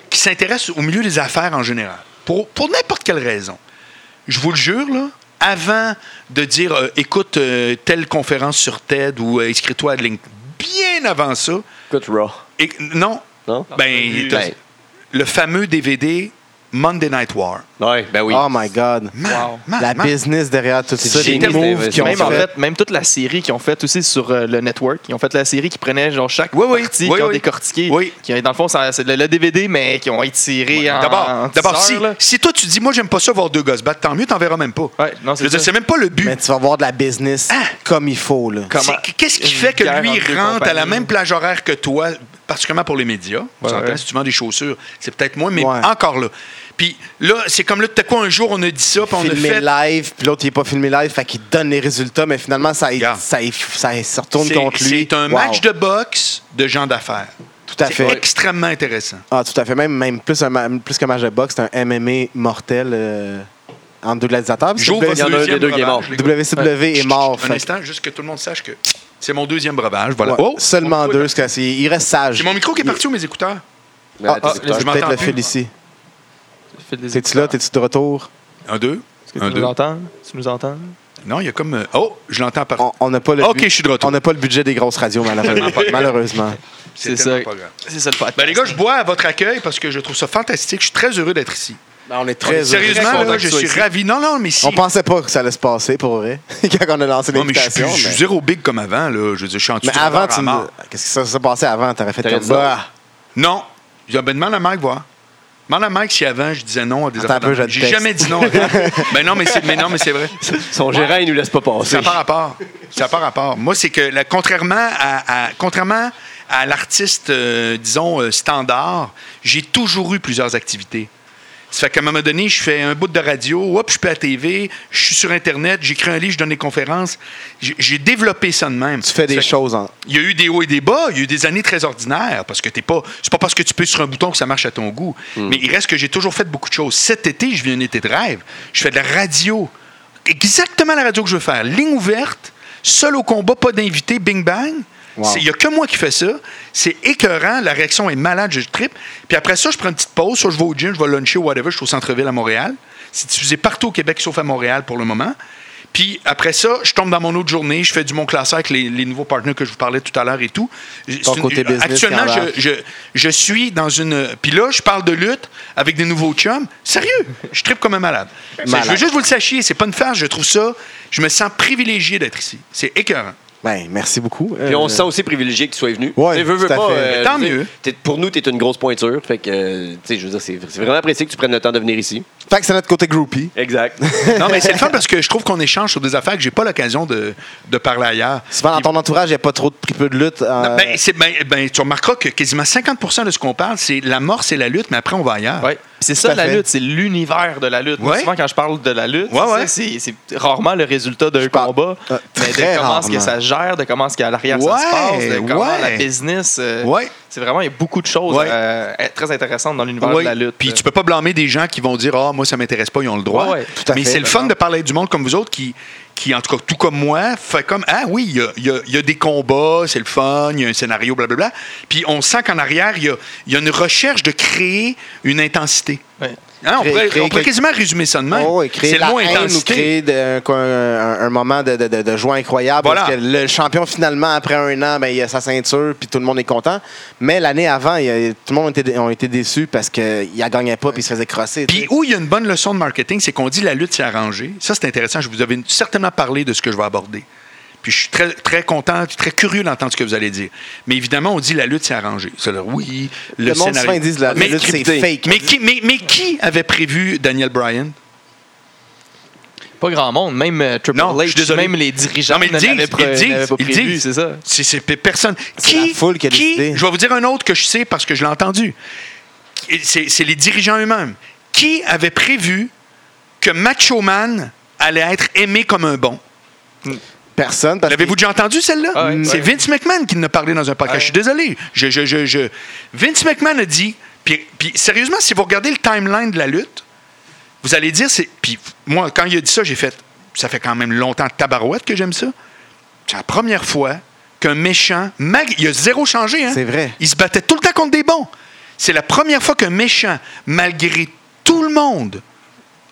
qui s'intéressent au milieu des affaires en général, pour, pour n'importe quelle raison, je vous le jure, là, avant de dire euh, écoute euh, telle conférence sur TED ou euh, inscris-toi à Link, bien avant ça, Écoute, Raw. et, non, Non? ben, t'as- Ben. le fameux DVD Monday Night War. Ouais, ben oui. Oh my God. Man, Wow. man, La man. business derrière tout ça, les génial. moves qui ont Ils Même, en fait. fait, même toute la série qu'ils ont faite aussi sur euh, le network. Ils ont fait la série qui prenait genre chaque Oui, oui, partie oui, qu'ils ont oui. décortiquée. Oui. Qui, dans le fond, ça- c'est le, le DVD, mais qui ont étiré en. en D'abord, dix d'abord heures, si, là. si toi tu dis, moi j'aime pas ça voir deux gosses battre, tant mieux, t'en verras même pas. Ouais, non, Je c'est veux dire, ça. c'est même pas le but. Mais tu vas voir de la business comme il faut. Là. C'est- Comment- Qu'est-ce qui une fait que guerre lui entre deux rentre à la compagnies. même plage horaire que toi, particulièrement pour les médias? on Ouais, s'entend, ouais. si tu vends des chaussures, c'est peut-être moins, mais Ouais. encore là. Puis là, c'est comme là, t'as quoi, un jour on a dit ça, puis on a filmé fait. live, puis l'autre, il n'est pas filmé live, fait qu'il donne les résultats, mais finalement, ça, Regarde. ça, ça se retourne C'est- contre lui. C'est un Wow. match de boxe de gens d'affaires. Tout à C'est fait. extrêmement intéressant. Ah, tout à fait. Même, même plus, un, ma- plus qu'un match de boxe, c'est un MMA mortel euh, entre deux gladiateurs. parce que Joe va il y en a un des deuxième deux qui est mort. breuvage, les gars. WCW est mort. Un fait- instant, juste que tout le monde sache que c'est mon deuxième breuvage. Voilà. ouais, Oh! seulement deux, parce que c'est- il reste sage. J'ai mon micro qui est parti ou mes écouteurs? Mais à Ben, tes ah, écouteurs. je C'est peut-être m'entends le plus. fil ici. Fais des T'es-tu là? T'es-tu de retour? Un, deux. Est-ce que Un, tu nous deux. entends? Tu nous entends? Non, il y a comme. euh, Oh, je l'entends par. On- On n'a pas le Ok, bu- je suis de retour. On n'a pas le budget des grosses radios, malheureusement. malheureusement. C'est C'est tellement ça. pas grave. C'est ça le podcast. Ben, les gars, je bois à votre accueil parce que je trouve ça fantastique. Je suis très heureux d'être ici. on est On est très Sérieusement, heureux. là, Content que je tu sois suis ici. ravi. Non, non, mais si. On pensait pas que ça allait se passer, pour vrai, quand on a lancé non, mais je suis, l'invitation. plus- je suis zéro big comme avant. Là. Je veux dire, je suis en dessous Mais du avant, radar à tu me... mort. Qu'est-ce qui s'est- s'est passé avant? T'aurais fait T'aurais comme dit bah. Non. Je dis, ben, demande à Mike voir. Demande à Mike si avant, je disais non à des Attends un peu, affaires. je te J'ai texte. jamais dit non. ben non, mais c'est mais non, mais c'est vrai. ah. Son gérant, il nous laisse pas passer. Ça par rapport. Ça par rapport. Moi, c'est que là, contrairement à, à- contrairement à l'artiste, euh, disons, euh, standard, j'ai toujours eu plusieurs activités. Ça fait qu'à un moment donné, je fais un bout de radio, hop, je peux à la TV, je suis sur Internet, j'écris un livre, je donne des conférences. J'ai- J'ai développé ça de même. Tu fais Ça des fait- choses en... il y a eu des hauts et des bas, il y a eu des années très ordinaires, parce que t'es pas. C'est pas parce que tu peux sur un bouton que ça marche à ton goût. Mais il reste que j'ai toujours fait beaucoup de choses. Cet été, je vis un été de rêve. Je fais de la radio. Exactement la radio que je veux faire. Ligne ouverte, seul au combat, pas d'invité, bing bang. Wow. C'est- Il y a que moi qui fais ça. C'est écœurant. La réaction est malade. Je tripe. Puis après ça, je prends une petite pause. Soit je vais au gym, je vais luncher ou whatever. Je suis au centre-ville à Montréal. C'est diffusé partout au Québec, sauf à Montréal pour le moment. Puis après ça, je tombe dans mon autre journée. Je fais du mon classeur avec les, les nouveaux partenaires que je vous parlais tout à l'heure et tout. C'est euh, côté business actuellement, qui embarque. je, je, je suis dans une. Puis là, je parle de lutte avec des nouveaux chums. Sérieux, je tripe comme un malade. C'est- Malade. Je veux juste vous le sachiez, c'est pas une farce. Je trouve ça. Je me sens privilégié d'être ici. C'est écœurant. Ben, merci beaucoup. Puis on Euh, se sent aussi privilégié que tu sois venu. Ouais, Tu sais, veux, veux tout à pas, fait. euh, Tant tu sais, mieux. t'es- pour nous, tu es une grosse pointure. Fait que, euh, tu sais, je veux dire, c'est c'est vraiment apprécié que tu prennes le temps de venir ici. Fait que c'est notre côté groupie. Exact. Non, mais c'est le fun parce que je trouve qu'on échange sur des affaires que j'ai pas l'occasion de, de parler ailleurs. Souvent, dans ton entourage, il n'y a pas trop de peu de lutte. euh, Non, ben, c'est- ben- ben, tu remarqueras que quasiment 50 de ce qu'on parle, c'est l'amorce et la lutte, mais après, on va ailleurs. Ouais. C'est Tout ça à la fait. lutte, c'est l'univers de la lutte. Moi, Ouais. Souvent quand je parle de la lutte, Ouais, tu sais, ouais. c'est c'est rarement le résultat d'un parle- combat, Euh, mais de très comment rarement. est-ce que ça gère, de comment est-ce qu'à l'arrière ça Ouais, se passe, de comment ouais. la business. euh, Ouais. C'est vraiment il y a beaucoup de choses Ouais. euh, très intéressantes dans l'univers Oui. de la lutte. euh. Puis tu peux pas blâmer des gens qui vont dire Ah, moi, ça m'intéresse pas, ils ont le droit. Ouais, ouais, tout à Mais fait. c'est le fun de parler avec du monde comme vous autres qui, qui, en tout cas, tout comme moi, fait comme Ah oui, il y a, il y a- il y a des combats, c'est le fun, il y a un scénario, blablabla. Puis on sent qu'en arrière, il y a, il y a une recherche de créer une intensité. Ouais. Hein, on, Créer- pourrait, créer on pourrait quelque- quasiment résumer ça de même. Oh, et créer c'est de le la mot haine ou intensité. créer de- un, un- un moment de, de- de- de joie incroyable. Voilà. Parce que le champion, finalement, après un an, ben, il a sa ceinture, puis tout le monde est content. Mais l'année avant, il y a- tout le monde était, ont été déçus parce qu'il ne gagnait pas, puis il se faisait crosser. tu Puis sais. où il y a une bonne leçon de marketing, c'est qu'on dit la lutte, c'est arrangé. Ça, c'est intéressant. Je vous avais certainement parlé de ce que je vais aborder. Puis je suis très, très content, puis très curieux d'entendre ce que vous allez dire. Mais évidemment, on dit la lutte, c'est arrangé. C'est-à-dire, oui, le, le monde scénario- souvent ils disent la, la Mais- lutte, c'est scripté. fake. mais qui, mais, mais qui avait prévu Daniel Bryan? Pas grand monde, même euh, Triple Non, je suis H, désolé. même les dirigeants Non, mais ils ne disent, l'avaient ils pre- disent, n'avaient pas ils prévu, disent. c'est ça. C'est, c'est pe- personne. C'est la foule qui a décidé. Je vais vous dire un autre que je sais parce que je l'ai entendu. Et C'est, c'est les dirigeants eux-mêmes. Qui avait prévu que Macho Man allait être aimé comme un bon? Personne. parce que- L'avez-vous déjà entendu celle-là? Ah ouais. C'est Ouais. Vince McMahon qui en a parlé dans un podcast. Je suis désolé. Je, je- je- je- Vince McMahon a dit. Puis, puis sérieusement, si vous regardez le timeline de la lutte, vous allez dire. c'est Puis moi, quand il a dit ça, j'ai fait. Ça fait quand même longtemps de tabarouette que j'aime ça. C'est la première fois qu'un méchant. mag- Il a zéro changé. Hein? C'est vrai. Il se battait tout le temps contre des bons. C'est la première fois qu'un méchant, malgré tout le monde,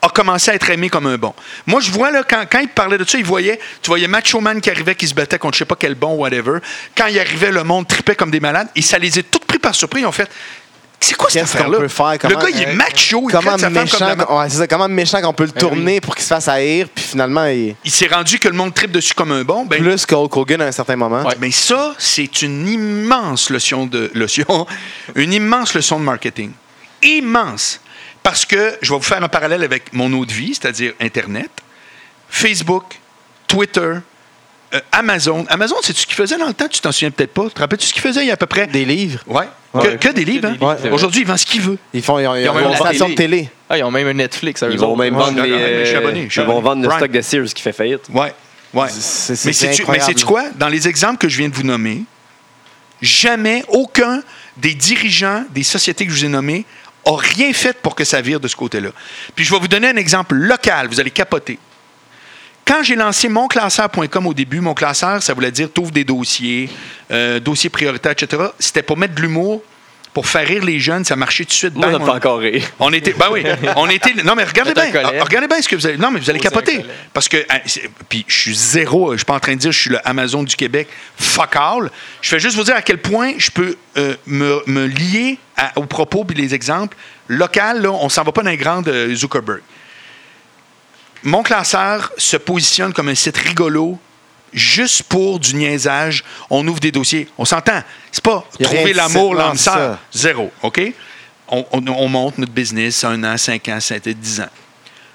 a commencé à être aimé comme un bon. Moi, je vois, là, quand, quand il parlait de ça, il voyait, tu voyais Macho Man qui arrivait, qui se battait contre je sais pas quel bon, whatever. Quand il arrivait, le monde tripait comme des malades. Et ça les a tous pris par surpris. Ils ont fait, c'est quoi cette Qu'est-ce qu'on affaire-là? peut faire? Le Comment- gars, il est euh, macho, il Comment traite sa femme comme Ben de méchant, la ma- qu'on- ouais, c'est ça, comment méchant qu'on peut le oui. tourner pour qu'il se fasse haïr, puis finalement, il... Il s'est rendu que le monde tripe dessus comme un bon. Ben, plus que Hulk Hogan à un certain moment. Ouais. Hein? Mais ça, c'est une immense leçon de leçon, une immense leçon de marketing. Immense. Parce que je vais vous faire un parallèle avec mon autre vie, c'est-à-dire Internet, Facebook, Twitter, euh, Amazon. Amazon, c'est ce qu'ils faisaient dans le temps, tu t'en souviens peut-être pas. Te rappelles-tu ce qu'ils faisaient il y a à peu près? Des livres. Ouais. Ouais. Que, que des livres. hein? Que des livres, c'est vrai. Aujourd'hui, ils vendent ce qu'ils veulent. Ils font ils ont, ils ont ont même une la station de télé. télé. Ah, ils ont même un Netflix à eux Ils vont autres. même Moi, vendre je suis les, abonné, je suis euh, abonné, je suis Ils vont abonné. vendre le Prime. stock de Sears qui fait faillite. Ouais. Ouais. C'est- c'est- c'est Mais sais-tu mais incroyable. sais-tu quoi? Dans les exemples que je viens de vous nommer, jamais aucun des dirigeants des sociétés que je vous ai nommées a rien fait pour que ça vire de ce côté-là. Puis je vais vous donner un exemple local, vous allez capoter. Quand j'ai lancé monclasseur.com au début, mon classeur, ça voulait dire t'ouvres des dossiers, euh, dossiers prioritaires, etc. C'était pour mettre de l'humour, pour faire rire les jeunes, ça marchait tout de suite. Moi, ça Bang, me on- fait encore rire. on était. Ben oui. On était. Non, mais regardez Mettez un bien. collet. Ah, Regardez bien ce que vous allez. Non, mais vous allez Posez un capoter. collet. Parce que. hein, c'est- Puis je suis zéro. Je suis pas en train de dire que je suis le Amazon du Québec. Fuck all. Je fais juste vous dire à quel point je peux euh, me, me lier à- aux propos puis les exemples. Local, là, on s'en va pas dans les grandes euh, Zuckerberg. Mon classeur se positionne comme un site rigolo juste pour du niaisage. On ouvre des dossiers. On s'entend. C'est pas Y a rien trouver de l'amour, site, non, l'âme c'est sœur. ça. Zéro, OK? On, on- on monte notre business un an, cinq ans, sept, dix ans.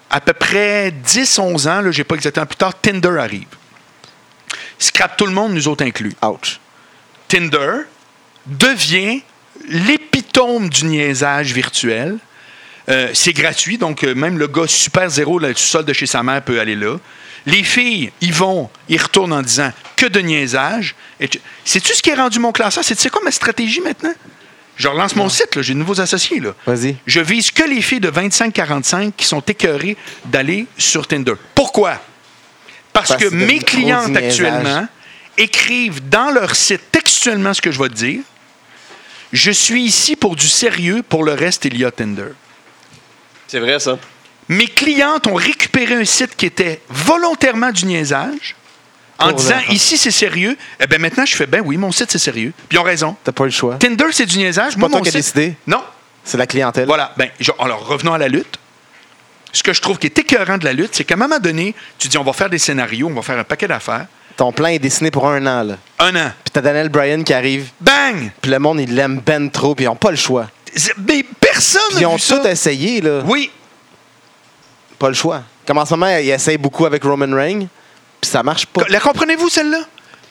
À peu près 10, 11 ans, là, j'ai pas exactement plus tard, Tinder arrive. Scrap tout le monde, nous autres inclus. Ouch. Tinder devient l'épitome du niaisage virtuel. Euh, c'est gratuit, donc euh, même le gars super zéro là, du sol de chez sa mère peut aller là. Les filles, ils vont, ils retournent en disant que de niaisage. Et tu- Sais-tu ce qui est rendu mon classeur? C'est tu sais quoi ma stratégie maintenant? Je relance mon site, là, j'ai de nouveaux associés. Là. Vas-y. Je vise que les filles de 25-45 qui sont écœurées d'aller sur Tinder. Pourquoi? Parce, Parce que que mes gros clientes niaisage. actuellement écrivent dans leur site textuellement ce que je vais te dire. Je suis ici pour du sérieux, pour le reste, il y a Tinder. C'est vrai, ça. Mes clientes ont récupéré un site qui était volontairement du niaisage en Pour disant leur- ici c'est sérieux. Eh bien maintenant, je fais ben oui, mon site c'est sérieux. Puis ils ont raison. T'as pas eu le choix. Tinder c'est du niaisage. Moi, pas toi mon qui as site- décidé. Non, C'est la clientèle. voilà. Ben, je- alors, revenons à la lutte. Ce que je trouve qui est écœurant de la lutte, c'est qu'à un moment donné, tu dis on va faire des scénarios, on va faire un paquet d'affaires. Ton plan est dessiné pour un an, là. Un an. Puis t'as Daniel Bryan qui arrive, Bang! puis le monde, il l'aime ben trop, puis ils ont pas le choix. C'est- Mais personne Puis n'a ils ont vu ça. tout essayé, là. Oui, Pas le choix. Comme en ce moment, ils essayent beaucoup avec Roman Reigns, puis ça marche pas. la comprenez-vous celle-là?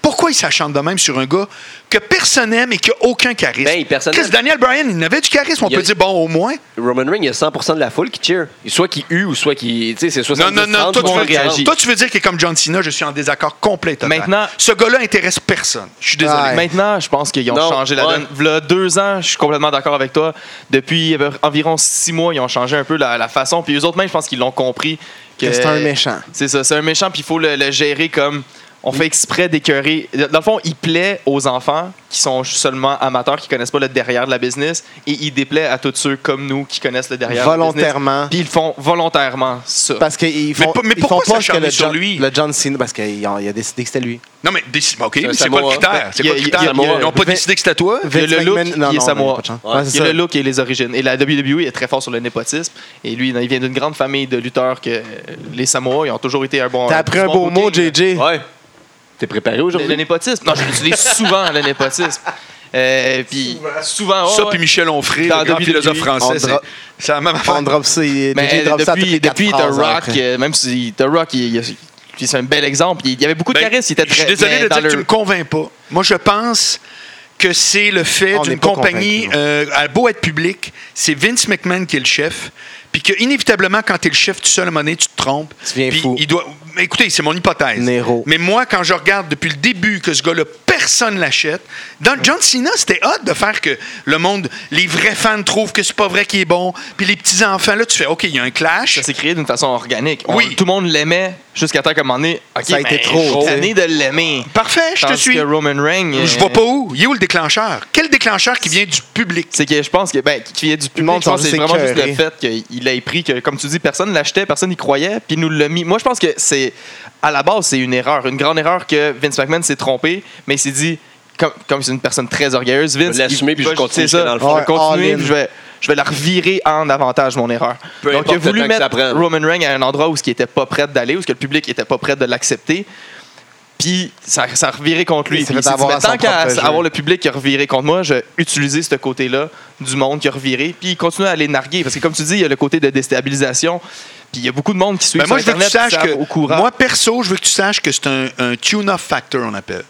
Pourquoi il s'achante de même sur un gars que personne n'aime et qui n'a aucun charisme? Ben, personne Chris n'aime. Daniel Bryan, il n'avait du charisme, on Il y a- peut dire bon au moins. Roman Reigns, il y a 100 de la foule qui cheer. Soit qui hue ou soit qui. Tu sais, c'est 70 Non, non, non, 30, toi tout le tu, veux, monde réagit. toi, tu veux dire qu'il est comme John Cena, je suis en désaccord complet. et total. Maintenant- ce gars-là intéresse personne. Je suis désolé. Ouais. Maintenant, je pense qu'ils ont Non, changé la ouais. donne. V'là deux ans, je suis complètement d'accord avec toi. Depuis euh, environ six mois, ils ont changé un peu la, la façon. Puis eux autres, même, je pense qu'ils l'ont compris que- C'est un méchant. C'est ça, c'est un méchant, puis il faut le, le gérer comme. On fait exprès d'écœurer. Dans le fond, il plaît aux enfants qui sont seulement amateurs, qui connaissent pas le derrière de la business, et il déplaît à tous ceux comme nous qui connaissent le derrière. de la business. Volontairement. Puis ils le font volontairement ça. Parce qu'ils font, Mais pour- mais ils pourquoi font pas ce que s'acharner le sur John, lui? le John Cena, parce qu'il a, il a décidé que c'était lui. Non, mais décide- OK, mais c'est quoi le Samoa. critère? C'est Il y a- quoi le il y a- critère? il y a- Ils n'ont pas Vin- décidé que c'était toi? Il y a le Vince look, McMahon- non, il est non, Samoa. pas de chance. Ouais, Ouais, il c'est y a ça. le look et les origines. Et la WWE est très fort sur le népotisme. Et lui, il vient d'une grande famille de lutteurs que les Samoa, ils ont toujours été un bon. T'as appris du un bon beau mot, booking. JJ. Ouais. T'es préparé Le, le aujourd'hui? népotisme. Non, je l'utilise souvent, le népotisme. Euh, puis Ah souvent. ouais, Ça, ouais. puis Michel Onfray, Dans le grand WWE, philosophe on français. c'est- dra- C'est la même affaire. On drop ça. il- Mais euh, JJ drop ça depuis, toutes les quatre depuis The phrases Rock, après. euh, même si The Rock, il- il- il- c'est un bel exemple. Il il y avait beaucoup de Ben, charisme. Il était Je suis très désolé bien de dans dire que tu le- me convaincs pas. Moi, je pense que c'est le fait On n'est d'une pas compagnie convaincus, euh, à beau être public, c'est Vince McMahon qui est le chef, puis que inévitablement quand tu es le chef tout seul à un moment donné, tu te trompes. Tu deviens Puis fou. Il doit Mais écoutez, c'est mon hypothèse. Nero. Mais moi quand je regarde depuis le début que ce gars-là personne l'achète, dans John Cena, c'était hot de faire que le monde les vrais fans trouvent que c'est pas vrai qu'il est bon, puis les petits enfants là, tu fais OK, il y a un clash. Ça s'est créé d'une façon organique. On- Oui. tout le monde l'aimait jusqu'à temps qu'à un moment donné. ok, Ça a été ben, trop, je suis tu sais. tanné de l'aimer. Parfait, je te Tandis suis. que Roman Reigns. Je euh, vois pas où. Il est où le déclencheur? Quel déclencheur qui vient du public? C'est que je pense que ben, qu'il y ait du public, monde je pense que sont c'est juste vraiment juste le écœurés. fait qu'il ait pris que, comme tu dis, personne l'achetait, personne n'y croyait, puis il nous l'a mis. Moi, je pense que c'est à la base, c'est une erreur, une grande erreur que Vince McMahon s'est trompé, mais il s'est dit, comme comme c'est une personne très orgueilleuse, Vince, vais l'assumer, il- puis je va- continue c'est ça, dans le je vais fond. Ouais, continuer, all-in. puis je vais, je vais la revirer en avantage mon erreur. Peu Donc, il a importe le voulu temps que ça mettre prenne. Roman Reigns à un endroit où ce qui était pas prêt d'aller, où ce que le public était pas prêt de l'accepter. Puis ça, ça a reviré contre lui. Il s'est Puis fait il s'est dit, avoir Mais à son tant qu'à propre jeu. avoir le public qui a reviré contre moi, j'ai utilisé ce côté-là du monde qui a reviré. Puis il continue à les narguer. Parce que comme tu dis, il y a le côté de déstabilisation. Puis il y a beaucoup de monde qui suit Ben, sur moi, je veux que tu Internet saches qui que. savent au courant. Moi, perso, je veux que tu saches que c'est un, un tune-off factor, on appelle.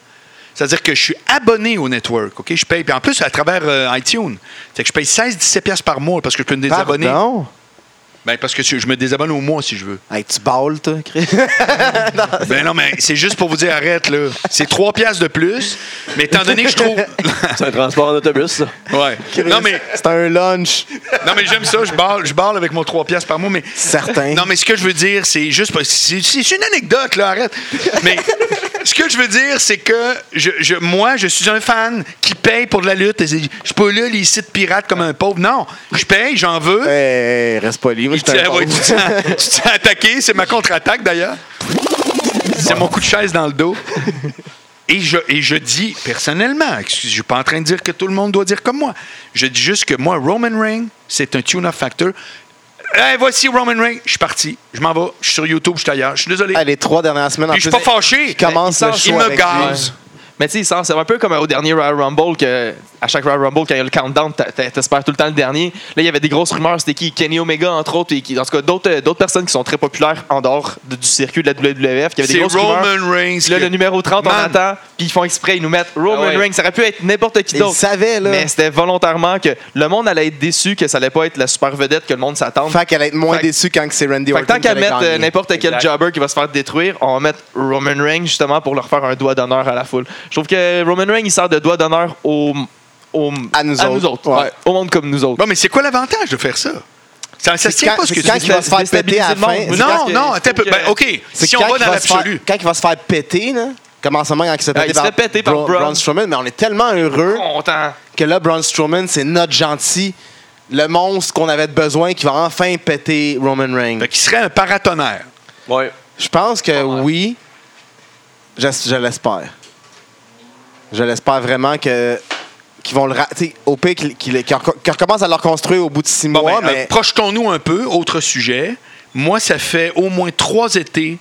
C'est-à-dire que je suis abonné au network, OK? Je paye. Puis en plus, à travers euh, iTunes. Fait que je paye 16-17$ piastres par mois parce que je peux me désabonner. Pardon? Ben, parce que tu- je me désabonne au mois si je veux. Hey, tu balles, toi, Chris. Ah, Ben non, mais c'est juste pour vous dire, arrête, là. C'est 3$ piastres de plus. Mais étant donné que je trouve. C'est un transport en autobus, ça. ouais. Non, mais, C'est un lunch, non, mais j'aime ça. Je barle, je barle avec mon 3$ piastres par mois. Mais certain. Non, mais ce que je veux dire, c'est juste. parce que C'est c'est une anecdote, là, arrête. Mais ce que je veux dire, c'est que je, je- moi, je suis un fan qui paye pour de la lutte. Je suis pas là, les sites pirates comme un pauvre. Non, je paye, j'en veux. Hey, hey, reste poli. Moi, je tu suis un t'es ouais, pauvre. tu t'es- tu t'es attaqué, c'est ma contre-attaque d'ailleurs. C'est mon coup de chaise dans le dos. Et je, et je dis personnellement, excuse, je suis pas en train de dire que tout le monde doit dire comme moi. Je dis juste que moi, Roman Reigns, c'est un tune-off factor. Hey, voici Roman Reigns. Je suis parti. Je m'en vais. Je suis sur YouTube. Je suis ailleurs. Je suis désolé. Ah, les trois dernières semaines, en Puis je plus, suis pas fâché. il commence Il le sort- show il me avec lui. gaz. Mais tu sais, il s'en sert un peu comme au dernier Royal Rumble, que à chaque Royal Rumble, quand il y a le countdown, t'a- t'a- t'espères tout le temps le dernier. Là, il y avait des grosses rumeurs, c'était qui Kenny Omega, entre autres, et qui, en tout cas, d'autres euh, d'autres personnes qui sont très populaires en dehors de- du circuit de la WWF. qui avaient des C'est grosses rumeurs. Roman Reigns. Là, que- le numéro 30, on Man. attend, puis ils font exprès, ils nous mettent Roman Ah ouais. Reigns. Ça aurait pu être n'importe qui Il le d'autre. savait, là. Mais c'était volontairement que le monde allait être déçu, que ça allait pas être la super vedette que le monde s'attend. Fait Fait qu'elle allait être moins Fait- déçue quand que c'est Randy que Orton. tant qui qu'à allait mettre euh, gagner. n'importe quel Exact. jobber qui va se faire détruire, on va mettre Roman Reigns justement pour leur faire un doigt d'honneur à la foule. Je trouve que Roman Reigns, il sert de doigt d'honneur au, au- À nous autres. ouais. Ouais. Au monde comme nous autres. Bon, mais c'est quoi l'avantage de faire ça? Ça, ça se C'est tient quand- pas ce que c'est tu quand dis. il va se faire péter à la fin. Déstabiliser le monde. c'est Non, Parce que non, je attends un peu. trouve que- Ben, OK. C'est Si on quand va il dans va se faire- l'absolu. Quand il va se faire péter, là. Comment ça manque quand il se fait Ah, péter il se fait péter par Bro- Braun. Strowman, mais on est tellement heureux Content. que là, Braun Strowman, c'est notre gentil, le monstre qu'on avait besoin qui va enfin péter Roman Reigns. Fait qu'il serait un paratonnerre. Ouais. Je pense que oui. Je, je l'espère. Je l'espère vraiment que qu'ils vont le ra- tu sais, au pire qu'ils qu'ils- qu'ils reco- qu'ils recommencent à le reconstruire au bout de six Bon, mois, ben, euh, mais projetons-nous un peu, autre sujet. Moi, ça fait au moins trois étés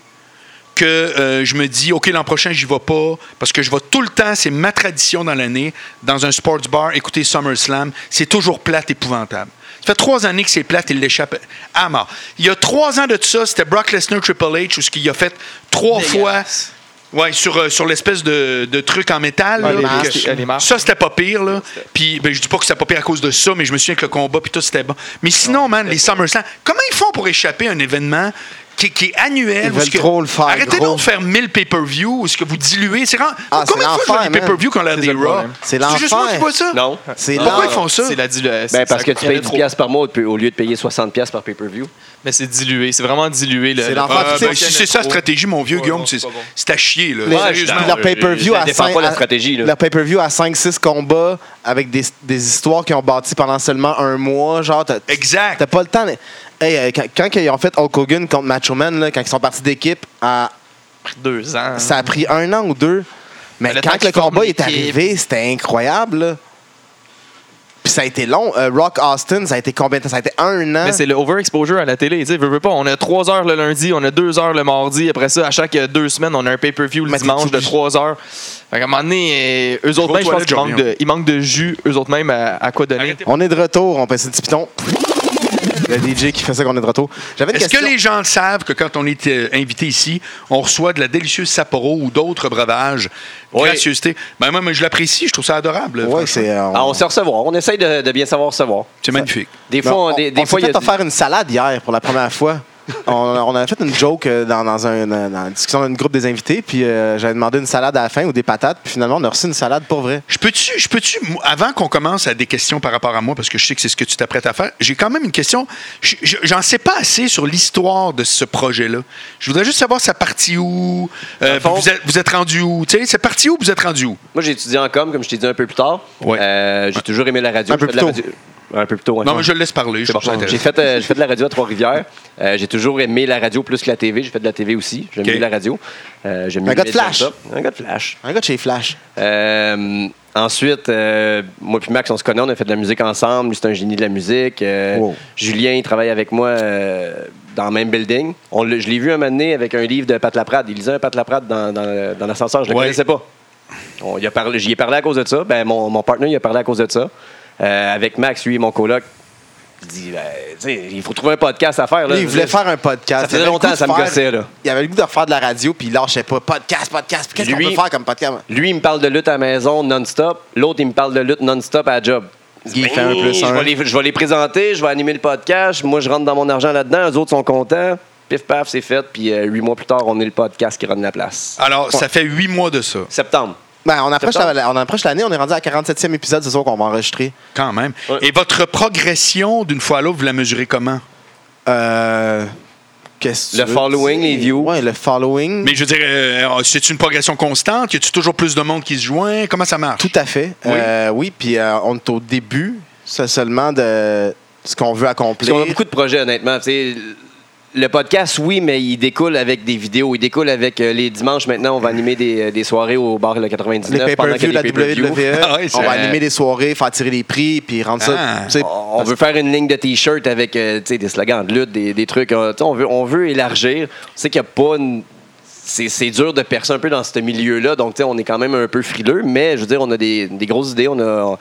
que euh, je me dis, OK, l'an prochain, j'y vais pas, parce que je vais tout le temps, c'est ma tradition dans l'année, dans un sports bar, écouter SummerSlam. C'est toujours plate, épouvantable. Ça fait trois années que c'est plate, il l'échappe à mort. Il y a trois ans de ça, c'était Brock Lesnar Triple H, où ce qu'il a fait trois fois. Ouais, sur, euh, sur l'espèce de, de truc en métal. Ouais, là, les parce masques, que- euh, les marques. ça, c'était pas pire. Là. Puis, ben, je dis pas que c'était pas pire à cause de ça, mais je me souviens que le combat, puis tout, c'était bon. Mais sinon, man, les SummerSlam, comment ils font pour échapper à un événement qui, qui est annuel. Ils où veulent ce que- trop le faire, Arrêtez gros. donc de faire 1000 pay-per-view ou ce que vous diluez. C'est rend- Ah, Combien c'est de fois je vois l'enfer, des man. pay-per-view quand on a C'est des ça le Raw? problème. C'est juste moi qui l'enfer. vois ça? Non. Ah, C'est Pourquoi l'enfer. ils font ça? C'est la dilu- euh, Ben, c'est- parce ça que tu crée payes trop. 10 piastres par mois au au lieu de payer 60 piastres par pay-per-view. Mais c'est dilué. C'est vraiment dilué. le- C'est le- l'enfer. Ah, Ah, ben, c'est- si c'est ça la stratégie, mon vieux Ouais, Guillaume, non, c'est c'est pas bon. c'est à chier. Là. Les- Sérieusement. leur pay-per-view Ça à dépend 5 pas la stratégie, là. Leur pay-per-view à 5-6 combats avec des, des histoires qu'ils ont bâties pendant seulement un mois. Genre, t'as- Exact. T'as pas le temps. mais- Hey, euh, quand, quand ils ont fait Hulk Hogan contre Macho Man, là, quand ils sont partis d'équipe, à- deux ans. ça a pris un an ou deux. Mais Mais le temps quand qu'ils le combat forment est l'équipe. arrivé, c'était incroyable. là. Puis ça a été long. Euh, Rock Austin, ça a été combien de temps? Ça a été un an. Mais c'est le overexposure à la télé. Tu sais, veux, veux pas, on a 3 heures le lundi, on a 2 heures le mardi. Après ça, à chaque euh, deux semaines, on a un pay-per-view le Mais t'es dimanche de obligé- 3 heures. Fait qu'à un moment donné, euh, eux autres vas mêmes, aux je pense toilettes, qu'ils manquent, Jean-Pierre. de- ils manquent de jus, eux autres mêmes, à, à quoi donner. Arrêtez. On est de retour, on passe le petit piton. Le DJ qui fait ça qu'on est de retour. J'avais une Est-ce question. que les gens le savent que quand on est euh, invité ici, on reçoit de la délicieuse Sapporo ou d'autres breuvages, Oui. gracieuseté? Ben, moi, moi, je l'apprécie, je trouve ça adorable. là, Ouais, franchement. c'est. euh, on- Ah, on sait recevoir. On essaye de, de bien savoir recevoir. c'est magnifique. Des Non, fois, on, on- des, on des s'est fois, il y a fait du- offert une salade hier pour la première fois. on, on avait fait une joke euh, dans, dans un, dans une discussion d'un groupe des invités, puis euh, j'avais demandé une salade à la fin ou des patates, puis finalement on a reçu une salade pour vrai. Je peux-tu, je peux-tu, moi, avant qu'on commence à des questions par rapport à moi, parce que je sais que c'est ce que tu t'apprêtes à faire, j'ai quand même une question. Je- je- J'en sais pas assez sur l'histoire de ce projet-là. Je voudrais juste savoir, ça partit où? Euh, Dans le fond- vous, êtes, vous êtes rendu où? Tu sais, c'est parti où? Vous êtes rendu où? Moi, j'ai étudié en com, comme je t'ai dit un peu plus tard. Ouais. Euh, j'ai toujours aimé la radio. Un peu Je fais de la plus tôt. radio- Un peu plus tôt. ouais. Non, mais je le laisse parler. je C'est bon. trouve ça J'ai intéressant. fait, euh, j'ai fait de la radio à Trois-Rivières. Euh, j'ai toujours aimé la radio plus que la TV. J'ai fait de la TV aussi. J'aime OK. mieux la radio. Euh, j'aime Un mieux gars de aimer flash. ça. Un gars de flash. Un gars de chez Flash. Euh, ensuite, euh, moi puis Max, on se connaît, on a fait de la musique ensemble. Lui, c'est un génie de la musique. Euh, Wow. Julien, il travaille avec moi euh, dans le même building. On l'a- je l'ai vu un moment donné avec un livre de Pat Laprade. Il lisait un Pat Laprade dans, dans, le- dans l'ascenseur. Je ne le Ouais. connaissais pas. On, il a parlé, j'y ai parlé à cause de ça. Ben, mon, mon partner, il a parlé à cause de ça. Euh, avec Max, lui, mon coloc, il dit ben, tu sais, il faut trouver un podcast à faire. Là. Lui, il voulait faire un podcast. Ça faisait Il avait le longtemps, goût de ça me faire- gossait, là. Il avait le goût de refaire de la radio, puis il lâchait pas. Podcast, podcast, puis qu'est-ce qu'on Lui- peut faire comme podcast? Lui, il me parle de lutte à la maison non-stop. L'autre, il me parle de lutte non-stop à la job. Ben, Guy fait un plus je un. vais, les, je vais les présenter, je vais animer le podcast. Moi, je rentre dans mon argent là-dedans. Les autres sont contents. Pif paf, c'est fait. Puis euh, huit mois plus tard, on est le podcast qui rend la place. Alors, ça fait huit mois de ça. Septembre. Ben, on approche Septembre. la- on approche l'année, on est rendu à 47e épisode, c'est sûr qu'on va enregistrer. Quand même. Ouais. Et votre progression d'une fois à l'autre, vous la mesurez comment? Euh, qu'est-ce que tu Le veux following, dire? les views. Ouais, le following. Mais je veux dire, euh, c'est une progression constante? Y a-tu toujours plus de monde qui se joint? Comment ça marche? Tout à fait. Oui. Euh, oui, puis euh, on est au début c'est seulement de ce qu'on veut Parce accomplir. qu'on a beaucoup de projets, honnêtement. Tu sais, le podcast, oui, mais il découle avec des vidéos. Il découle avec euh, les dimanches. Maintenant, on va animer des, des soirées au bar le 99 les pendant qu'il y a pay-per-views, la E. des pay-per-views. WWE, Ah ouais, c'est- on va animer des soirées, faire tirer des prix, puis rendre Ah. ça. tu sais, On on veut faire une ligne de t-shirt avec euh, tu sais, des slogans de lutte, des, des trucs. euh, tu sais, on, veut, on veut élargir. On sait qu'il n'y a pas une. C'est c'est dur de percer un peu dans ce milieu-là. Donc, tu sais, on est quand même un peu frileux, mais je veux dire, on a des, des grosses idées. On a.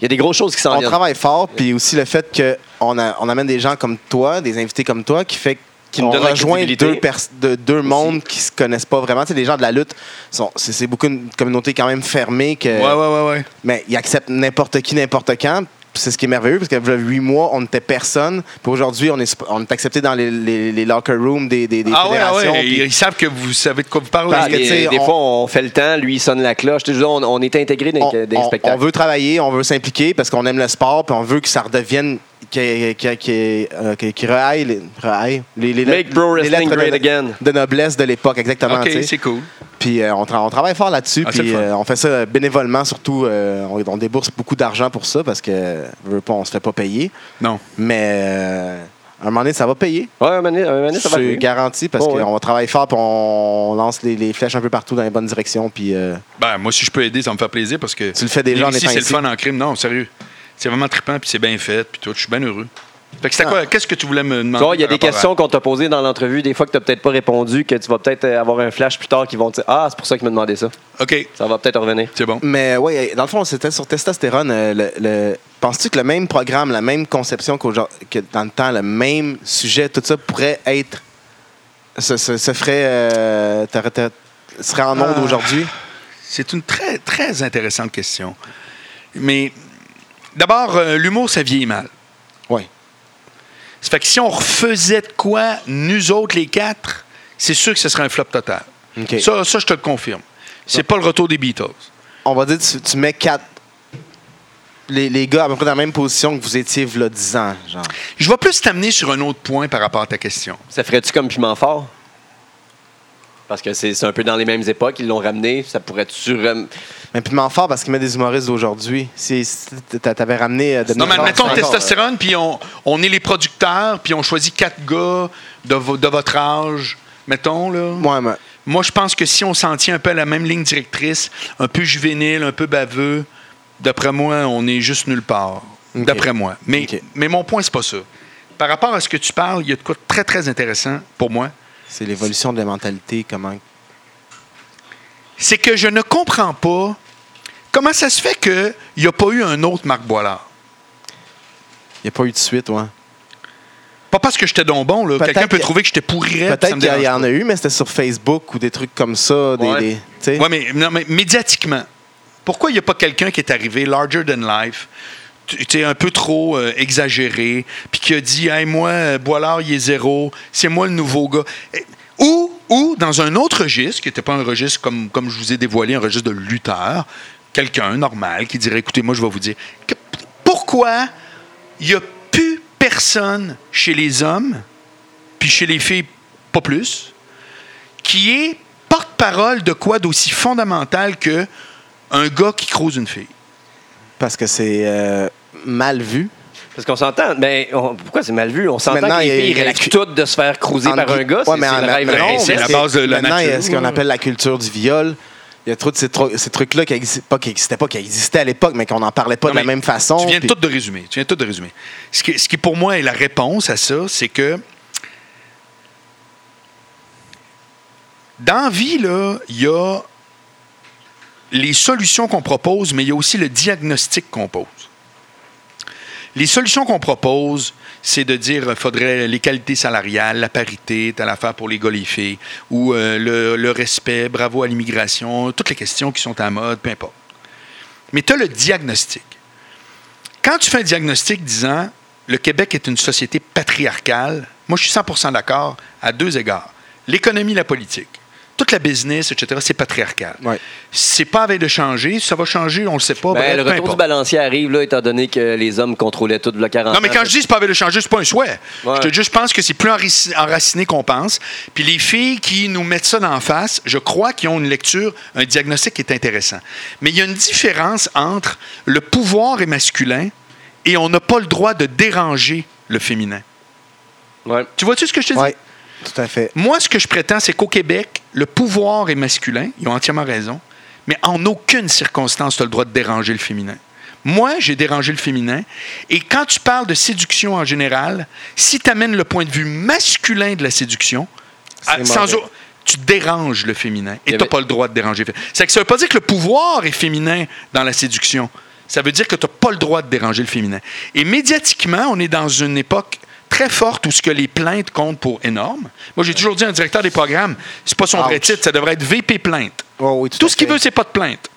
Il y a des grosses choses qui s'en on viennent. travaille fort, puis aussi le fait qu'on on amène des gens comme toi, des invités comme toi, qui fait nous qu'on donnent la rejoint crédibilité. deux, pers- de- deux mondes qui se connaissent pas vraiment. Tu sais, les gens de la lutte, sont- c'est c'est beaucoup une communauté quand même fermée. Que, Ouais, ouais, ouais, ouais. mais ils acceptent n'importe qui, n'importe quand. Puis C'est ce qui est merveilleux, parce que voilà, huit mois, on n'était personne. Puis aujourd'hui, on est, on est accepté dans les, les- les locker rooms des, des, des Ah ouais, ah fédérations. ouais. puis- Ils, ils savent que vous savez de quoi vous parlez. Parce que, Ah, Des- tu sais, des on- fois, on fait le temps, lui, il sonne la cloche. Tu sais, je veux dire, on, on est intégré dans on, des on- spectacles. on veut travailler, on veut s'impliquer parce qu'on aime le sport, puis on veut que ça redevienne. qui qui- qui- euh, qui- qui rehaille les, rehaille les- les- Make bro les wrestling lettres great de, again. de noblesse de l'époque, exactement. OK, tu sais. c'est cool. Puis euh, on, tra- on travaille fort là-dessus, Ah, c'est puis le fun. euh, on fait ça bénévolement, surtout. euh, on, on débourse beaucoup d'argent pour ça parce que euh, veux pas, on se fait pas payer. Non. Mais euh, à un moment donné, ça va payer. Ouais, un moment donné- un moment donné, ça va C'est arriver. garanti parce Oh, ouais. qu'on va travailler fort puis on lance les, les flèches un peu partout dans les bonnes directions. Puis, euh, Ben, moi, si je peux aider, ça me fait plaisir parce que. Tu le fais déjà en ici, étant c'est le ici. fun en crime. Non, sérieux. C'est vraiment trippant, puis c'est bien fait, puis tout. Je suis bien heureux. Fait que c'était Ah. quoi? Qu'est-ce que tu voulais me demander? Tu vois, il y a par des rapport à- questions qu'on t'a posées dans l'entrevue, des fois que tu n'as peut-être pas répondu, que tu vas peut-être euh, avoir un flash plus tard qui vont te dire Ah, c'est pour ça qu'il me demandait ça. OK, Ça va peut-être revenir. c'est bon. mais oui, dans le fond, c'était sur testostérone. euh, le, le- Penses-tu que le même programme, la même conception qu'aujourd'hui- que dans le temps, le même sujet, tout ça pourrait être. se, se- se ferait. euh, t'aurais- t'aurais- serait en onde Ah. aujourd'hui? C'est une très, très intéressante question. Mais d'abord, euh, l'humour, ça vieillit mal. Oui. Ça fait que si on refaisait de quoi, nous autres, les quatre, c'est sûr que ce serait un flop total. OK. Ça, ça, je te le confirme. C'est pas le retour des Beatles. On va dire, tu, tu mets quatre. Les, les gars à peu près dans la même position que vous étiez v'là 10 ans, genre. Je vais plus t'amener sur un autre point par rapport à ta question. Ça ferait-tu comme Piment Fort? Parce que c'est c'est un peu dans les mêmes époques, ils l'ont ramené. Ça pourrait-tu. rem- Mais puis fort parce qu'il met des humoristes d'aujourd'hui. Si, si t'a- t'avais ramené euh, Non, Dominique mais Lord, admettons c'est encore, testostérone, puis on, on est les producteurs, puis on choisit quatre gars de, vo- de votre âge, mettons, là. euh, Ouais, mais Moi, je pense que si on s'en tient un peu à la même ligne directrice, un peu juvénile, un peu baveux, d'après moi, on est juste nulle part. OK. D'après moi. Mais, OK. mais mon point, c'est pas ça. Par rapport à ce que tu parles, il y a de quoi de très, très intéressant pour moi. c'est l'évolution de la mentalité, comment. C'est que je ne comprends pas comment ça se fait qu'il n'y a pas eu un autre Marc Boilard. Il n'y a pas eu de suite, ouais. Pas parce que j'étais donc bon, là. Peut-être Quelqu'un peut que- trouver que j'étais pourri raide, Eh, ça Peut-être me qu'il dérange y pas. en a eu, mais c'était sur Facebook ou des trucs comme ça. Des, Ouais. des- tu sais. Oui, mais, non, mais médiatiquement, pourquoi il n'y a pas quelqu'un qui est arrivé larger than life, tu tu sais, un peu trop euh, exagéré, puis qui a dit Hey, moi, euh, Boilard, il est zéro, c'est moi le nouveau gars. Eh, Ou, ou dans un autre registre, qui n'était pas un registre comme, comme je vous ai dévoilé, un registre de lutteur, quelqu'un normal qui dirait Écoutez, moi, je vais vous dire, que- pourquoi il n'y a plus personne chez les hommes, puis chez les filles, pas plus qui est porte-parole de quoi d'aussi fondamental que un gars qui croise une fille. Parce que c'est euh, mal vu. Parce qu'on s'entend. Mais on- pourquoi c'est mal vu? On s'entend Maintenant, que il y a- les filles il y a- rêvent toutes de se faire crouser En- par un gars. Ouais, c'est mais en- c'est le rêve non, d'un- mais c'est- c'est la c'est- base de la Maintenant, il y a nature. ce qu'on appelle la culture du viol. Il y a trop de ces, tro- ces trucs-là qui n'existaient pas, qui existaient pas, qui existaient à l'époque, mais qu'on n'en parlait pas Non, de la mais même façon. Tu viens puis- tout de résumer. Tu viens tout de résumer. Ce qui, ce qui pour moi est la réponse à ça, c'est que dans la vie, là, il y a les solutions qu'on propose, mais il y a aussi le diagnostic qu'on pose. Les solutions qu'on propose, c'est de dire euh, faudrait les qualités salariales, la parité, telle affaire pour les gars, les filles, ou euh, le, le respect, bravo à l'immigration, toutes les questions qui sont à la mode, peu importe. Mais tu as le diagnostic. Quand tu fais un diagnostic disant le Québec est une société patriarcale, moi je suis 100 d'accord à deux égards. L'économie, la politique, toute la business, etc., c'est patriarcal. Ouais. C'est pas avec de changer, ça va changer, on le sait pas. Ben, bref, le peu retour du importe. balancier arrive, là, étant donné que les hommes contrôlaient tout le 40 Non, mais quand ans. je dis c'est pas avec le changer, c'est pas un souhait. Ouais. Je te dis, je pense que c'est plus enraci- enraciné qu'on pense. Puis les filles qui nous mettent ça d'en face, je crois qu'ils ont une lecture, un diagnostic qui est intéressant. Mais il y a une différence entre le pouvoir est masculin et on n'a pas le droit de déranger le féminin. Ouais. Tu vois-tu ce que je te dis? Ouais, tout à fait. Moi, ce que je prétends, c'est qu'au Québec, le pouvoir est masculin. Ils ont entièrement raison. Mais en aucune circonstance, tu as le droit de déranger le féminin. Moi, j'ai dérangé le féminin. Et quand tu parles de séduction en général, si tu amènes le point de vue masculin de la séduction, C'est à- sans mauvais. au- tu déranges le féminin. Il y Et tu avait- pas le droit de déranger le féminin. C'est que ça veut pas dire que le pouvoir est féminin dans la séduction. Ça veut dire que tu n'as pas le droit de déranger le féminin. Et médiatiquement, on est dans une époque très forte où ce que les plaintes comptent pour énorme. Moi, j'ai toujours dit à un directeur des programmes, c'est pas son vrai Ouch. titre, ça devrait être VP plainte. Ouais, oui, tout Tout à ce qu'il fait. veut, c'est pas de plainte.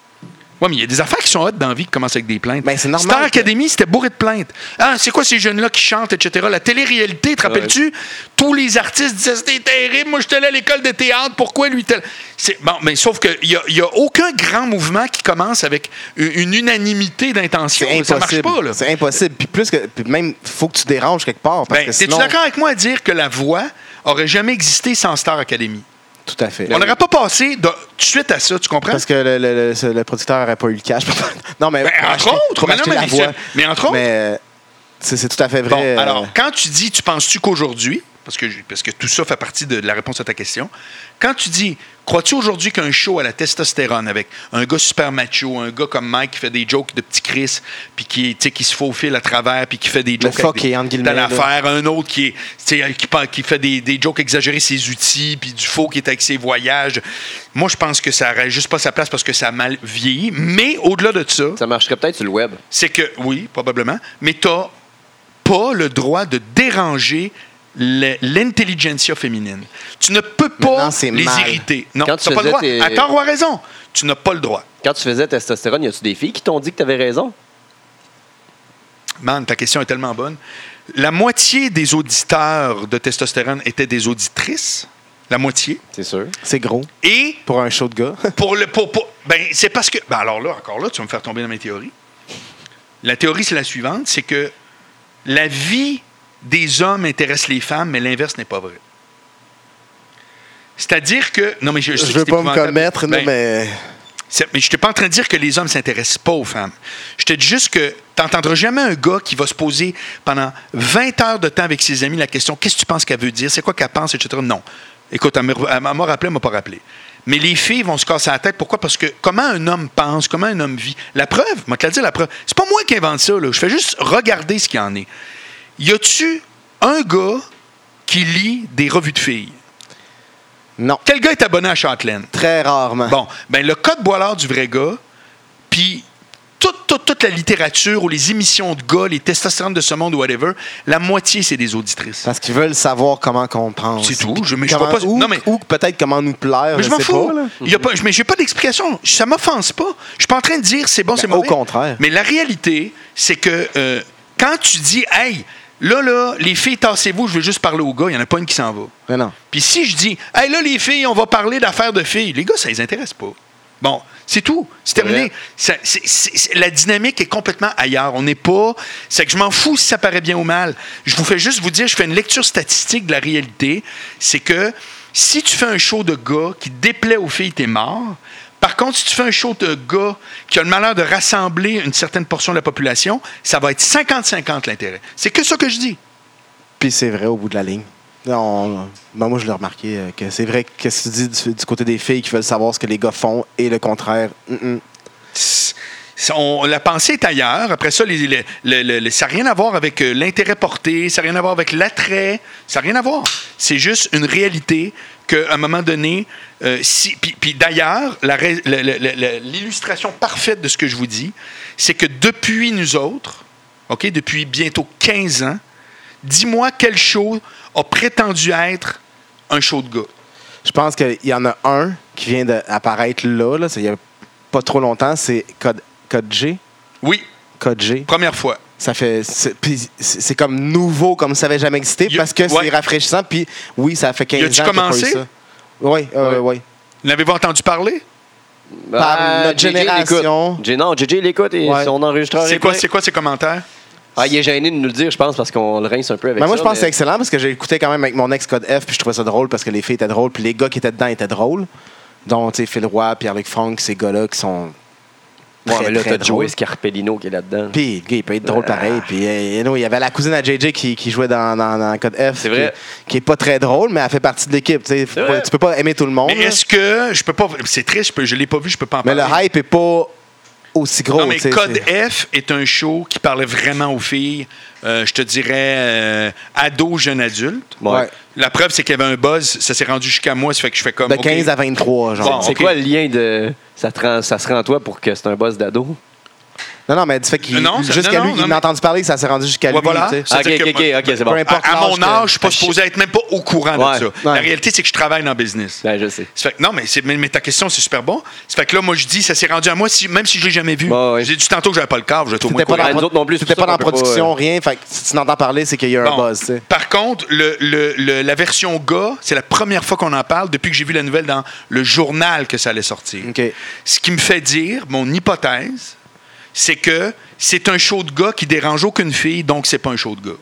Oui, mais il y a des affaires qui sont hautes dans la vie qui commencent avec des plaintes. Ben, c'est normal Star que- Academy, c'était bourré de plaintes. Ah, c'est quoi ces jeunes-là qui chantent, etc. La télé-réalité, te rappelles-tu? Tous les artistes disaient c'était terrible, moi j'étais allé à l'école de théâtre, pourquoi lui tel. C'est- Bon, mais sauf qu'il n'y a, il y a aucun grand mouvement qui commence avec u- une unanimité d'intention. C'est Ça marche impossible. pas, là. C'est impossible. Puis plus que. Puis même, faut que tu déranges quelque part. Parce Ben, que t'es-tu sinon, d'accord avec moi à dire que la voix aurait jamais existé sans Star Academy? Tout à fait. On n'aurait pas passé de, de suite à ça, tu comprends? Ben Parce que le, le- le- ce- le producteur n'aurait pas eu le cash. non, mais. Ben, pour entre acheter- autres, pour mais non, acheter mais la les voix. seuls- mais entre autres. Mais, euh, c'est c'est tout à fait vrai. Bon, euh, alors, quand tu dis, tu penses-tu qu'aujourd'hui, parce que, parce que tout ça fait partie de, de la réponse à ta question, quand tu dis, crois-tu aujourd'hui qu'un show à la testostérone avec un gars super macho, un gars comme Mike qui fait des jokes de petit Chris, puis qui, tu sais, qui se faufile à travers, puis qui fait des jokes fuck avec des- est entre guillemets, dans là. l'affaire, un autre qui, est, tu sais, qui, par- qui fait des, des jokes exagérés, ses outils, puis du faux qui est avec ses voyages. Moi, je pense que ça n'aurait juste pas sa place parce que ça a mal vieilli, mais au-delà de ça Ça marcherait peut-être sur le web. c'est que, oui, probablement, mais tu n'as pas le droit de déranger le- l'intelligentsia féminine. Tu ne peux pas Maintenant, c'est les mal. irriter. Non, tu Quand n'as tu pas le faisais droit. tes- À tort ou à raison, tu n'as pas le droit. Quand tu faisais testostérone, y a-tu des filles qui t'ont dit que t'avais raison? Man, ta question est tellement bonne. La moitié des auditeurs de testostérone étaient des auditrices. La moitié. C'est sûr. C'est gros Et pour un show de gars. pour le. Pour, pour- ben, c'est parce que. Ben, alors là, encore là, tu vas me faire tomber dans mes théories. La théorie, c'est la suivante c'est que la vie des hommes intéresse les femmes, mais l'inverse n'est pas vrai. C'est-à-dire que. Non, mais je, Je sais veux que c'est pas me épouvantable. commettre, non, Ben, mais euh, c'est- Mais je t'ai pas en train de dire que les hommes s'intéressent pas aux femmes. Je te dis juste que t'entendras jamais un gars qui va se poser pendant 20 heures de temps avec ses amis la question qu'est-ce que tu penses qu'elle veut dire, c'est quoi qu'elle pense, etc. Non. Écoute, elle m'a- elle m'a rappelé, elle m'a pas rappelé. Mais les filles vont se casser la tête. Pourquoi? Parce que comment un homme pense, comment un homme vit. La preuve, moi te la dire, la preuve. C'est pas moi qui invente ça, là. Je fais juste regarder ce qu'il y en est. Y a-tu un gars qui lit des revues de filles? non. Quel gars est abonné à Châtelaine? Très rarement. Bon, ben le code boilard du vrai gars, puis toute, toute, toute la littérature ou les émissions de gars, les testostérones de ce monde ou whatever, la moitié, c'est des auditrices. Parce qu'ils veulent savoir comment qu'on pense. C'est tout. Puis Je- mais je comment- vois pas- Ou, non, mais- ou peut-être comment nous plaire. Mais je m'en sais fous. pas, là. Il y a pas, mais j'ai pas d'explication. Ça m'offense pas. Je suis pas en train de dire c'est bon, c'est Ben, au mauvais. contraire. Mais la réalité, c'est que euh, quand tu dis, hey, là, là, les filles, tassez-vous, je veux juste parler aux gars, il n'y en a pas une qui s'en va. Mais non. Puis si je dis, hey là, les filles, on va parler d'affaires de filles, les gars, ça les intéresse pas. Bon, c'est tout. C'est terminé. Ouais. Ça- c'est- c'est- c'est- la dynamique est complètement ailleurs. On n'est pas. C'est que je m'en fous si ça paraît bien ou mal. Je vous fais juste vous dire, je fais une lecture statistique de la réalité. C'est que si tu fais un show de gars qui déplaît aux filles, t'es mort. Par contre, si tu fais un show de gars qui a le malheur de rassembler une certaine portion de la population, ça va être 50-50 l'intérêt. C'est que ça que je dis. Puis c'est vrai au bout de la ligne. Non, on- ben, moi, je l'ai remarqué euh, que c'est vrai que qu'est-ce que tu dis du, du côté des filles qui veulent savoir ce que les gars font et le contraire. Mm-mm. Ça, on- la pensée est ailleurs. Après ça, les- les- les- les- les- ça n'a rien à voir avec euh, l'intérêt porté, ça n'a rien à voir avec l'attrait, ça n'a rien à voir. C'est juste une réalité qu'à un moment donné, euh, si, puis, puis d'ailleurs, la rais- la- la- la- la- l'illustration parfaite de ce que je vous dis, c'est que depuis nous autres, ok, depuis bientôt 15 ans, dis-moi quel show a prétendu être un show de gars. Je pense qu'il y en a un qui vient d'apparaître là, là, c'est il y a pas trop longtemps, c'est Code, Code G. Oui, Code G. première fois. Ça fait. C'est puis c'est- c'est comme nouveau, comme ça n'avait jamais existé, Y a- parce que ouais. c'est rafraîchissant. Puis oui, ça fait 15 Y ans. a-tu qu'il y a pas eu commencé? ça. Oui, oui, oui. N'avez-vous entendu parler? Bah, Par notre JJ l'écoute. génération. J- non, JJ l'écoute et Ouais. son enregistreur C'est est quoi, plein. c'est quoi ces commentaires? Ah, il est gêné de nous le dire, je pense, parce qu'on le rince un peu avec Ben moi, ça, je pense que c'est mais- excellent parce que j'ai écouté quand même avec mon ex Code F, puis je trouvais ça drôle parce que les filles étaient drôles, puis les gars qui étaient dedans étaient drôles. Donc, tu sais, Phil Roy, Pierre-Luc Franck, ces gars-là qui sont. Ouais, très, mais là, très t'as Joey drôles. Scarpellino qui est là-dedans. Puis, le gars, il peut être drôle pareil. Puis, euh, you know, il y avait la cousine à JJ qui, qui jouait dans, dans, dans Code F. C'est vrai. Qui, qui est pas très drôle, mais elle fait partie de l'équipe. Tu sais, faut vrai. pas- tu peux pas aimer tout le monde. là. Mais Mais, est-ce que je peux pas C'est triste, je, peux, je l'ai pas vu, je peux pas en parler. le hype est pas aussi gros. non, mais tu sais, Code c'est- F est un show qui parlait vraiment aux filles. euh, je te dirais euh, ado, jeune adulte. Ouais. Ouais. La preuve, c'est qu'il y avait un buzz, ça s'est rendu jusqu'à moi, ça fait que je fais comme. De OK. 15 à 23, genre. Bon. C'est ok. quoi le lien de. Ça, te rend- ça se rend toi pour que c'est un boss d'ado? Non, non, mais du fait qu'il. Non, ça- Jusqu'à non, lui, non, il mais- m'a entendu parler que ça s'est rendu jusqu'à Ouais, lui. voilà. tu sais. Ah, Ça ok, veut dire ok, ok, que- ok, c'est bon. Peu importe À, à mon l'âge que- âge, je suis pas supposé être même pas au courant Ouais. de ça. La Ouais. réalité, c'est que je travaille dans le business. Ben, je sais. Ça fait que- non, mais, c'est- mais, mais ta question, c'est super bon. Ça fait que là, moi, je dis, ça s'est rendu à moi, si- même si je l'ai jamais vu. Ouais, ouais. J'ai dit tantôt que j'avais pas le corps, j'étais au moins T'étais pas, Ah, dans, nous autres non plus, t'étais c'est pour pas ça dans qu'on peut production, rien. Fait que si tu n'entends parler, c'est qu'il y a eu un Bon. buzz. tu sais. Par contre, le- le- le- la version gars, c'est la première fois qu'on en parle depuis que j'ai vu la nouvelle dans le journal que ça allait sortir. OK. Ce qui me fait dire, mon hypothèse, c'est que c'est un show de gars qui dérange aucune fille, donc c'est pas un show de gars.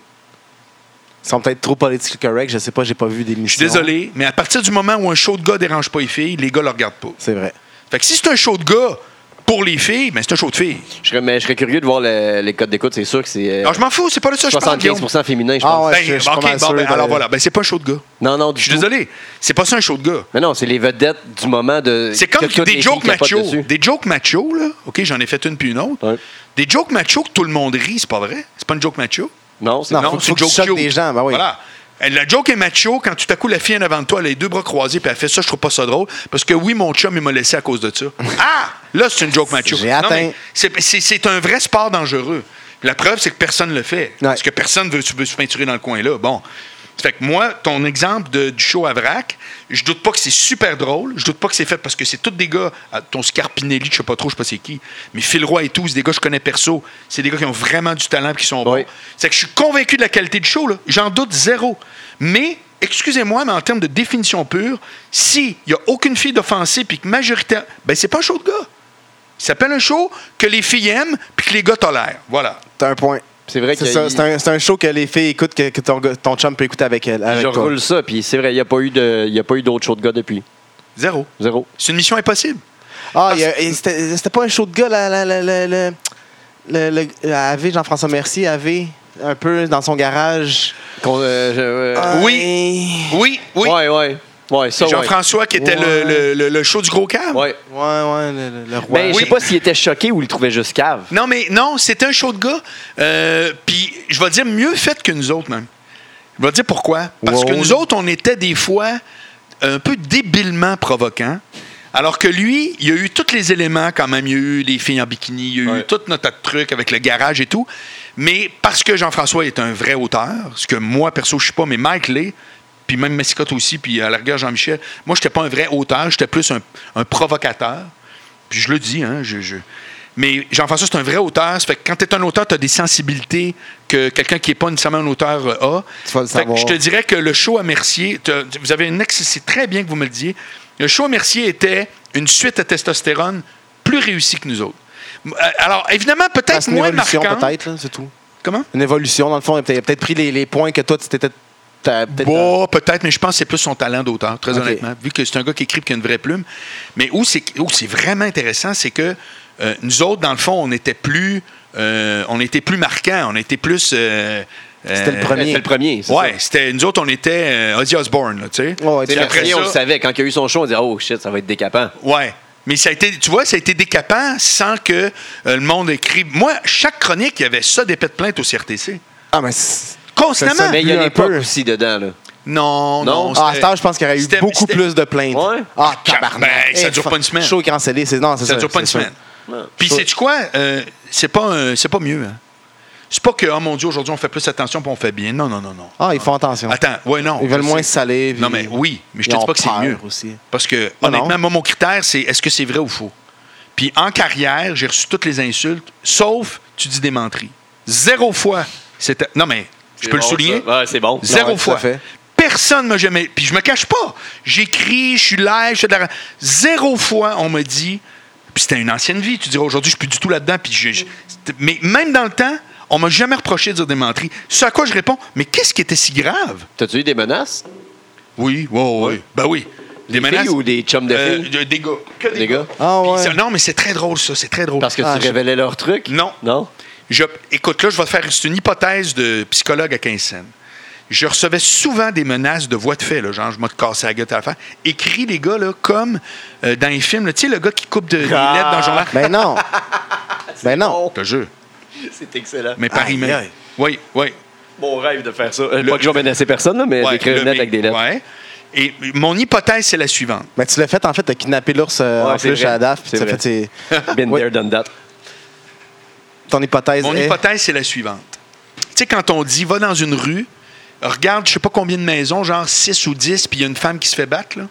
Ils sont peut-être trop politiquement corrects. Je sais pas, j'ai pas vu Je d'émission. suis désolé, mais à partir du moment où un show de gars dérange pas les filles, les gars le regardent pas. C'est vrai. Fait que si c'est un show de gars pour les filles, ben c'est un show de filles. Je serais, mais je serais curieux de voir le- les codes d'écoute, c'est sûr que c'est. euh, Alors je m'en fous, c'est pas de ça que je parle. Guillaume. 75% féminin, je Ah, pense. ouais. Ben, je- je suis pas ok, mal bon, sûr ben, de- Mhm. alors voilà, ben c'est pas un show de gars. Non, non, Je suis désolé, c'est pas ça un show de gars. Mais non, c'est les vedettes du moment de. C'est comme euh, que toutes des les jokes filles capotent macho. dessus. Des jokes macho, là. OK, j'en ai fait une puis une autre. Ouais. Des jokes macho que tout le monde rit, c'est pas vrai? C'est pas une joke macho? Non, c'est Non. non. faut que- c'est faut que tu choques cute. des gens, ben oui. Voilà. Euh, La joke est macho quand tout à coup la fille en avant de toi, elle a les deux bras croisés puis elle fait ça, je trouve pas ça drôle. Parce que oui, mon chum, il m'a laissé à cause de ça. ah! Là, c'est une joke macho. J'ai Non, atteint. mais c'est- C'est c'est un vrai sport dangereux. La preuve, c'est que personne le fait. Parce que personne veut, veut se peinturer dans le coin là. Bon. Fait que moi, ton exemple de- du show à vrac, je doute pas que c'est super drôle. Je doute pas que c'est fait parce que c'est tous des gars, ah, ton Scarpinelli, je sais pas trop, je sais pas c'est qui, mais Phil Roy et tout, c'est des gars que je connais perso. C'est des gars qui ont vraiment du talent et qui sont bons. Oui. C'est que je suis convaincu de la qualité du show, là. J'en doute zéro. Mais, excusez-moi, mais en termes de définition pure, s'il n'y a aucune fille d'offensée puis que majoritaire, ben c'est pas un show de gars. Il s'appelle un show que les filles aiment puis que les gars tolèrent. Voilà. T'as un point. C'est vrai C'est qu'il- ça, c'est un, c'est un show que les filles écoutent, que, que ton, gars- ton chum peut écouter avec elle. avec Je toi. roule ça, puis c'est vrai, il n'y a pas eu de- il y a pas eu d'autres shows de gars depuis. Zéro. Zéro. C'est une mission impossible. Ah, il y a- et c'était c'était pas un show de gars, là, là, là, là, là, le, le, le- AV, Jean-François Mercier, AV, un peu dans son garage. Qu'on- euh, je- euh, Oui. Oui, oui. Ouais, ouais. Ouais, ça, ouais. Jean-François qui était le- le, le- le show du gros cave. Ouais. Ouais, ouais, le, le- le roi. Ben, je Oui. sais pas s'il était choqué ou il le trouvait juste cave. Non, mais non, c'était un show de gars. Euh, Puis, je vais dire, mieux fait que nous autres, même. Je vais dire pourquoi. Parce Wow. que nous autres, on était des fois un peu débilement provoquants. Alors que lui, il y a eu tous les éléments quand même. Il y a eu les filles en bikini, il y a eu Ouais. tout notre tas de trucs avec le garage et tout. Mais parce que Jean-François est un vrai auteur, ce que moi, perso, je suis pas, mais Mike l'est, puis même Messicotte aussi, puis à la rigueur Jean-Michel, moi, j'étais pas un vrai auteur, j'étais plus un, un provocateur. Puis je le dis, hein, je... je- Mais Jean-François, c'est un vrai auteur. Ça fait que quand tu es un auteur, tu as des sensibilités que quelqu'un qui n'est pas nécessairement un auteur euh, a. Tu vas le Fait que savoir. Je te dirais que le show à Mercier, t'as- vous avez une ex, c'est très bien que vous me le disiez. Le show à Mercier était une suite à testostérone plus réussie que nous autres. M- euh, Alors, évidemment, Ah, peut-être c'est une moins évolution, marquante. peut-être, là, c'est tout. Comment? Une évolution, dans le fond. Il a peut-être- il a peut-être pris les, les points que toi, tu t'étais. t'as peut-être- Bon, peut-être, mais je pense que c'est plus son talent d'auteur, très Ok. honnêtement, vu que c'est un gars qui écrit et qui a une vraie plume. Mais où c'est, où c'est vraiment intéressant, c'est que euh, nous autres, dans le fond, on était plus, euh, on était plus marquants, on était plus. euh, C'était le euh, Premier. C'était le premier. c'est Ouais, ça. c'était, nous autres, on était euh, Ozzy Osbourne, là, tu sais. Ouais, C'est tu le l'as- après premier, ça- on le savait. Quand il y a eu son show, on disait Oh shit, ça va être décapant. Ouais. Mais ça a été, tu vois, ça a été décapant sans que euh, le monde écrit. Moi, chaque chronique, il y avait ça des pets de plainte au CRTC. Ah, mais. c'est- Constamment. Ça, ça, Mais il y a un des pop peu. aussi dedans. Là. Non, non. Non. Ah, à c'était- cette heure, je pense qu'il y aurait eu c'était- beaucoup c'était- plus de plaintes. Ouais. Ah, tabarnak. Ben, ça dure Hey, pas une semaine. Show cancellé, c'est non, c'est ça. Ça dure pas une c'est semaine. Ouais. Puis, Ça- sais-tu quoi? Euh, c'est pas, un- c'est pas mieux. hein. C'est pas que, oh mon Dieu, aujourd'hui, on fait plus attention puis on fait bien. Non, non, non, non. ça. Ah, ils font attention. Attends, ouais, non. Ils veulent je moins sais. se saler. puis Non, mais oui, mais je te ils dis ont pas que c'est peur mieux. aussi. Ah Parce que, Non, honnêtement, non. moi, mon critère, c'est est-ce que c'est vrai ou faux? Puis en carrière, j'ai reçu toutes les insultes, sauf tu dis des menteries. Zéro fois. C'était. Non, mais je peux le C'est bon, souligner. ça. Ouais, c'est bon. Zéro Ouais, tout fois. à fait. Personne ne m'a jamais. Puis je me cache pas. J'écris, je suis live, je fais de la. Zéro fois, on m'a dit. Puis c'était une ancienne vie. Tu dirais aujourd'hui, je suis plus du tout là-dedans. Puis je- je- c'était- Mais même dans le temps, on m'a jamais reproché de dire des menteries. Ce à quoi je réponds, mais qu'est-ce qui était si grave? T'as-tu eu des menaces Oui, oui, oui. Ben oui. Des Des filles menaces. ou des chums de Euh, filles de- des gars. Que des, Des gars. gars. Ah, Puis ouais. ça- non, mais c'est très drôle, ça. C'est très drôle. Parce que Ah, tu je- révélais leurs trucs Non. Non. Je- écoute, là, je vais te faire c'est une hypothèse de psychologue à 15 cents. Je recevais souvent des menaces de voix de fait, là, genre je vais te casser la gueule, t'as affaire. Écrit, les gars, là, comme euh, dans les films, là, tu sais, le gars qui coupe de, des Ah. lettres dans le journal. Ben non. ben non. bon. Je te jure, C'est excellent. mais par Aïe, email. aïe. Oui, oui. Mon rêve de faire ça. Euh, Le- Pas que j'en menaçais personne, là, mais ouais, d'écrire le une lettre mail, avec des lettres. ouais. Et mon hypothèse, c'est la suivante. Mais tu l'as fait, en fait, t'as kidnappé l'ours euh, Ouais, en c'est plus vrai. à la DAF. Puis C'est tu as vrai. fait tes- Been Ouais. there, done that. ton hypothèse. Mon est- hypothèse, c'est la suivante. Tu sais, quand on dit va dans une rue, regarde, je sais pas combien de maisons, genre 6 ou 10, puis il y a une femme qui se fait battre, là.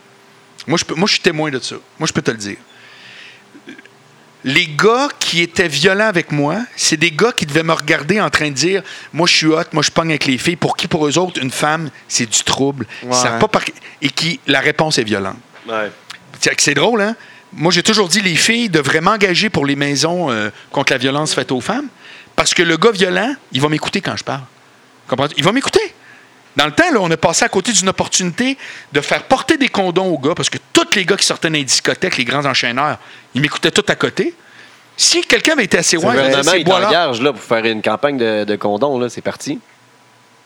Moi, je, peux- moi, je suis témoin de ça. Moi, je peux te le dire. Les gars qui étaient violents avec moi, c'est des gars qui devaient me regarder en train de dire Moi, je suis hot, moi, je pogne avec les filles. Pour qui, pour eux autres, une femme, c'est du trouble. Ouais. Ça a pas par- Et qui, la réponse est violente. Ouais. C'est c'est drôle, hein? Moi, j'ai toujours dit les filles devraient m'engager pour les maisons euh, contre la violence faite aux femmes, parce que le gars violent, il va m'écouter quand je parle. comprends Il va m'écouter. Dans le temps, là, on a passé à côté d'une opportunité de faire porter des condons aux gars, parce que tous les gars qui sortaient dans les discothèques, les grands enchaîneurs, ils m'écoutaient tout à côté. Si quelqu'un avait été assez Le loin, il aurait dit, gouvernement, C'est il voilà. t'engage là, pour faire une campagne de, de condom, là, c'est parti.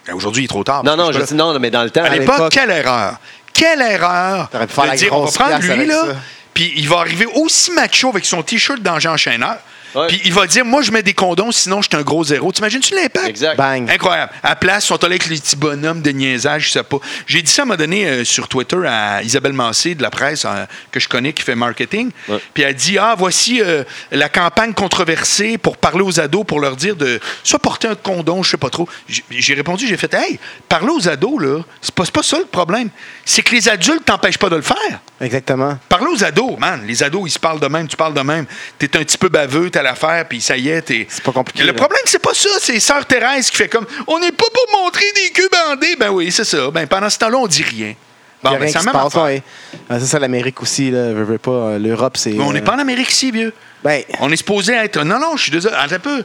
Ben, Aujourd'hui, il est trop tard. Non, non, parce que je là- dis non, mais dans le temps. À Ah, Allez. l'époque, l'époque. quelle erreur! Quelle erreur! T'aurais pu faire de la dire, on va grosse prendre pièce lui, avec là, ça. puis il va arriver aussi macho avec son T-shirt d'Angers Enchaîneur. Ouais. Puis il va dire Moi, je mets des condoms, sinon je suis un gros zéro. T'imagines-tu l'impact? Exact. Bang. Incroyable. À place, ils sont allés avec les petits bonhommes de niaisage, je sais pas. J'ai dit ça à un moment donné euh, sur Twitter à Isabelle Massé de la presse euh, que je connais qui fait marketing. Ouais. Puis elle dit Ah, voici euh, la campagne controversée pour parler aux ados, pour leur dire de soit porter un condom, je sais pas trop. J- J'ai répondu J'ai fait Hey, parler aux ados, là, c'est pas, c'est pas ça le problème. C'est que les adultes t'empêchent pas de le faire. Exactement. Parle aux ados, man. Les ados, ils se parlent de même, tu parles de même. T'es un petit peu baveux, t'as l'affaire, puis ça y est, t'es. C'est pas compliqué, Le là. problème, c'est pas ça. C'est Sœur Thérèse qui fait comme On n'est pas pour montrer des culs bandés. Ben oui, c'est ça. Ben pendant ce temps-là, on dit rien. Bon, Y a ben, rien c'est qui la se même passe, affaire. ouais. Ah, C'est ça, l'Amérique aussi, là, veux, veux pas. euh, L'Europe, c'est. Mais on euh, n'est pas en Amérique ici, vieux. Ben, On est supposé être. Non, non, je suis désolé. Attends un peu.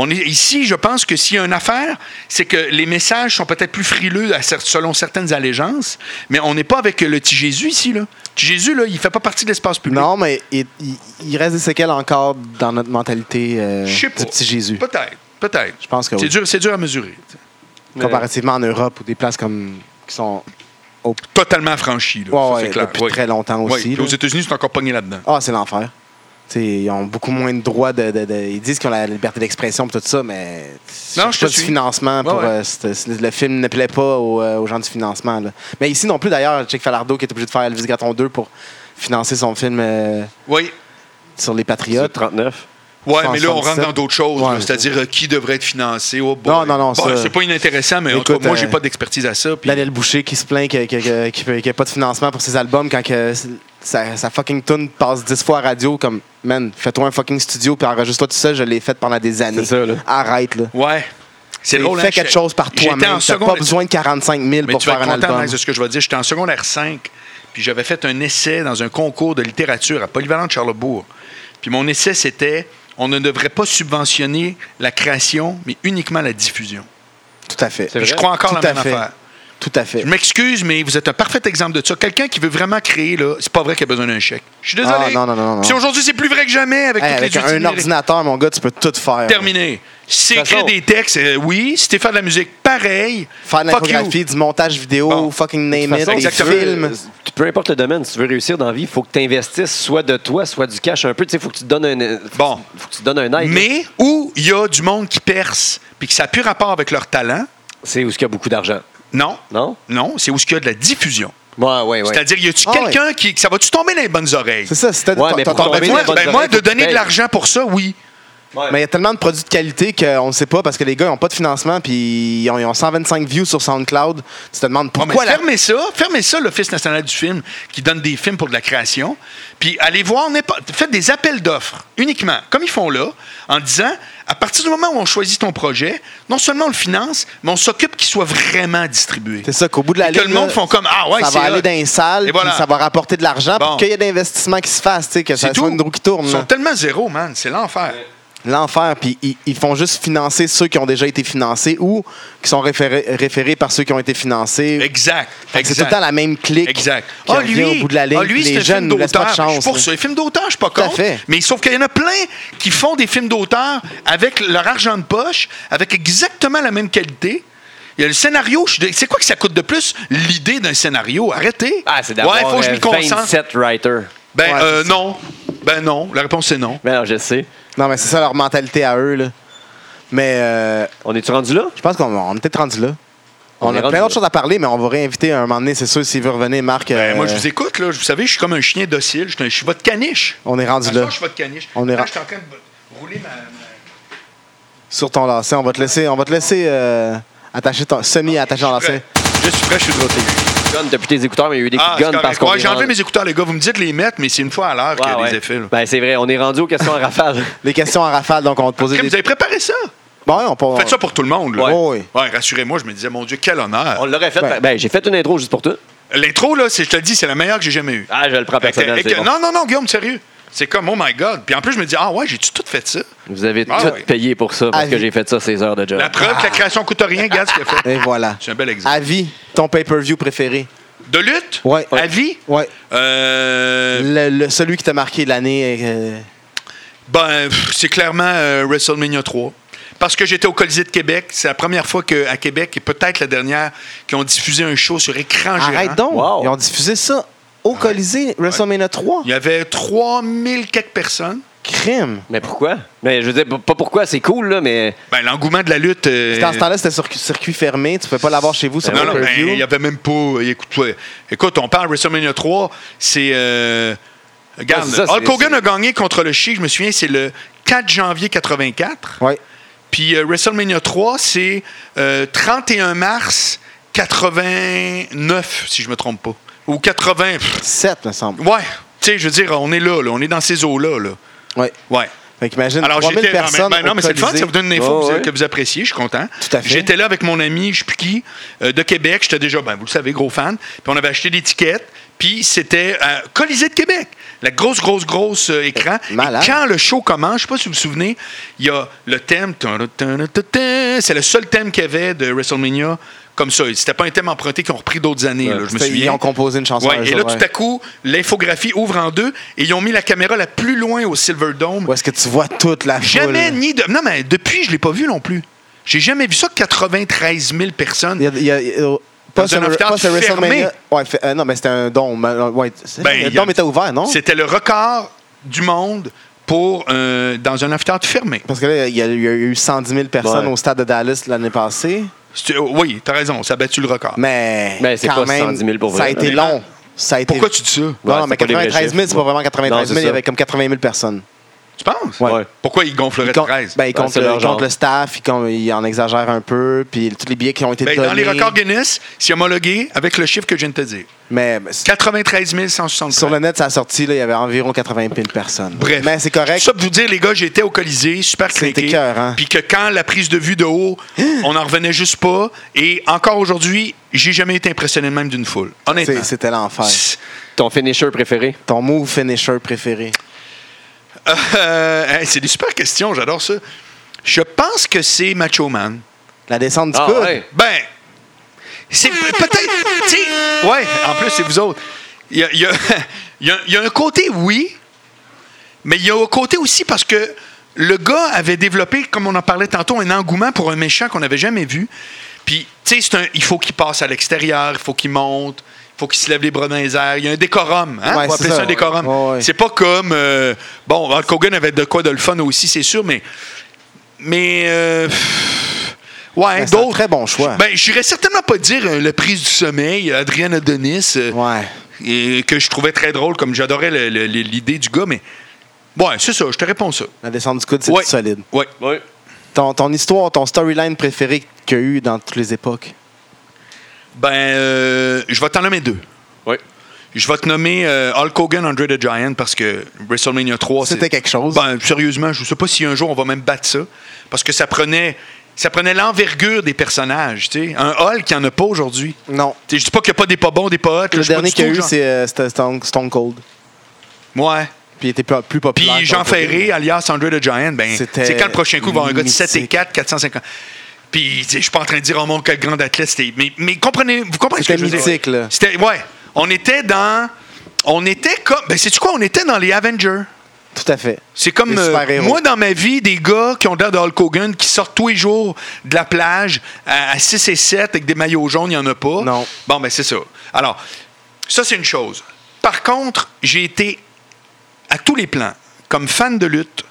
On est ici, je pense que s'il y a une affaire, c'est que les messages sont peut-être plus frileux à cer- selon certaines allégeances, mais on n'est pas avec le petit Jésus ici, là. Petit Jésus, là, il fait pas partie de l'espace public. non, mais il, il- il reste des séquelles encore dans notre mentalité euh, Je sais du pas. petit Jésus. Peut-être, peut-être. Je pense que C'est oui. dur, c'est dur à mesurer. tu sais. Comparativement en Europe ou des places comme. qui sont. au- Totalement franchi, là. Ouais, Ça, ouais, c'est clair. depuis Ouais. très longtemps Ouais. aussi, Puis là. Aux États-Unis, c'est encore pogné là-dedans. Ah, c'est l'enfer. Tu sais, ils ont beaucoup moins de droits. De, de- de- ils disent qu'ils ont la liberté d'expression et tout ça, mais Non, cherche je te pas du suis. financement pour Ouais, ouais. euh, c'est- c'est- le film ne plaît pas aux, euh, aux gens du financement. là. Mais ici non plus d'ailleurs, Jake Falardo qui est obligé de faire Elvis Graton 2 pour financer son film euh, Oui. sur les C'est Patriotes. 39. Ouais, mais là, on 177. rentre dans d'autres choses, Ouais. là. c'est-à-dire euh, qui devrait être financé. oh boy. Non, non, non, Bah, ça- C'est pas inintéressant, mais en tout Écoute, cas, moi, j'ai euh, ben, pas d'expertise à ça. puis- Lionel Boucher qui se plaint que- que- que- qu'il n'y a pas de financement pour ses albums quand que sa, sa fucking tune passe 10 fois à radio comme man, fais-toi un fucking studio puis enregistre-toi tout seul, je l'ai fait pendant des années. C'est ça, là. Arrête là. Ouais. C'est drôle, Fais hein, quelque j'étais- chose par j'étais en toi-même. T'as secondaire- pas besoin de 45 000 Mais pour tu vas faire être un content album. Max, de ce que je vais dire. J'étais en secondaire 5, puis j'avais fait un essai dans un concours de littérature à Polyvalent de Charlebourg. Puis mon essai, c'était on ne devrait pas subventionner la création, mais uniquement la diffusion. Tout à fait. C'est Je vrai? crois encore Tout la à même fait. affaire. Tout à fait. Je m'excuse, mais vous êtes un parfait exemple de ça. Quelqu'un qui veut vraiment créer, là, c'est pas vrai qu'il a besoin d'un chèque. Je suis désolé. Ah, non, non, non, non. Puis aujourd'hui, c'est plus vrai que jamais avec, Hey, toutes avec les outils un numériques. ordinateur, mon gars, tu peux tout faire. Terminé. De Si C'est toute façon- écrire des textes, euh, oui. Si t'es faire de la musique, pareil. Faire de Fuck you. l'infographie, du montage vidéo, Bon. fucking name De toute it, des façon, exactement. tu veux- films. euh, peu importe le domaine, si tu veux réussir dans la vie, il faut que tu investisses soit de toi, soit du cash un peu. Tu sais, il faut que tu te donnes un. euh, Bon. Faut que tu te donnes un aide. Mais où il y a du monde qui perce puis que ça n'a plus rapport avec leur talent, C'est où il y a beaucoup d'argent. non. Non? Non, c'est où il y a de la diffusion. Ouais, ouais, ouais. C'est-à-dire, y a-tu Ah, quelqu'un qui. Ça va-tu tomber dans les bonnes oreilles? C'est ça, c'était Ouais, mais t'as- pour t'as- tomber Ben dans moi, les bonnes ben moi, oreilles, de faut que tu donner de payes. l'argent pour ça, oui. Mais il y a tellement de produits de qualité qu'on ne sait pas parce que les gars n'ont pas de financement puis ils ont, ils ont 125 views sur SoundCloud. Tu te demandes Ah, mais pourquoi la- Fermez ça, fermez ça, l'Office national du film, qui donne des films pour de la création. Puis allez voir, n'importe- faites des appels d'offres uniquement, comme ils font là, en disant à partir du moment où on choisit ton projet, non seulement on le finance, mais on s'occupe qu'il soit vraiment distribué. C'est ça, qu'au bout de la Que ligne. le monde là, font comme Ah ouais, ça c'est va aller hot. dans les salles, Et puis voilà. ça va rapporter de l'argent Bon. pour qu'il y ait d'investissements qui se fassent, tu sais, que C'est ça soit une roue qui tourne. Ils là. sont tellement zéro, man. C'est l'enfer. l'enfer, puis ils, ils font juste financer ceux qui ont déjà été financés ou qui sont référés, référés par ceux qui ont été financés. Exact. Fait que C'est tout le exact. temps la même clique. Exact. qui revient au bout de la ligne. ah, lui, puis c'est les un jeunes film nous laissent pas de d'auteur. Je suis chance. pour là. ça. Les films d'auteur, je suis pas Tout à contre. fait. Mais sauf qu'il y en a plein qui font des films d'auteur avec leur argent de poche, avec exactement la même qualité. Il y a le scénario. je suis dé- C'est quoi que ça coûte de plus, l'idée d'un scénario? Arrêtez. Ah, c'est Ouais, d'avoir faut que je m'y euh, concentre. 27 writers. Ben Ouais, euh, c'est ça. non. Ben non. La réponse, c'est non. Mais alors, Ben, je sais. Non, mais c'est ça leur mentalité à eux. Là. Mais euh, On est-tu rendu là? je pense qu'on on est peut-être rendu là. On On, est a rendu plein là. d'autres choses à parler, mais on va réinviter un moment donné, c'est sûr, s'il veut revenir, Marc. Ben, euh, moi, je vous écoute. Là. Vous savez, je suis comme un chien docile. Je suis un- je suis votre caniche. On est rendu là. À soir, Ben, Je suis votre caniche. On est Là, ra- Je suis en train de rouler ma- ma... Sur ton lacet, on va te laisser, on va te laisser euh, attacher ton semi-attaché en lacet. Je suis prêt, je suis de retour. Gun depuis tes écouteurs, mais il y a eu des Ah, coups c'est de gun correct. parce qu'on. Ouais, est j'ai enlevé rendu- mes écouteurs, les gars. Vous me dites de les mettre, mais c'est une fois à l'heure qu'il y a Ouais, ouais. des effets. Là. Ben, c'est vrai, on est rendu aux questions en rafale. Les questions en rafale, donc on va te poser Crime, des. Vous avez préparé ça? Bon, ouais, on peut. Faites ça pour tout le monde. Là. Ouais. Ouais, Ouais, Rassurez-moi, je me disais, mon Dieu, quel honneur. On l'aurait fait. Ouais. Ben, j'ai fait une intro juste pour toi. L'intro, là, c'est- je te le dis, c'est la meilleure que j'ai jamais eue. Ah, je le prends Avec- personnel. avec- c'est bon. Non, non, non, Guillaume, sérieux. C'est comme, oh my God. Puis en plus, je me dis, ah ouais, j'ai-tu tout fait ça? Vous avez Ah, tout ouais. payé pour ça parce Ah, que oui. j'ai fait ça, ces heures de job. La preuve que la création coûte rien, regarde ce qu'il a fait. Et voilà. C'est un bel exemple. Avis, ton pay-per-view préféré. De lutte? Ouais. À vie? Ouais. Euh, Le, le- celui qui t'a marqué de l'année. euh, Ben, pff, c'est clairement euh, WrestleMania 3. Parce que j'étais au Colisée de Québec. C'est la première fois que, à Québec, et peut-être la dernière, qu'ils ont diffusé un show sur écran Arrête géant. donc. Wow. Ils ont diffusé ça au Colisée, WrestleMania 3. Il y avait 3000 quelques personnes. Crime. Mais pourquoi? Mais je veux dire, p- pas pourquoi, c'est cool, là, mais. Ben, l'engouement de la lutte. euh, Dans ce temps-là, c'était sur circuit fermé. Tu pouvais pas l'avoir chez vous sur non, non, ben, pay-per-view. il y avait même pas. euh, Écoute, ouais. écoute, on parle WrestleMania 3, c'est. euh, regarde, Ouais, c'est ça, Hulk c'est- Hogan c'est- a gagné contre le Chi, je me souviens, c'est le 4 janvier 84. Ouais. Puis euh, WrestleMania 3, c'est euh, 31 mars 89, si je me trompe pas. Ou 80. pff, 7, me semble. ouais. Tu sais, je veux dire, on est là, là, on est dans ces eaux-là. Là. Ouais. Ouais. Fait qu'imagine Alors, 3000 j'étais. personnes. ah, ben, ben, non, mais c'est le fun, ça vous donne une info Ouais, que vous- ouais. que vous appréciez, je suis content. Tout à fait. J'étais là avec mon ami, je sais plus qui, euh, de Québec. J'étais déjà, ben, vous le savez, gros fan. Puis on avait acheté des tickets. Puis c'était à Colisée de Québec. La grosse, grosse, grosse euh, écran. Et Malade. quand le show commence, je sais pas si vous vous souvenez, il y a le thème. C'est le seul thème qu'il y avait de WrestleMania comme ça. C'était pas un thème emprunté qu'ils ont repris d'autres années. là, je me C'était- Ils souviens. ont composé une chanson. Ouais, un et jour, là, ouais. tout à coup, l'infographie ouvre en deux et ils ont mis la caméra la plus loin au Silver Dome. Où est-ce que tu vois toute la foule? Jamais ni de. Non, mais depuis, je ne l'ai pas vu non plus. J'ai jamais vu ça, 93 000 personnes. Il y a- il y a- il y a- pas Dans un sur- amphithéâtre pas sur fermé. WrestleMania. Ouais, fait- euh, non, mais c'était un dôme. Euh, ouais, c'est- Ben, le il y a- dôme était ouvert, non? C'était le record du monde pour euh, dans un amphithéâtre fermé. Parce que là, il y a, il y a eu 110 000 personnes Ouais. au stade de Dallas l'année passée. C'est- euh, Oui, t'as raison, ça a battu le record. Mais, Ben, c'est quand pas même, 110 000 pour ça vrai. a été long. Ça a été... Pourquoi tu dis ça? Non, non, Ouais, mais c'est pas des vrais 93 000, c'est pas chiffres. vraiment 93 000. Non, c'est il y ça. avait comme 80 000 personnes. Tu penses? Ouais. Pourquoi ils gonfleraient Ils de comptent- 13? ben, ils Ouais, comptent c'est le, leur ils comptent genre. le staff, ils, comptent- ils en exagèrent un peu, puis tous les billets qui ont été Ben, donnés. dans les records Guinness, c'est homologué avec le chiffre que je viens de te dire. Mais ben, c'est- 93 163. sur le net, ça a sorti, là, il y avait environ 80 000 personnes. Bref. Mais c'est correct. Tout ça pour vous dire, les gars, j'étais au Colisée, super C'était hein. craqué. écœurant. Puis que quand la prise de vue de haut, on n'en revenait juste pas. Et encore aujourd'hui, j'ai jamais été impressionné de même d'une foule. Honnêtement. C'est- C'était l'enfer. Ton finisher préféré? Ton move finisher préféré. Euh, hey, c'est des super questions, j'adore ça. Je pense que c'est Macho Man. La descente du Ah, coude. ouais. Ben, c'est p- peut-être. tu sais, Ouais, en plus, c'est vous autres. Il y a, il y a- il y a- il y a un côté, oui, mais il y a un côté aussi parce que le gars avait développé, comme on en parlait tantôt, un engouement pour un méchant qu'on n'avait jamais vu. Puis, tu sais, c'est un- il faut qu'il passe à l'extérieur, il faut qu'il monte, il faut qu'il se lève les bras dans les airs. Il y a un décorum. Hein? Ouais, On va c'est appeler ça, ça. un décorum. Ouais, ouais. C'est pas comme. euh, bon, Hulk Hogan avait de quoi de le fun aussi, c'est sûr, mais. Mais. euh, pff, ouais, Ben, c'est un d'autres. très bon choix. Ben, je n'irais certainement pas dire euh, le prise du sommeil, euh, Adrienne Adonis, euh, Ouais. et que je trouvais très drôle, comme j'adorais le- le- le- l'idée du gars, mais. Ouais, c'est ça, je te réponds ça. La descente du coude, c'est Ouais. tout solide. Ouais. Oui. Ton, ton histoire, ton storyline préféré qu'il y a eu dans toutes les époques. Ben, euh, je vais t'en nommer deux. Oui. Je vais te nommer euh, Hulk Hogan, Andre the Giant, parce que WrestleMania 3, c'est- C'était quelque chose. Ben, sérieusement, je ne sais pas si un jour on va même battre ça. Parce que ça prenait, ça prenait l'envergure des personnages. tu sais. Un Hulk qui en a pas aujourd'hui. Non. Tu sais, Je dis pas qu'il n'y a pas des pas bons, des pas hot. Le dernier qu'il y a eu, c'est, euh, c'était Stone, Stone Cold. Ouais. Puis il était plus, plus populaire. Puis Jean Stone Cold. Ferré, alias André the Giant, ben, C'était c'est quand le prochain coup, il va y avoir un gars de 7 et mythique. 4, 450. Puis tu sais, je suis pas en train de dire, oh mon, quel grand athlète c'était. Mais, mais comprenez, vous comprenez ce que C'était je veux dire? mythique, là. C'était, ouais. On était dans. On était comme. Ben, sais-tu quoi? On était dans les Avengers. Tout à fait. C'est comme Des euh, super-héros. moi dans ma vie, des gars qui ont l'air de Hulk Hogan qui sortent tous les jours de la plage à, à 6 et 7 avec des maillots jaunes, il n'y en a pas. Non. Bon, ben c'est ça. Alors, ça, c'est une chose. Par contre, j'ai été à tous les plans, comme fan de lutte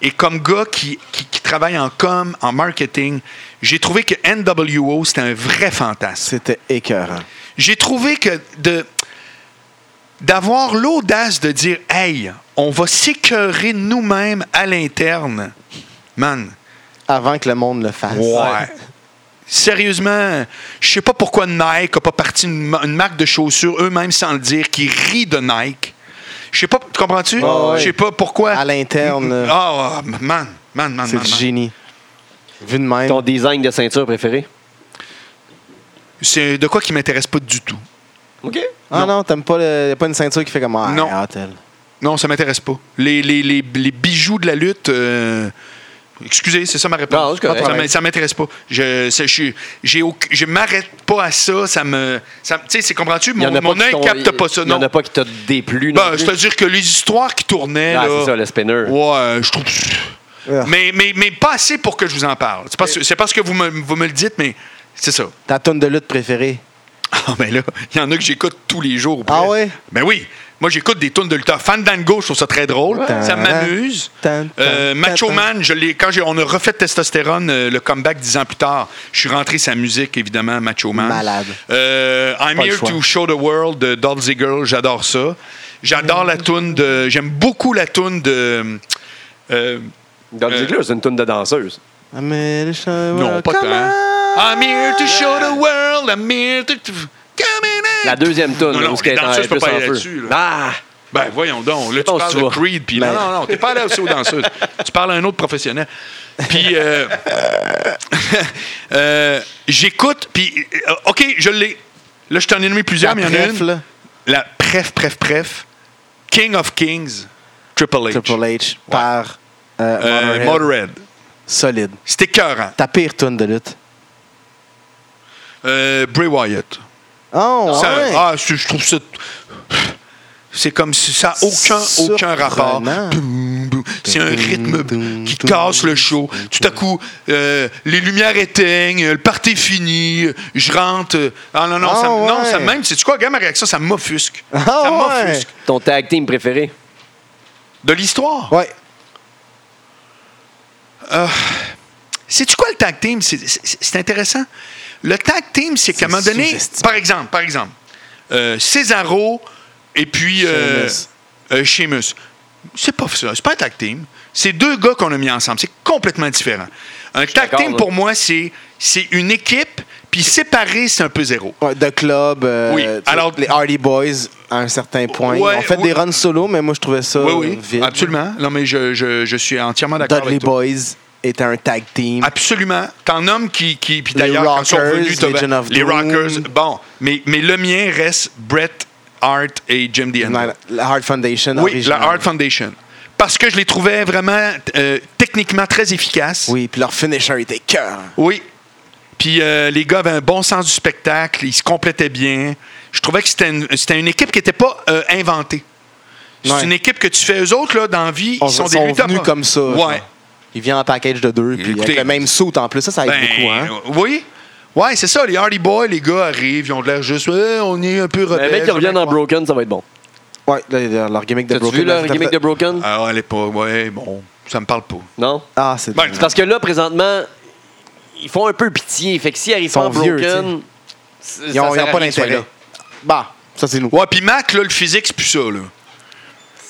et comme gars qui, qui- qui travaille en com, en marketing, j'ai trouvé que NWO, c'était un vrai fantasme. C'était écœurant. J'ai trouvé que de d'avoir l'audace de dire hey, on va s'écœurer nous-mêmes à l'interne. Man. Avant que le monde le fasse. Sérieusement, je sais pas pourquoi Nike a pas parti une, ma- une marque de chaussures eux-mêmes sans le dire qui rit de Nike. Je sais pas, tu comprends-tu? Ouais, ouais. Je sais pas pourquoi. À l'interne, là. Ah, ouais, man, man, man, C'est man. du man. génie. Vu de même. Ton design de ceinture préféré? C'est de quoi qui m'intéresse pas du tout. OK. Ah non, t'aimes pas, le... y a pas une ceinture qui fait comme. Ah, Non. ah, tel. Non, ça m'intéresse pas. Les, les, les, les bijoux de la lutte. euh, Excusez, c'est ça ma Non, réponse. c'est correct. ça m'in- ça m'intéresse pas. Je ça, je suis- j'ai auc- je m'arrête pas à ça. Ça me. ça me- Tu sais, c'est- comprends-tu? Il y en Mon, a pas mon qui œil t'ont- capte pas ça. Il y en Non. a pas qui t'a déplu. non Ben, plus. C'est-à-dire que les histoires qui tournaient. Ah, là, c'est ça, le spinner. Ouais, je trouve. Ah. Mais, mais, mais pas assez pour que je vous en parle. C'est parce, c'est parce que vous me, vous me le dites, mais c'est ça. Ta tonne de lutte préférée. Ah, ben là, il y en a que j'écoute tous les jours. Ah ouais? Ben oui. Moi, j'écoute des tunes de lutteurs. Fandango, je trouve ça très drôle. Ouais. Ça m'amuse. Tan, tan, Euh, tan, Macho tan. Man, je l'ai- quand j'ai- on a refait Testostérone, euh, le comeback dix ans plus tard, je suis rentré sa musique, évidemment, Macho Man. Malade. Euh, I'm Pas le Here choix. to Show the World de Dolzy Girl, j'adore ça. J'adore la toune de... J'aime beaucoup la toune de... euh, Dans Euh, c'est une toune de danseuse. non, Non, pas tant. I'm here to show the world, I'm here to... Coming in. La deuxième toune, Non, non, où ce qu'elle les est en- danseuses, je peux plus pas en aller feu. là-dessus, là. Ah! Ben voyons donc, là tu pense parles que de tu vas. Creed, puis Ben- non, non, non, t'es pas allé aussi aux danseuses. tu parles à un autre professionnel. Puis euh, euh, j'écoute, puis euh, ok, je l'ai. Là, je t'en ai nommé plusieurs, mais il y en a une. La pref, pref, pref. King of Kings, Triple H. Triple H par euh, Euh, Motorhead. Motorhead. Solide. C'était écœurant. Ta pire tune de lutte. Euh, Bray Wyatt. Oh, Ça- ouais. Ah, je je trouve ça. C'est comme si ça n'a aucun, aucun rapport. Surprenant. Boum, boum. C'est un rythme qui casse le show. Tout à coup, euh, les lumières éteignent, le party est fini, je rentre. euh, Ah non, non, Ah ça, non, ouais. ça même, sais-tu quoi, regarde ma réaction, ça m'offusque. Ah ça ouais. m'offusque. Ton tag team préféré? De l'histoire. Ouais. Sais-tu quoi le tag team? C'est- C'est c'est intéressant. Le tag team, c'est qu'à C'est un moment donné, sous-estimé. par exemple, par exemple, euh, Cesaro et puis euh, Sheamus. euh, Sheamus. C'est pas ça, c'est pas un tag team. C'est deux gars qu'on a mis ensemble. C'est complètement différent. Un tag d'accord, team, là. pour moi, c'est c'est une équipe, puis séparé, c'est un peu zéro. Ouais, The Club, euh, Oui, tu sais, alors- les Hardy Boys, à un certain point. Ouais, ils ont fait ouais. des runs solo, mais moi, je trouvais ça oui, oui, Euh, vide. absolument. Non, mais je, je- je suis entièrement d'accord Dudley avec toi. Boys était un tag team. Absolument. T'en nommes qui, qui puis Mm. Les d'ailleurs, quand ils sont Rockers, venus, t'as- Legion of les Doom. Rockers. Bon, mais, mais le mien reste Bret Hart et Jim La, Dean. la Hart Foundation. Oui, la originale. Hart Foundation. Parce que je les trouvais vraiment euh, techniquement très efficaces. Oui, puis leur finisher était cœur. Oui. Puis euh, les gars avaient un bon sens du spectacle, ils se complétaient bien. Je trouvais que c'était une, c'était une équipe qui n'était pas euh, inventée. C'est Ouais. une équipe que tu fais eux autres là, dans la vie, On ils sont, sont des lutteurs. venus comme ça. genre. Ouais. Ils viennent en package de deux, puis Écoutez- avec le même saut en plus. Ça, ça aide beaucoup. Hein? Ben, Oui. Ouais, c'est ça. Les Hardy Boys, les gars arrivent, ils ont de l'air juste, Eh, on est un peu Mais rebelles. ben, mec qui revient dans Broken, ça va être bon. Ouais, là, leur, leur gimmick de T'as-tu Broken. vu leur là, gimmick de Broken? Ah, elle est pas. Ouais, bon, ça me parle pas. Non? Ah, c'est Ben, C'est parce que là, présentement, ils font un peu pitié. Fait que s'ils arrivent Ils sont pas à vieux, Broken, Ils n'ont pas d'intérêt. Bah, ça, c'est nous. Ouais, puis Mac, là, le physique, c'est plus ça, là.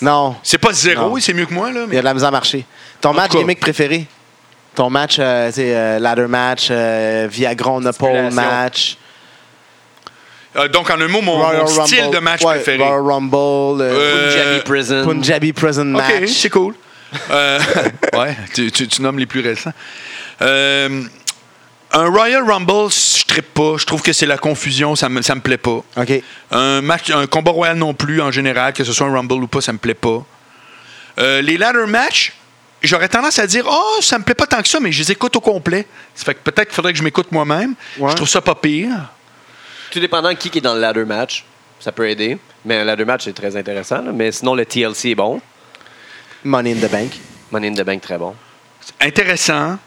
Non, C'est pas zéro, Non. c'est mieux que moi, là. il y Mais... a de la misère à marcher. Ton match tout cas. gimmick préféré? Ton match, euh, tu sais, euh, ladder match, euh, Viagra on the pole Stipulation. match, Euh, donc, en un mot, mon, mon style de match Ouais, préféré. Royal Rumble, euh, Euh, Punjabi Prison. Punjabi Prison OK, match. c'est cool. Euh, ouais, tu, tu- tu nommes les plus récents. Euh, un Royal Rumble, je trippe pas. Je trouve que c'est la confusion, ça me, ça me plaît pas. OK. Un, match, un combat royal non plus, en général, que ce soit un Rumble ou pas, ça me plaît pas. Euh, les ladder match, j'aurais tendance à dire Oh, ça me plaît pas tant que ça, mais je les écoute au complet. Ça fait que peut-être qu'il faudrait que je m'écoute moi-même. Ouais. Je trouve ça pas pire. Tout dépendant de qui qui est dans le ladder match, ça peut aider. Mais un ladder match, c'est très intéressant. là. Mais sinon, le TLC est bon. Money in the Bank. Money in the Bank, très bon. Intéressant.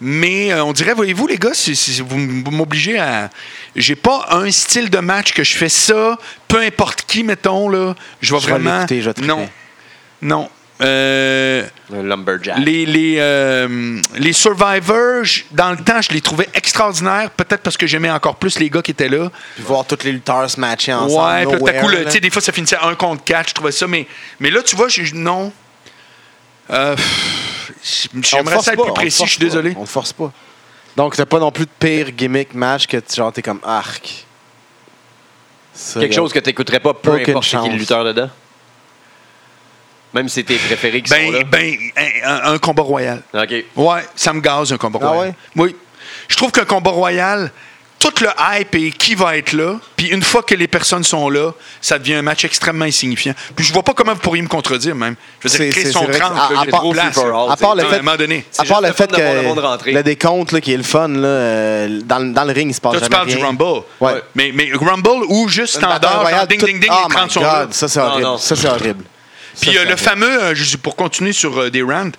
Mais euh, on dirait, voyez-vous, les gars, si, si- vous m- vous m'obligez à. J'ai pas un style de match que je fais ça, peu importe qui, mettons, là. Je vais Je vais vraiment. l'écouter, je vais triper. non. Non. Euh. Un Lumberjack. Les, les, euh, les Survivors, je- dans le temps, je les trouvais extraordinaires, peut-être parce que j'aimais encore plus les gars qui étaient là. Puis voir tous les lutteurs se matcher ensemble. Ouais, puis tout à nowhere, coup, le- là. tu sais, des fois, ça finissait à 1 contre 4, je trouvais ça, mais, mais là, tu vois, je- non. Euh, pff, On te J'aimerais force ça pas, être on plus te précis, force je pas, suis désolé. On te force pas. Donc, t'as pas non plus de pire gimmick match que tu- genre t'es comme arc. Ça, Quelque là. chose que tu n'écouterais pas, peu Aucune importe c'est qui chance. le lutteur dedans. Même si c'est tes préférés qui sont Ben, là. ben un, un combat royal. OK. Ouais, ça me gaze un combat Ah royal. Oui. Je trouve qu'un combat royal, tout le hype et qui va être là, puis une fois que les personnes sont là, ça devient un match extrêmement insignifiant. Puis je vois pas comment vous pourriez me contredire même. Je veux C'est- dire, Chris, c'est- sont c'est vrai que- 30, à- là, à j'ai part- trop de place, free for là. all, À part le T'sais, fait, à un moment donné. à C'est part juste le le fait fun d'avoir le monde que rentrer. le décompte là, qui est le fun, là, euh, dans, le- dans le ring, il se passe Toi, tu jamais parles du rien. Rumble. Ouais. Mais, mais Rumble ou juste standard, genre ding, ding, ding, oh les 30 my sont là. God, ça c'est Non, horrible. non. Ça c'est horrible. Ça, Puis c'est euh, le horrible. fameux, euh, je- pour continuer sur euh, des rants,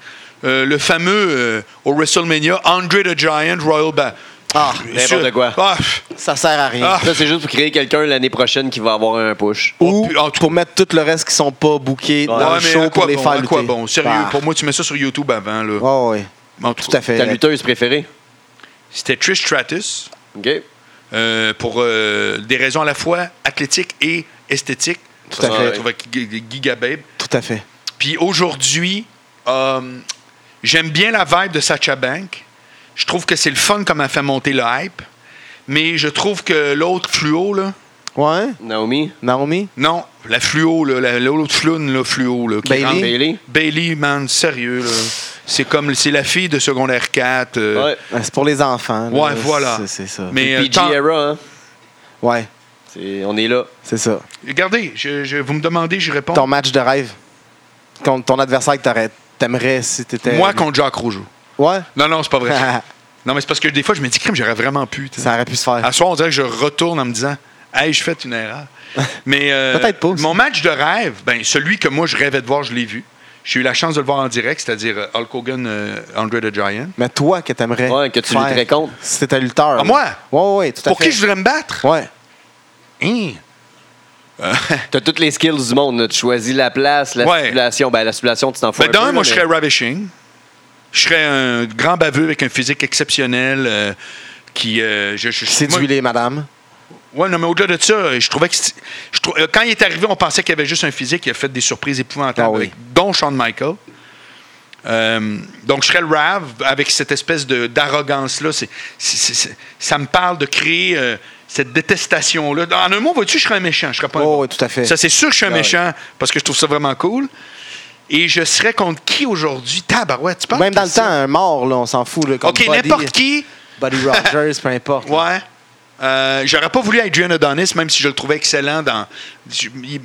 euh, le fameux euh, au WrestleMania, Andre the Giant Royal Ba- Ah, N'importe quoi. Ah, pff, ça sert à rien. Ah. Ça, c'est juste pour créer quelqu'un l'année prochaine qui va avoir un push. Ou pu- ah, tu- pour mettre tout le reste qui sont pas bookés dans Ah, ouais, le mais show à pour quoi les bon, faire à quoi lutter. bon? Sérieux, Bah. pour moi, tu mets ça sur YouTube avant. Là. Ouais, ouais. En tout Tout cas, à fait. Ta lutteuse préférée? C'était Trish Stratus OK. euh, pour euh, des raisons à la fois athlétiques et esthétiques. Tout à Ça, fait. Je trouvais Giga- Giga Babe. Tout à fait. Puis aujourd'hui, euh, j'aime bien la vibe de Sacha Bank. Je trouve que c'est le fun comme elle fait monter le hype. Mais je trouve que l'autre fluo, là, Ouais, Naomi? Naomi? non, la fluo, là, la- l'autre floune, là, fluo, là, qui Bailey? rentre- Bailey? Bailey, man, sérieux, là. C'est comme, c'est la fille de secondaire 4. euh, Ouais. Ah, C'est pour les enfants. là. Ouais, voilà. C'est- C'est ça. Mais euh, PG tant- era, hein? Ouais, C'est- on est là. c'est ça. Oh. regardez, je- je- vous me demandez, je réponds. Ton match de rêve contre ton adversaire que t'aurais- t'aimerais si t'étais... Moi contre Jacques Rougeau. Ouais? Non, non, c'est pas vrai. non, mais c'est parce que des fois, je me dis, crime, j'aurais vraiment pu. tu sais. ça aurait pu se faire. À soir, on dirait que je retourne en me disant Hey, je fait une erreur. Mais euh, Peut-être pas aussi. Mon match de rêve, ben, celui que moi je rêvais de voir, je l'ai vu. J'ai eu la chance de le voir en direct, c'est-à-dire euh, Hulk Hogan, euh, Andre the Giant. Mais toi, que t'aimerais Ouais, que tu faire lutterais contre. Si t'étais lutteur. Ah, moi? Ouais, ouais, tout à Pour fait. qui je voudrais me battre Ouais. Hein? T'as toutes les skills du monde. là. Tu choisis la place, la Ouais. stipulation. Ben, la stipulation, tu t'en fous Ben, un d'un, peu, là, moi, je mais- serais ravishing. Je serais un grand baveux avec un physique exceptionnel euh, qui. euh, je, je- je- moi- Séduis-les, madame. Ouais, non, mais au-delà de ça, je trouvais que. c'est- je trou- euh, Quand il est arrivé, on pensait qu'il y avait juste un physique. Il a fait des surprises épouvantables, Ah oui. avec- dont Shawn Michael. Euh, donc, je serais le Rav avec cette espèce de- d'arrogance-là. C'est- c'est- c'est- c'est- ça me parle de créer euh, cette détestation-là. En un mot, vois-tu, je serais un méchant. Je serais pas un Oh, bon. oui, tout à fait. Ça, c'est sûr que je suis un Ah oui. méchant parce que je trouve ça vraiment cool. Et je serais contre qui aujourd'hui? Tabarouette, tu parles Même de dans le ça? temps, un mort, là, on s'en fout. Là, comme OK, Buddy- n'importe qui. Buddy Rogers, peu importe. là. Ouais. Euh, J'aurais pas voulu Adrian Adonis, même si je le trouvais excellent dans. je- il-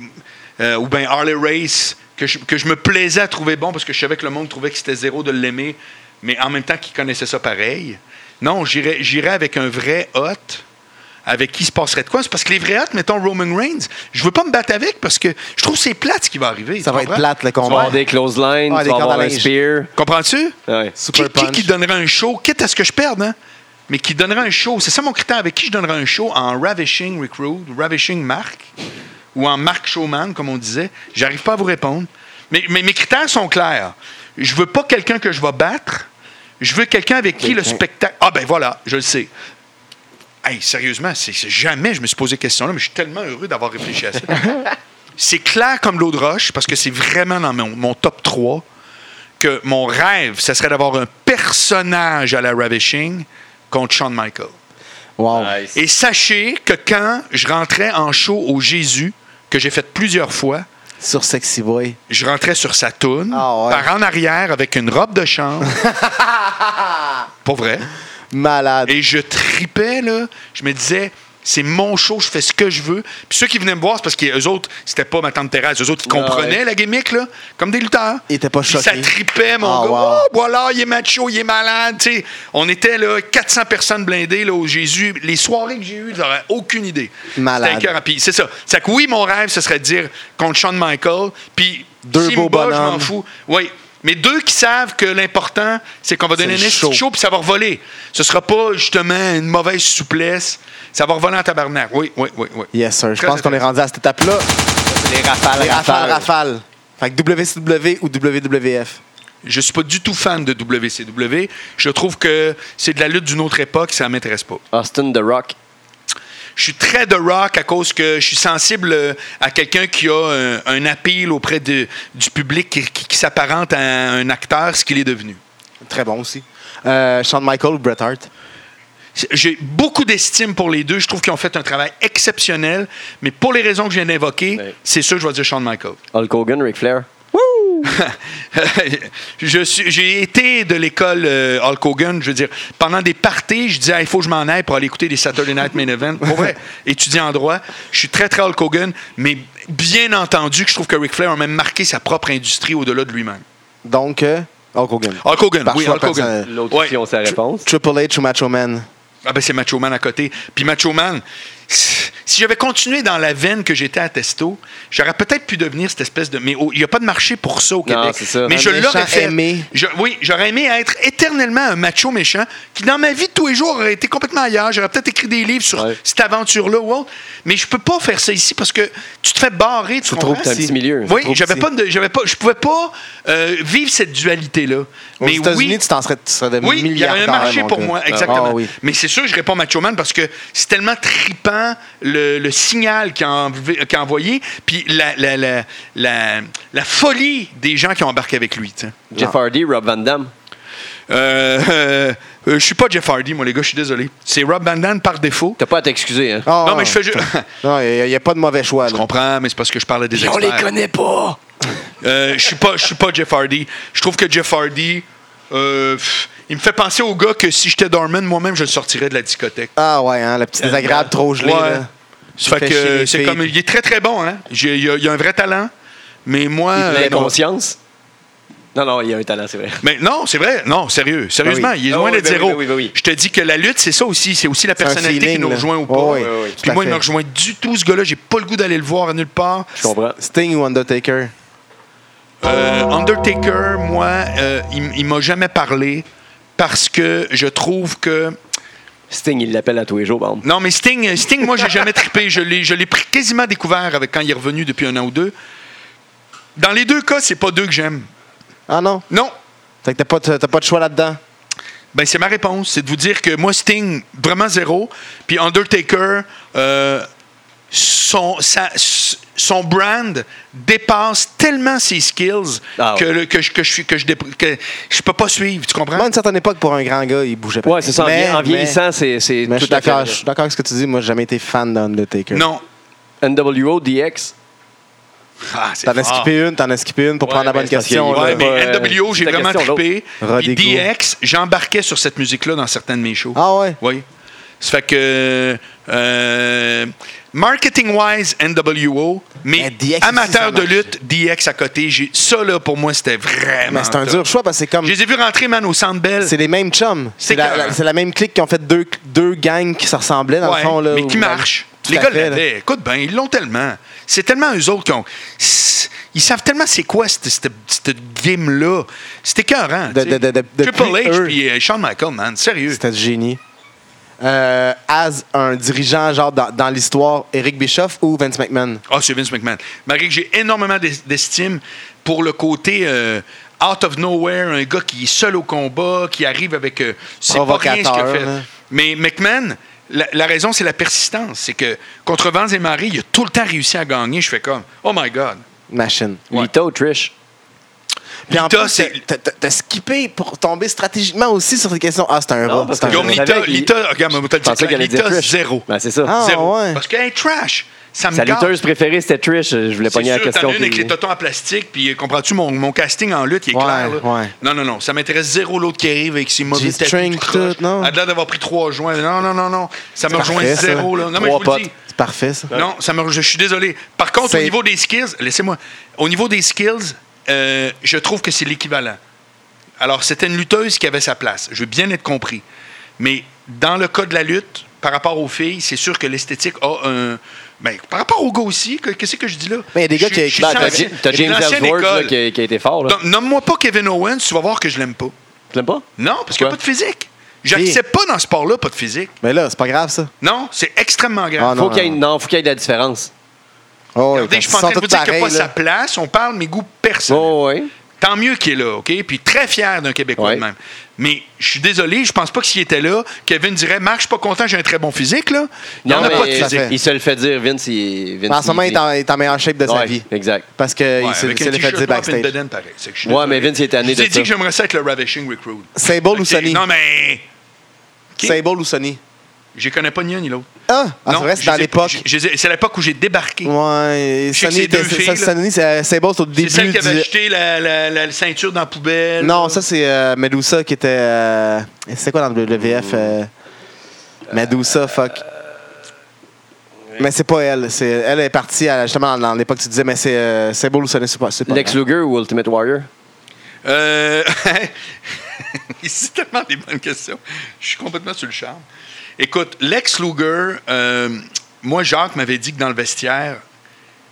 euh, ou bien Harley Race, que je, que je me plaisais à trouver bon parce que je savais que le monde trouvait que c'était zéro de l'aimer, mais en même temps qu'il connaissait ça pareil. Non, j'irais j'irais avec un vrai hot. Avec qui se passerait de quoi? C'est parce que les vrais hot, mettons Roman Reigns, je veux pas me battre avec parce que je trouve que c'est plate ce qui va arriver. Ça Tu va être comprends? plate, le Tu vas combat. avoir des close lines, Ah, tu des vas avoir cordes à un linge. spear. Comprends-tu? Ouais. Super qui, qui, punch. qui donnerait un show, quitte à ce que je perde, hein? Mais qui donnerait un show, c'est ça mon critère, avec qui je donnerais un show en Ravishing Recruit, Ravishing Mark, ou en Mark Showman, comme on disait. J'arrive pas à vous répondre. Mais, mais mes critères sont clairs. Je veux pas quelqu'un que je vais battre. Je veux quelqu'un avec qui le spectacle. Ah ben voilà, je le sais. Hey, sérieusement, c'est c'est- jamais je me suis posé cette question-là, mais je suis tellement heureux d'avoir réfléchi à ça. c'est clair comme l'eau de roche, parce que c'est vraiment dans mon, mon top 3 que mon rêve, ce serait d'avoir un personnage à la Ravishing contre Shawn Michael. Wow. Nice. Et sachez que quand je rentrais en show au Jésus, que j'ai fait plusieurs fois, Sur Sexy Boy. je rentrais sur sa toune, Ah ouais. par en arrière avec une robe de chambre. Pour vrai. Malade. Et je tripais, là. Je me disais, c'est mon show, je fais ce que je veux. Puis ceux qui venaient me voir, c'est parce qu'eux autres, c'était pas ma tante Thérèse. Eux autres, ils Ah Ouais. comprenaient la gimmick, là, comme des lutteurs. Ils étaient pas Puis choqués. ça tripait, mon Ah, gars. wow. Oh, voilà, il est macho, il est malade. Tu sais, on était, là, 400 personnes blindées, là, au Jésus. Les soirées que j'ai eues, j'aurais aucune idée. Malade. C'était écœurant. Puis c'est ça. C'est que oui, mon rêve, ce serait de dire contre Shawn Michael. Puis Deux s'il beaux me bat, je m'en bonhommes. fous. Oui. Mais deux qui savent que l'important, c'est qu'on va donner un le show. show. show puis ça va revoler. Ce sera pas justement une mauvaise souplesse. Ça va revoler en tabarnak. Oui, oui, oui, oui. Yes, sir. Je Très pense qu'on est rendu à cette étape-là. Les rafales, Les rafales, rafales. rafales. Fait que WCW ou WWF. Je suis pas du tout fan de WCW. Je trouve que c'est de la lutte d'une autre époque, ça m'intéresse pas. Austin The Rock. Je suis très de rock à cause que je suis sensible euh, à quelqu'un qui a euh, un, appel auprès de- du public qui, qui- qui s'apparente à un acteur, ce qu'il est devenu. Très bon aussi. Euh, Shawn Michael ou Bret Hart. J'ai beaucoup d'estime pour les deux. Je trouve qu'ils ont fait un travail exceptionnel, mais pour les raisons que je viens d'invoquer, Ouais. c'est sûr que je vais dire Shawn Michael. Hulk Hogan, Ric Flair. Je suis- J'ai été de l'école euh, Hulk Hogan, je veux dire, pendant des parties, je disais, Ah, il faut que je m'en aille pour aller écouter des Saturday Night Main Event. Pour vrai, étudiant en droit, je suis très, très Hulk Hogan, mais bien entendu que je trouve que Ric Flair a même marqué sa propre industrie au-delà de lui-même. Donc, euh, Hulk Hogan. Hulk Hogan, Par oui, choix Hulk Hogan. personnel. L'autre Ouais. aussi, on sait la réponse. Triple H ou Macho Man. Ah ben c'est Macho Man à côté. Puis Macho Man, c'est Si j'avais continué dans la veine que j'étais à Testo, j'aurais peut-être pu devenir cette espèce de. Mais oh, il n'y a pas de marché pour ça au Québec. c'est ça. Mais Un je l'aurais méchant fait. aimé. Je- oui, j'aurais aimé être éternellement un macho méchant qui, dans ma vie de tous les jours, aurait été complètement ailleurs. J'aurais peut-être écrit des livres sur Ouais. cette aventure-là ou autre. Mais je peux pas faire ça ici parce que tu te fais barrer. Tu trop comprends? petit. C'est un petit milieu. C'est Oui, trop j'avais petit. pas, de- j'avais pas, je pouvais pas euh, vivre cette dualité-là. Aux Mais États-Unis, oui, tu t'en serais, tu serais devenu oui, il y a un milliardaire, marché mon pour gars. moi, exactement. Ah oui. Mais c'est sûr, je réponds Macho Man parce que c'est tellement tripant le, le signal qu'il a, enlevé- qu'il a envoyé, puis la, la, la, la, la folie des gens qui ont embarqué avec lui. tu Ah. sais. Jeff Hardy, Rob Van Damme. Euh, euh, euh, je suis pas Jeff Hardy, moi, les gars, je suis désolé. C'est Rob Van Damme par défaut. T'as pas à t'excuser. Hein. Ah, non, mais je fais juste. Non, il n'y a, pas de mauvais choix. je là. comprends, mais c'est parce que je parlais des on les experts. connaît pas. Euh, je suis pas, je suis pas Jeff Hardy. Je trouve que Jeff Hardy, euh, pff, il me fait penser au gars que si j'étais Dorman, moi-même, je le sortirais de la discothèque. Ah ouais, hein, le petit désagréable trop gelé. Euh, Ouais. là. Ça fait fait chier les que c'est filles. comme, il est très très bon, hein. J'ai- Il y a, il y a un vrai talent, mais moi, euh, non. L'inconscience. Non, non, il y a un talent, c'est vrai. Mais non, c'est vrai. Non, sérieux. Sérieusement, Ah oui. il est Ah loin oui, d'être ben oui, zéro. ben oui, ben oui. Je te dis que la lutte, c'est ça aussi. C'est aussi la un personnalité qui feeling, nous là. rejoint ou pas. Oh, oui. Oui, oui, Puis tout à moi, il fait. me rejoint du tout, ce gars-là. J'ai pas le goût d'aller le voir à nulle part. Je comprends. Sting ou Undertaker? Euh, Undertaker, moi, euh, il, m- il m'a jamais parlé parce que je trouve que. Sting, il l'appelle à tous les jours, bon. Non, mais Sting, euh, Sting moi, j'ai jamais trippé. Je l'ai, je l'ai pr- quasiment découvert avec quand il est revenu depuis un an ou deux. Dans les deux cas, c'est pas deux que j'aime. Ah non? Non, Fait que t'as pas, t'as pas de choix là-dedans? Ben, c'est ma réponse. C'est de vous dire que moi, Sting, vraiment zéro. Puis Undertaker, euh, son, sa- son brand dépasse tellement ses skills Ah ouais. que, le- que, je, que, je, suis- que, je, dé- que je peux pas suivre. Tu comprends? Moi, à une certaine époque, pour un grand gars, il bougeait pas. Ouais, c'est ça. En, Mais- vie- en mais- vieillissant, c'est, c'est Mais tout je suis à fait. d'accord, je suis d'accord avec ce que tu dis. Moi, j'ai jamais été fan d'Undertaker. Non. NWO, DX. Ah, c'est T'en as fort. skippé une, t'en as skippé une pour Ouais, prendre la euh, mais bonne c'est parce qu'il- question. ouais, là. Ouais, mais Ouais, NWO, j'ai c'est ta vraiment question, trippé. Puis Rodrigo. DX, j'embarquais sur cette musique-là dans certaines de mes shows. Ah ouais? Oui. Ça fait que. euh, Marketing-wise, NWO, mais, Mais DX aussi, amateur ça de marche. lutte, DX à côté, j'ai- ça là pour moi c'était vraiment. Mais c'est un top. dur choix parce que c'est comme. Je les ai vus rentrer, man, au Centre Bell. C'est les mêmes chums. C'est C'est la, que- la- c'est la même clique qui ont fait deux, deux gangs qui se ressemblaient dans Ouais, le fond. Là, mais où- qui marchent. Tout Les à gars fait, là. l'avaient. Écoute, ben, ils l'ont tellement. C'est tellement eux autres qui ont. c'est- Ils savent tellement c'est quoi cette, cette- cette game-là. C'était écœurant. De- tu sais. de- de- de- Triple depuis H eux. puis euh, Shawn Michaels, man. Sérieux. C'était du génie. Euh, as un dirigeant, genre dans, dans l'histoire, Eric Bischoff ou Vince McMahon? Ah, c'est Vince McMahon. Malgré que j'ai énormément d'es- d'estime pour le côté euh, out of nowhere, un gars qui est seul au combat, qui arrive avec. euh, c'est pas rien ce qu'il a Provocateur, fait. là. Mais McMahon, la, la raison, c'est la persistance. C'est que contre Vents et Marie, il a tout le temps réussi à gagner. Je fais comme, oh my God. Machine. Ouais. Lita ou Trish. Puis en Lita, plus, c'est- t'as- t'as t'as skippé pour tomber stratégiquement aussi sur ces questions. Ah, c'est un Non, rat. parce c'est un que- Comme rat. Je Lita, savais qu'il- Lita, regarde, on va te le Je pensais dire, qu'elle allait dire Lita, Trish. zéro. Ben, c'est ça. Ah, Zéro. ouais. Parce qu'elle est trash. Ça me Sa gâte. lutteuse préférée, c'était Trish. Je voulais C'est pogner la sûr, t'en question. as une avec puis- les totons en plastique, puis euh, comprends-tu, mon, mon casting en lutte, il est Ouais, clair. là. ouais. Non, non, non, ça m'intéresse zéro l'autre qui arrive avec ses mauvais tatous. G-string, croches. tout, non? À delà d'avoir pris trois joints. Non, non, non, non, ça me rejoint Parfait, ça. zéro. Là. Non, mais je Trois vous le potes. dis. C'est parfait, ça. Non, ça me, je suis désolé. Par contre, au C'est- niveau des skills, laissez-moi. Au niveau des skills, euh, je trouve que c'est l'équivalent. Alors, c'était une lutteuse qui avait sa place. Je veux bien être compris. Mais dans le cas de la lutte, par rapport aux filles, c'est sûr que l'esthétique a un. Ben, par rapport aux gars aussi, que- qu'est-ce que je dis là? Mais il y a des gars Je qui- suis- je suis Ben, t'as, ancien- t'as je suis James de l'ancienne Ellsworth là, école. qui, a, qui a été fort. Là. Donc, Nomme-moi pas Kevin Owens, tu vas voir que je l'aime pas. Tu l'aimes pas? Non, parce qu'il n'y a Pourquoi? pas de physique. J'accepte pas dans ce sport-là, pas de physique. Mais là, c'est pas grave, ça. Non, c'est extrêmement grave. Ah, Faut non, qu'il y ait, non. non, faut qu'il y ait de la différence. Oh, Regardez, parce je suis qu'ils en train sont de vous tous dire qu'il n'y a pas pareils, sa là. place. On parle mes goûts personnels. Oh, ouais. Tant mieux qu'il est là, OK? Puis très fier d'un Québécois Ouais. de même. Mais je suis désolé, je pense pas que s'il était là, Kevin dirait Marc, je suis pas content, j'ai un très bon physique, là. Il n'y en Non, a mais pas de ça physique. fait- Il se le fait dire, Vince. Il, Vince En ce moment, il est en, il est en meilleure shape de sa Ouais, vie. Exact. Parce qu'il Ouais, s'est avec s'est un le fait t-shirt dire drop in backstage. Beden, pareil. C'est que je suis Ouais, désolé. mais Vince, il est Je tanné vous de ai dit ça. que j'aimerais ça être le Ravishing Recruit. Sable ou Sony? Non, mais Ok. Sable ou Sony? je les connais pas ni un ni l'autre. Ah, ah, Non, c'est vrai, c'est je dans les ai- l'époque. je- je les ai- C'est l'époque où j'ai débarqué. Ouais, et Je sais que Sony, c'est deux était- c'est- filles, ça, là. Sony, c'est c'est beau, c'est au C'est début celle qui du- avait jeté la, la- la ceinture dans la poubelle. Non, ça c'est euh, Medusa qui était. euh, C'est quoi dans le WWF euh, Medusa, fuck. Euh, Mais c'est pas elle. c'est- elle est partie à- justement dans, dans l'époque que tu disais, mais c'est euh, Sable ou Sony, c'est pas. c'est pas Lex grave. Luger ou Ultimate Warrior? Euh... c'est tellement des bonnes questions. Je suis complètement sur le charme. Écoute, Lex Luger, euh, moi, Jacques m'avait dit que dans le vestiaire,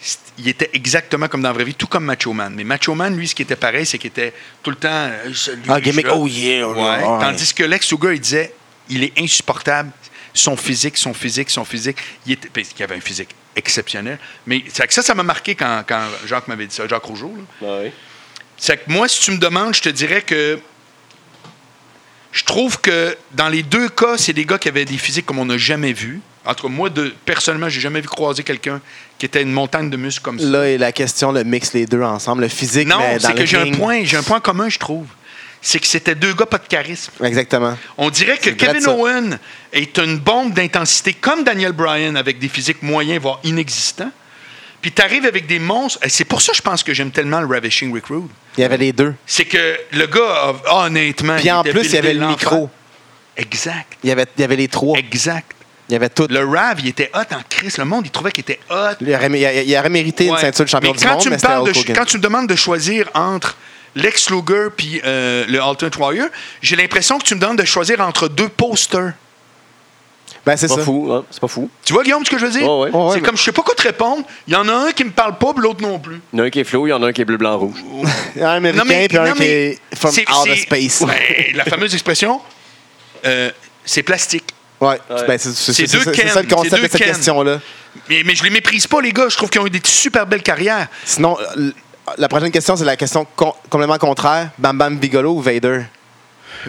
c't- il était exactement comme dans la vraie vie, tout comme Macho Man. Mais Macho Man, lui, ce qui était pareil, c'est qu'il était tout le temps. euh, Celui Ah, qui gimmick, shot. oh yeah, oh Ouais. yeah, ouais. Tandis que Lex Luger, il disait il est insupportable. Son physique, son physique, son physique. Il était, parce qu'il avait un physique exceptionnel. Mais c'est que ça, ça m'a marqué quand, quand Jacques m'avait dit ça, Jacques Rougeau. là. C'est que moi, si tu me demandes, je te dirais que je trouve que dans les deux cas, c'est des gars qui avaient des physiques comme on n'a jamais vu. En tout cas, moi, de, personnellement, j'ai jamais vu croiser quelqu'un qui était une montagne de muscles comme ça. Là est la question, le mix les deux ensemble, le physique. non, mais dans c'est le que j'ai un ring. point, j'ai un point commun, je trouve. C'est que c'était deux gars pas de charisme. Exactement. On dirait que C'est vrai de Kevin ça. Owen est une bombe d'intensité comme Daniel Bryan avec des physiques moyens, voire inexistants. Puis t'arrives avec des monstres. Et c'est pour ça que je pense que j'aime tellement le Ravishing Recruit. Il y avait les deux. C'est que le gars, a- honnêtement. Puis en était plus, il y buildé avait le l'enfer. micro. Exact. Il y avait, il y avait les trois. Exact. Il y avait tout. Le Rav, il était hot en crise. Le monde, il trouvait qu'il était hot. Il aurait, il aurait- il aurait mérité une Ouais. ceinture de champion Mais du quand monde, tu me mais c'était parles de Hulk ch- Hogan. Quand tu me demandes de choisir entre Lex Luger puis euh, le Alton Warrior, j'ai l'impression que tu me demandes de choisir entre deux posters. Ben, c'est C'est pas ça. fou, hein, c'est pas fou. Tu vois, Guillaume, ce que je veux dire? Ouais, ouais. Ouais, ouais, c'est mais- comme, je sais pas quoi te répondre. Il y en a un qui me parle pas, puis l'autre non plus. Il y en a un qui est flou, il y en a un qui est bleu, blanc, rouge. Un américain, Non, mais- puis un non, qui mais est from c'est- outer c'est- space. Ben, la fameuse expression, euh, c'est plastique. Ouais. Ben, c'est c'est- C'est c'est- deux c'est- c'est Ken, ça le c'est concept deux de cette Ken. question-là. Mais, mais je les méprise pas, les gars. Je trouve qu'ils ont eu des super belles carrières. Sinon, l- la prochaine question, c'est la question con- complètement contraire. Bam Bam Bigolo ou Vader?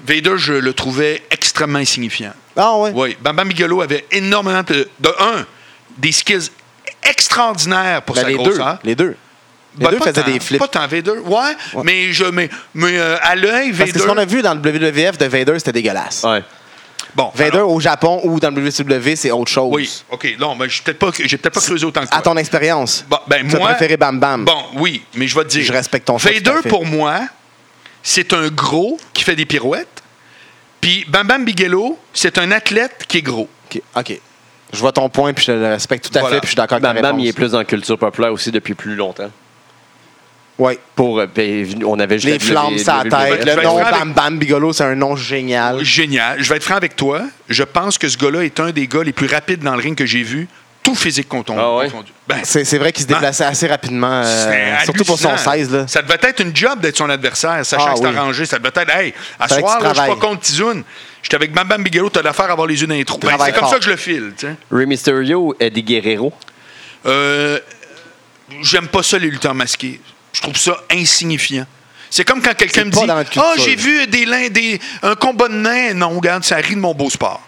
Vader, je le trouvais extrêmement insignifiant. Ah ouais? Oui, Bam Bam Bigelow avait énormément de, de un, des skills extraordinaires pour Ben, sa les, deux, grosseur. les deux. Les Ben, deux pas faisaient tant- des flips. Pas tant Vader, ouais, mais, je, mais, mais, euh, à l'œil, Parce Vader... Ah, que ce qu'on a vu dans le WWF de Vader, c'était dégueulasse. Ouais. bon, Vader alors, au Japon ou dans le WCW, c'est autre chose. oui, OK, non, mais j'ai peut-être pas, j'ai peut-être pas creusé autant que À toi. ton expérience, Bon, ben, tu as moi- préféré Bam Bam. Bon, oui, mais je vais te dire... Je respecte ton choix, tout à Vader, fait. pour moi, c'est un gros qui fait des pirouettes, puis Bam Bam Bigelow, c'est un athlète qui est gros. OK. OK. Je vois ton point, puis je le respecte tout à Voilà. fait, puis je suis d'accord avec ta Bam Bam, réponse. il est plus dans la culture populaire aussi depuis plus longtemps. Ouais. Pour, euh, ben, on avait juste Les la flammes, W- sa W- tête. je Le vais nom être franc Bam Bam Bigolo, c'est un nom génial. Génial. Je vais être franc avec toi. Je pense que ce gars-là est un des gars les plus rapides dans le ring que j'ai vu, tout physique conton- Ah ouais? confondu. Ben, C'est c'est vrai qu'il se Ben, déplaçait assez rapidement, euh, c'est surtout pour son hallucinant. 16. Là. Ça devait être une job d'être son adversaire, sachant Ah que c'est oui. arrangé. Ça devait être, hey, à Fallait soir, que tu là, je suis pas travailles. contre Tizoun. J'étais avec Bam Bam Bigelow, t'as l'affaire à avoir les yeux dans les trous. Ben, Travaille c'est comme fort. ça que je le file. tu sais. Rey Mysterio ou Eddie Guerrero? Euh, J'aime pas ça, les lutteurs masqués. Je trouve ça insignifiant. C'est comme quand quelqu'un C'est me pas dit dans Ah, notre culture. j'ai vu des, lin- des, un combat de nains. Non, regarde, ça rit de mon beau sport.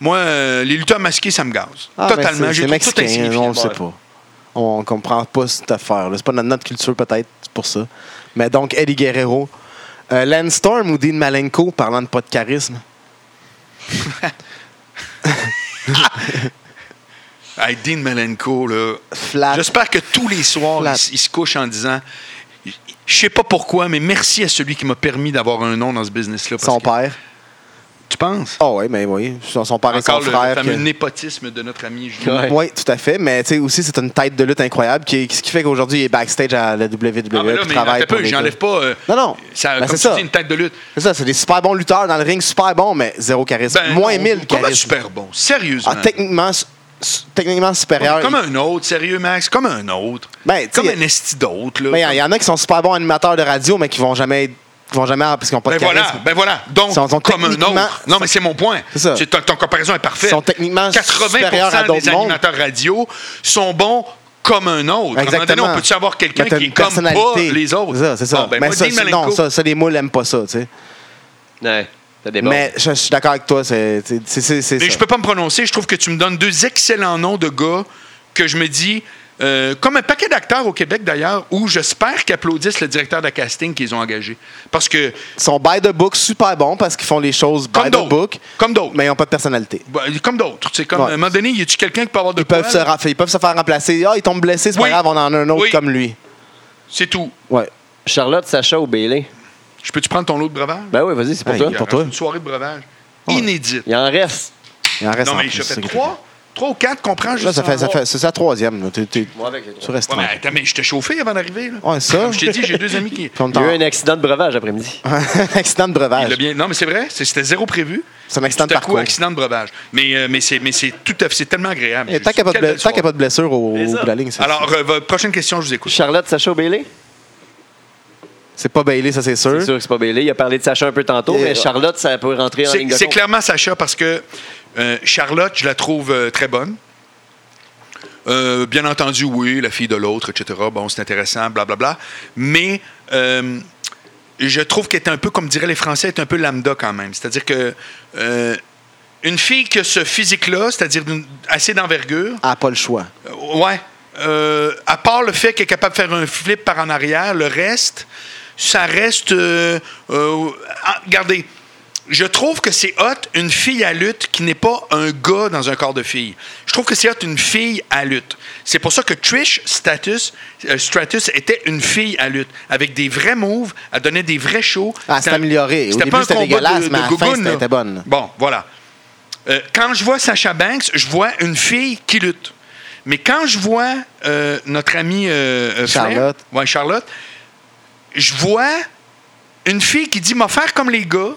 Moi, euh, les lutteurs masqués, ça me gaze. Ah, ben, c'est- Totalement. J'ai C'est trouve tout mexicain, insignifiant. on le sait pas. On comprend pas cette affaire. là. C'est pas dans notre culture, peut-être, c'est pour ça. Mais donc, Eddie Guerrero. Euh, Lance Storm ou Dean Malenko, parlant de pas de charisme. Hey, Dean Malenko, là. Flat. J'espère que tous les soirs, Flat. il, s- il se couche en disant Je sais pas pourquoi, mais merci à celui qui m'a permis d'avoir un nom dans ce business-là. parce Son que- père. Tu penses Ah oui, mais oui. Son, son père et son Encore le frère. fameux que- népotisme de notre ami Julien. Ouais. Oui, tout à fait. Mais tu sais, aussi, c'est une tête de lutte incroyable, qui, qui- ce qui fait qu'aujourd'hui, il est backstage à la WWE. Ah, mais là, puis mais travaille attends un pour peu, des j'enlève gars. pas. euh, Non, non. Ben, Ça, comme c'est tu ça. dis, une tête de lutte. C'est ça, c'est des super bons lutteurs dans le ring, super bons, mais zéro charisme. Ben, Moins non, 1000 comment charisme. super bon, sérieusement. Ah, techniquement, su- su- techniquement supérieur. comme un autre, sérieux, Max, comme un autre. Ben, tu sais, comme un esti d'autre, là. Mais il y en a qui sont super bons animateurs de radio, mais qui vont jamais, qui vont jamais parce qu'ils n'ont pas ben de charisme. voilà, ben voilà. Donc, Sont- sont comme un techniquement- autre. Non, mais c'est mon point. C'est ça. C'est- Ton, ton comparaison est parfaite. Sont techniquement 80 supérieurs à d'autres des mondes. animateurs radio sont bons comme un autre. À un moment donné, on peut savoir quelqu'un Mais Ben, t'as qui est une comme pas personnalité. les autres. C'est ça, c'est ça. Bon, ben, mais moi, ça, Dean c'est- non, Malenko, ça, ça, les moules n'aiment pas ça, tu sais. Ouais, ça déborde. Mais je, je suis d'accord avec toi, c'est c'est- c'est- c'est Mais ça. je peux pas me prononcer. Je trouve que tu me donnes deux excellents noms de gars que je me dis, euh, comme un paquet d'acteurs au Québec d'ailleurs, où j'espère qu'ils applaudissent le directeur de casting qu'ils ont engagé. Parce que, Ils sont by the book, super bons parce qu'ils font les choses by comme the d'autres, book, comme d'autres, mais ils n'ont pas de personnalité. bah, comme d'autres, c'est comme, Ouais. à un moment donné, y a-tu quelqu'un qui peut avoir de Ils peuvent, quoi, se là? ra- ils peuvent se faire remplacer. Ah, ils tombent blessés, c'est Oui. pas grave, on en a un autre Oui. comme lui. C'est tout. Ouais. Charlotte, Sacha ou Bailey? Je peux-tu prendre ton lot de breuvage? Ben oui, vas-y, c'est pour Hey, toi. Il y pour a toi. Une soirée de breuvage Ouais. inédite. Il en reste. Il en reste Non, en mais plus, je c'est fais ça qui est trois, Trois ou quatre qu'on prend juste. Là, ça avant fait, ça avoir- fait, c'est sa troisième. là. T'es, t'es, Moi, avec les trois. tu restes Ouais, mais tranquille. attends, mais je t'ai chauffé avant d'arriver. là. Ouais, ça. Comme je t'ai dit, j'ai deux amis qui. Puis on Il y t'en- a eu un accident de breuvage après-midi. un accident de Il breuvage. l'a bien... Non, mais c'est vrai, c'est- c'était zéro prévu. C'est un accident de Tout à coup, parcours. accident de breuvage. Mais, euh, mais c'est mais c'est tout à fait, c'est tellement agréable. Et Tant qu'il n'y a, pas de Quelle belle ble- tant qu'il y a pas de blessure au, au C'est ça. bout de la ligne, soirée. c'est, Alors, euh, votre prochaine question, je vous écoute. Charlotte, Sacha Bailey? c'est pas Bailey, ça c'est sûr. C'est sûr que c'est pas Bailey. Il a parlé de Sacha un peu tantôt, Et- euh, mais Charlotte, ça peut rentrer en C'est ligne de c'est compte. clairement Sacha parce que euh, Charlotte, je la trouve euh, très bonne. Euh, bien entendu, oui, la fille de l'autre, etc. Bon, c'est intéressant, blablabla. Mais euh, je trouve qu'elle est un peu, comme diraient les Français, elle est un peu lambda quand même. C'est-à-dire que euh, une fille qui a ce physique-là, c'est-à-dire d'une- assez d'envergure, Ah, pas le choix. euh, Ouais. Euh, à part le fait qu'elle est capable de faire un flip par en arrière, le reste, ça reste. euh, euh, ah, regardez, je trouve que c'est hot une fille à lutte qui n'est pas un gars dans un corps de fille. Je trouve que c'est hot une fille à lutte. C'est pour ça que Trish Status, euh, Stratus était une fille à lutte. Avec des vrais moves, elle donnait des vrais shows. Ah, c'est C'était un- amélioré. Au c'était début, pas un c'était combat dégueulasse, de- de mais à la fin, gougoune, c'était- là. était bonne. Bon, voilà. Euh, quand je vois Sacha Banks, je vois une fille qui lutte. Mais quand je vois euh, notre amie euh, euh, Flair, Charlotte. ouais, Charlotte, je vois une fille qui dit M'a faire comme les gars.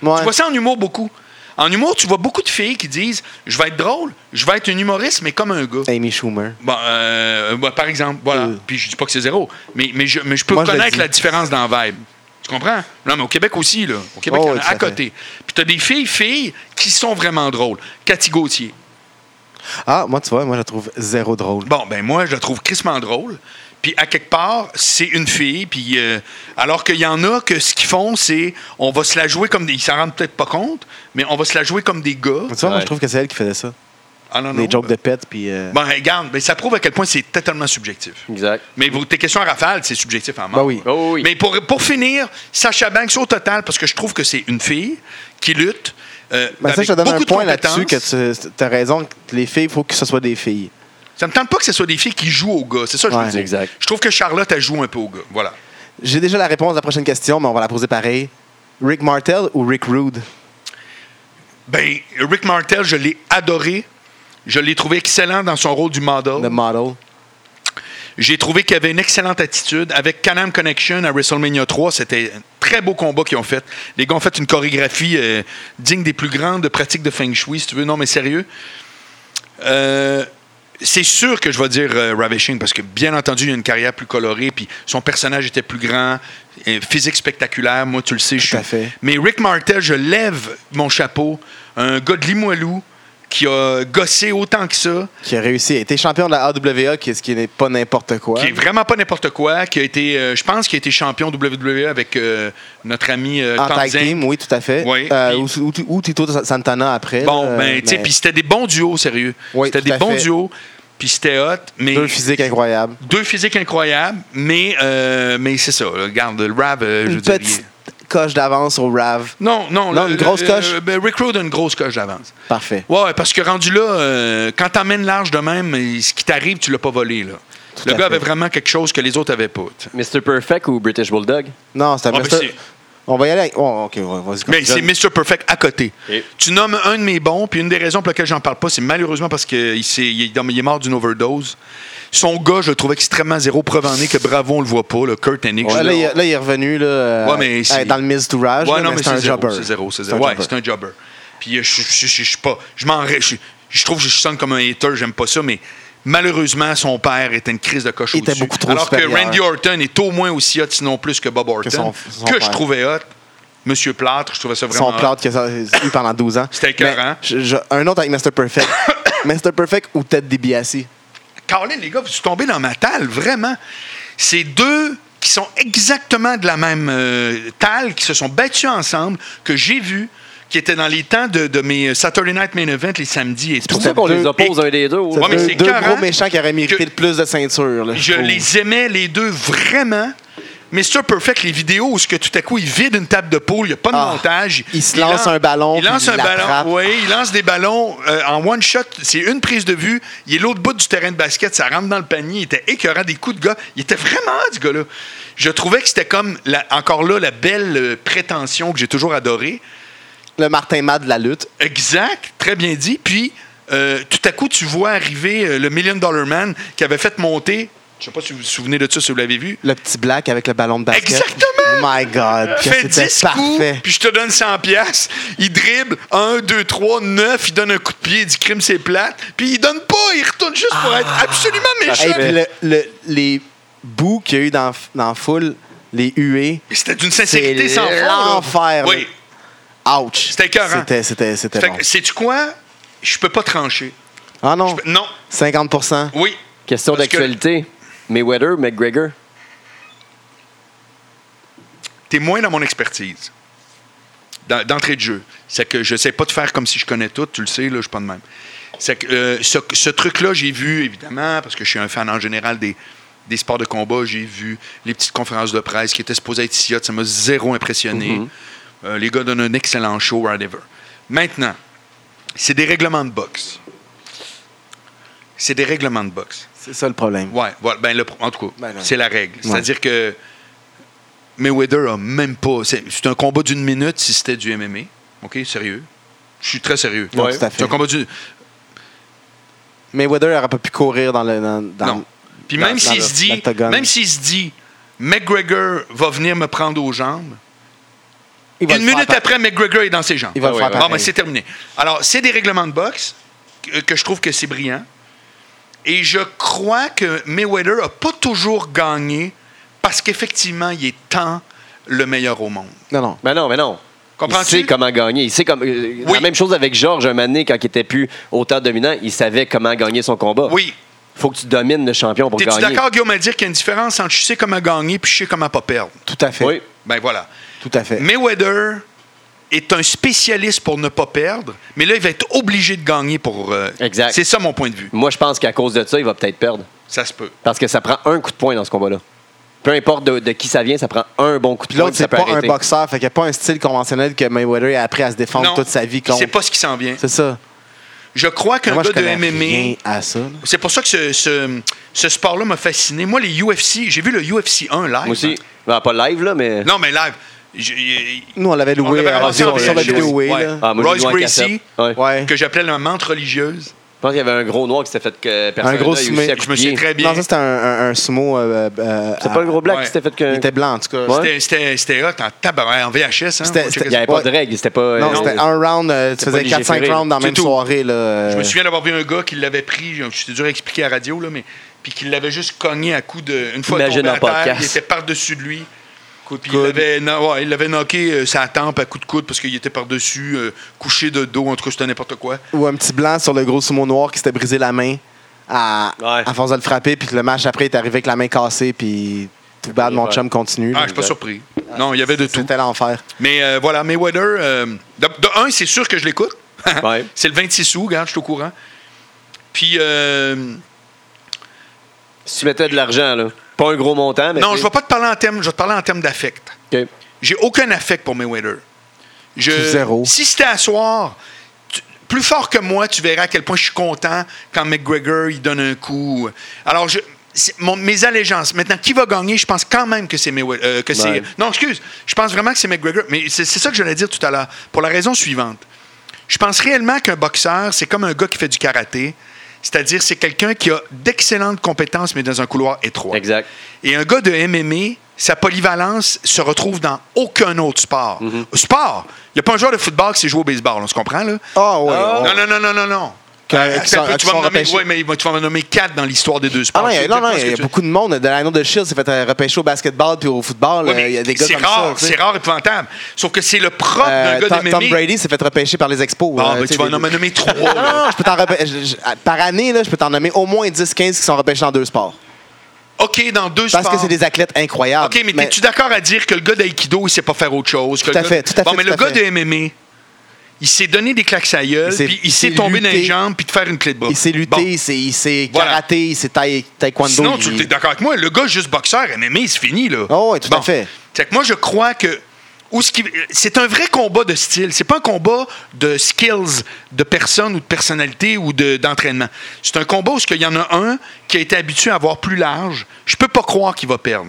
Ouais. Tu vois ça en humour beaucoup. En humour, tu vois beaucoup de filles qui disent Je vais être drôle, je vais être une humoriste, mais comme un gars. Amy Schumer. Bon, euh, bah, par exemple, voilà. Euh. Puis je dis pas que c'est zéro, mais, mais, je, mais je peux Moi, je le connaître dis. la différence dans la vibe. Tu comprends? Non, mais au Québec aussi, là. Au Québec, Oh, il y en a oui, tout à à fait. côté. Puis t'as des filles, filles, qui sont vraiment drôles. Cathy Gauthier. Ah, moi, tu vois, moi, je la trouve zéro drôle. Bon, ben moi, je la trouve crissement drôle. Puis à quelque part, c'est une fille. Puis euh, alors qu'il y en a que ce qu'ils font, c'est on va se la jouer comme des. Ils s'en rendent peut-être pas compte, mais on va se la jouer comme des gars. Tu vois, moi, Ouais. je trouve que c'est elle qui faisait ça. Ah non, Des non. jokes de pète, puis. euh, Bon, regarde, ben, ça prouve à quel point c'est totalement subjectif. Exact. Mais vos- tes questions à rafale, c'est subjectif en mort. Ben oui. Oh oui. Mais pour, pour finir, Sacha Banks au total, parce que je trouve que c'est une fille qui lutte. euh, Ben, ça, avec je te donne beaucoup un de point compétences. là-dessus que tu as raison, que les filles, il faut que ce soit des filles. Ça me tente pas que ce soit des filles qui jouent au gars. C'est ça que je Ouais. veux dire. Exact. Je trouve que Charlotte, elle joue un peu au gars. Voilà. J'ai déjà la réponse à la prochaine question, mais on va la poser pareil. Rick Martel ou Rick Rude? Ben, Rick Martel, je l'ai adoré. Je l'ai trouvé excellent dans son rôle du model. The model. J'ai trouvé qu'il avait une excellente attitude. Avec Canam Connection à WrestleMania 3, c'était un très beau combat qu'ils ont fait. Les gars ont fait une chorégraphie euh, digne des plus grandes pratiques de Feng Shui, si tu veux. Non, mais sérieux. Euh, c'est sûr que je vais dire euh, Ravishing parce que, bien entendu, il a une carrière plus colorée, puis son personnage était plus grand, et physique spectaculaire. Moi, tu le sais, je suis. à fait. Mais Rick Martel, je lève mon chapeau. Un gars de Limoilou qui a gossé autant que ça. qui a réussi. Il était champion de la AWA, qui, ce qui n'est pas n'importe quoi. qui est vraiment pas n'importe quoi, qui a été, euh, je pense, qui a été champion WWE avec euh, notre ami euh, en Tom tag Zink. team, oui, tout à fait. Oui. Euh, ou, Puis- ou- ou Tito Santana après. Bon, là, ben, euh, tu sais, mais puis c'était des bons duos, sérieux. Oui, c'était tout des à bons fait. duos, puis c'était hot, mais Deux physiques incroyables. deux physiques incroyables, mais, euh, mais c'est ça. là, Regarde, le Rav, euh, je Une veux dire, petite il- coche d'avance au Rav. Non, non, Non, le- une grosse le- coche. euh, ben, Rick Rude a une grosse coche d'avance. Parfait. Ouais, ouais, parce que rendu là, euh, quand t'emmènes large de même, il- ce qui t'arrive, tu l'as pas volé, là. le à gars fait. avait vraiment quelque chose que les autres avaient pas. tu sais. Mr. Perfect ou British Bulldog? Non, c'est un Ah, ben, Mr. c'est- On va y aller avec. Oh, ok, ouais, vas-y. Mais c'est continue. Mr. Perfect à côté. Et- Tu nommes un de mes bons, puis une des raisons pour lesquelles j'en parle pas, c'est malheureusement parce qu'il il est, il est mort d'une overdose. Son gars, je le trouve extrêmement zéro, preuve en est que bravo, on le voit pas, le Kurt Hennig. Ouais, Je- là, il, là, il est revenu là, euh, Ouais, mais c'est- euh, dans le mistourage. Ouais, là, non, mais mais c'est un c'est zéro, jobber. c'est zéro, c'est zéro. Ouais, c'est un jobber. Puis euh, je je- je- je suis pas. Je m'en ré- je, je trouve que je sonne comme un hater, j'aime pas ça, mais malheureusement, son père était une crise de coche Il était au-dessus. beaucoup trop Alors que supérieur. Randy Orton est au moins aussi hot, sinon plus que Bob Orton, que, son- son je père. trouvais hot. Monsieur Plâtre, je trouvais ça vraiment Son plâtre que ça a eu pendant 12 ans. C'était écœurant. Mais je- je- Un autre avec Mr. Perfect. Mr. Perfect ou Ted DiBiase? Colin, les gars, vous êtes tombés dans ma talle, vraiment. C'est deux qui sont exactement de la même euh, talle, qui se sont battus ensemble, que j'ai vu, qui étaient dans les temps de, de mes Saturday Night Main Event les samedis et C'est tout. pour ça qu'on les oppose Et un des deux. C'est Ouais, mais deux, c'est deux écœurant gros méchants qui auraient mérité que- le plus de ceinture. là, Je trouve. les aimais, les deux, vraiment. Mr. Perfect, les vidéos où ce que tout à coup, il vide une table de poule, il n'y a pas de Ah, montage. il se lance un ballon, Il lance puis il un l'attrape. ballon, oui. Il lance des ballons euh, en one shot. C'est une prise de vue. Il est l'autre bout du terrain de basket. Ça rentre dans le panier. Il était écœurant des coups de gars. Il était vraiment hot, ce gars-là. Je trouvais que c'était comme, la- encore là, la belle euh, prétention que j'ai toujours adorée. Le Martin Mad de la lutte. Exact, très bien dit. Puis, euh, tout à coup, tu vois arriver euh, le Million Dollar Man qui avait fait monter. Je sais pas si vous vous souvenez de ça, si vous l'avez vu. Le petit black avec le ballon de basket. Exactement! My God, que Fais c'était 10 coups, parfait. puis je te donne 100 pièces. Il dribble 1, 2, 3, 9, il donne un coup de pied, il dit crime c'est plate, puis il donne pas, il retourne juste pour être absolument méchant. Hey, Ah. puis le- le- les bouts qu'il y a eu dans, dans la foule, les huées, Mais C'était d'une c'est sincérité sans fond. là. l'enfer. là. Oui. Ouch. C'était écœurant. C'était, c'était, c'était Fait bon. que, Sais-tu quoi? Je peux pas trancher. Ah non, Je peux- Non. 50 Oui. Question Parce que- d'actualité. Mayweather, McGregor. T'es moins dans mon expertise. Dans- D'entrée de jeu. C'est que je sais pas te faire comme si je connais tout, tu le sais, là, je suis pas de même. C'est que euh, ce, ce truc-là, j'ai vu, évidemment, parce que je suis un fan en général des, des sports de combat, j'ai vu les petites conférences de presse qui étaient supposées être idiotes, ça m'a zéro impressionné. Euh, les gars donnent un excellent show, whatever. Maintenant, c'est des règlements de boxe. C'est des règlements de boxe. C'est ça le problème. Ouais, voilà, ben le- en tout cas, Ben non. c'est la règle. C'est-à-dire que Mayweather a même pas. C'est c'est un combat d'une minute si c'était du MMA. OK, sérieux. Je suis très sérieux. Non, tout à fait. C'est un combat d'une. Mais Weather n'aurait pas pu courir dans le. Dans, dans- Non. Puis Dans- même dans s'il le- se dit, l'octogone. même s'il se dit, McGregor va venir me prendre aux jambes. Il va Une le faire minute par- après, McGregor est dans ses jambes. Il va Ah le oui, faire oui. Bon, pareil. ben, c'est terminé. Alors, c'est des règlements de boxe que, que je trouve que c'est brillant. Et je crois que Mayweather n'a pas toujours gagné parce qu'effectivement, il est tant le meilleur au monde. Non, non. Ben non, mais non. Il Comprends-tu? sait comment gagner. Il sait comme euh, Oui. La même chose avec Georges, un moment donné, quand il était plus autant dominant, il savait comment gagner son combat. Oui. faut que tu domines le champion pour T'es-tu gagner. d'accord, Guillaume, à dire qu'il y a une différence entre je sais comment gagner puis je sais comment pas perdre? Tout à fait. Oui. Ben voilà. Tout à fait. Mayweather est un spécialiste pour ne pas perdre, mais là, il va être obligé de gagner pour. euh, Exact. C'est ça mon point de vue. Moi, je pense qu'à cause de ça, il va peut-être perdre. Ça se peut. Parce que ça prend un coup de poing dans ce combat-là. Peu importe de, de qui ça vient, ça prend un bon coup de Puis poing. l'autre, puis c'est ça peut pas arrêter. un boxeur. Fait qu'il n'y a pas un style conventionnel que Mayweather a appris à se défendre Non, toute sa vie C'est contre. pas ce qui s'en vient. C'est ça. Je crois qu'un Moi, je gars de connais MMA. rien à ça. là. C'est pour ça que ce, ce- ce sport-là m'a fasciné. Moi, les UFC, j'ai vu le UFC 1 live. Moi aussi. Ben, pas live, là, mais. Non, mais live. J'ai- Nous, on l'avait on loué l'avait à- ramassé en sur sur la VHS. vidéo. oui, Ouais. E, là. Ah, moi, j'ai Royce joué en Gracie. cassette. Ouais. Ouais. Que j'appelais la menthe religieuse. Je pense qu'il y avait un gros noir qui s'était fait que personne gros là, il a soumet. aussi à Je me coups de souviens pied. très bien. Non, ça, c'était un, un, un sumo. euh, euh, C'est à- pas un gros black Ouais. qui s'était fait Il que. était blanc, en tout cas. Ouais. C'était- C'était c'était hot en tabac, en VHS. C'était- Hein? On checkait Il c'était- n'y ça. avait pas de règles, c'était pas. Non, euh, c'était un round. euh, tu c'est pas faisais 4-5 légiféré, rounds dans la c'est même tout. soirée. Là. Je me souviens d'avoir vu un gars qui l'avait pris, c'était dur à expliquer à la radio, là, mais puis qu'il l'avait juste cogné à coup de. Une fois Imagine tombé un à terre, podcast. il était par-dessus de lui. Coup de Puis il coude. l'avait non, ouais, il l'avait knocké euh, sa tempe à coup de coude parce qu'il était par-dessus, euh, couché de dos, en tout cas, c'était n'importe quoi. Ou un petit blanc sur le gros sumo noir qui s'était brisé la main à, Ouais. à force de le frapper. Puis que le match après, il est arrivé avec la main cassée. Puis tout bad, mon Ouais. chum continue. Ah, là. je suis pas surpris. Non, il y avait de tout. C'était l'enfer. Mais euh, voilà, Mayweather, euh, de, de un, c'est sûr que je l'écoute. Ouais. C'est le 26 août, regarde, je suis au courant. Puis, euh, Si tu mettais de l'argent, là. Pas un gros montant, mais. non, je ne vais pas te parler en termes, je vais te parler en termes d'affect. OK. J'ai aucun affect pour Mayweather. Je, Zéro. Si c'était à soir, tu- plus fort que moi, tu verras à quel point je suis content quand McGregor il donne un coup. Alors, je, c'est mon- mes allégeances. Maintenant, qui va gagner Je pense quand même que c'est Maywe- euh, que c'est. Ouais. Non, excuse. Je pense vraiment que c'est McGregor. Mais c'est c'est ça que j'allais dire tout à l'heure. Pour la raison suivante, je pense réellement qu'un boxeur, c'est comme un gars qui fait du karaté. C'est-à-dire, c'est quelqu'un qui a d'excellentes compétences, mais dans un couloir étroit. Exact. Et un gars de MMA, sa polyvalence se retrouve dans aucun autre sport. Sport! Il n'y a pas un joueur de football qui sait jouer au baseball, on se comprend, là? Ah, ouais. Ah. ouais. Non, non, non, non, non, non. Que- Euh, qui attends sont- un peu, qui tu, vas sont me nommer, repêchés. ouais, mais tu vas me nommer quatre dans l'histoire des deux Ah sports. non, il y a, Je sais non, non, exactement il y ce a que tu- beaucoup de monde. Delano de Shield s'est fait euh, repêcher au basketball puis au football. Ouais, euh, mais il y a des gars c'est comme rare, ça. tu sais. C'est rare, épouvantable. Sauf que c'est le propre Euh, d'un gars Tom, de MMA. Tom Brady s'est fait repêcher par les expos. Ah, euh, ben, tu sais, tu vas des- en nommer trois. Non, là. non, non, je peux t'en repê- je- je- à- Par année, là, je peux t'en nommer au moins 10-15 qui sont repêchés dans deux sports. OK, dans deux Parce sports. que c'est des athlètes incroyables. OK, mais, es-tu d'accord à dire que le gars d'aïkido, il sait pas faire autre chose? que Tout à le gars- fait, tout à Bon, fait, mais tout le à gars fait. de MMA, il s'est donné des claques à la gueule, Il s'est- puis il il s'est s'est tombé dans les lutté. jambes, puis de faire une clé de bras. Il s'est lutté, Bon. il s'est- il s'est Voilà. karaté, il s'est taï- taekwondo. Sinon, il- tu es d'accord avec moi, le gars juste boxeur, MMA, c'est fini, là. Ah ouais, tout à fait. C'est que moi, je crois que. où ce qui- C'est un vrai combat de style. C'est pas un combat de skills, de personne ou de personnalité ou de- d'entraînement. c'est un combat où il y en a un qui a été habitué à voir plus large. Je peux pas croire qu'il va perdre.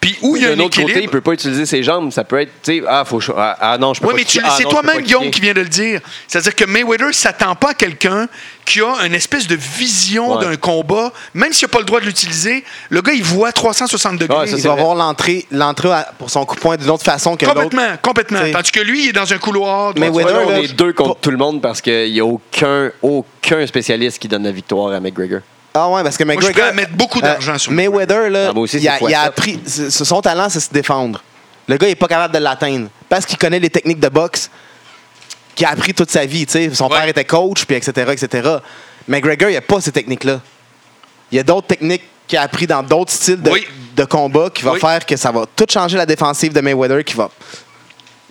Puis où il y a un D'un autre côté, équilibre. il peut pas utiliser ses jambes. Ça peut être, tu sais, ah, faut, cho- ah, ah non, je peux Oui, pas. mais tu- kicker. Ah c'est non, je peux toi-même, pas Guillaume, kicker. qui vient de le dire. C'est-à-dire que Mayweather s'attend pas à quelqu'un qui a une espèce de vision Ouais. d'un combat, même s'il n'a pas le droit de l'utiliser. Le gars, il voit 360 degrés. Ouais, ça, il c'est va vrai. voir l'entrée, l'entrée à- pour son coup de poing d'une autre façon que l'autre. complètement, complètement. T'sais. Tandis que lui, il est dans un couloir. droit- Mayweather- Ouais, là, on là, est je- deux contre pas- tout le monde parce qu'il n'y a aucun, aucun spécialiste qui donne la victoire à McGregor. Ah ouais, parce que Moi, je McGregor. prêt à mettre beaucoup d'argent euh, sur lui. Mayweather, là, Ah, moi aussi, il a, c'est il a fois appris. c- Son talent, c'est se défendre. Le gars, il n'est pas capable de l'atteindre parce qu'il connaît les techniques de boxe qu'il a appris toute sa vie. tu sais. Son Ouais. père était coach, puis etc., etc. McGregor, il n'a pas ces techniques-là. Il y a d'autres techniques qu'il a appris dans d'autres styles de, Oui. de combat qui va Oui. faire que ça va tout changer la défensive de Mayweather qui va.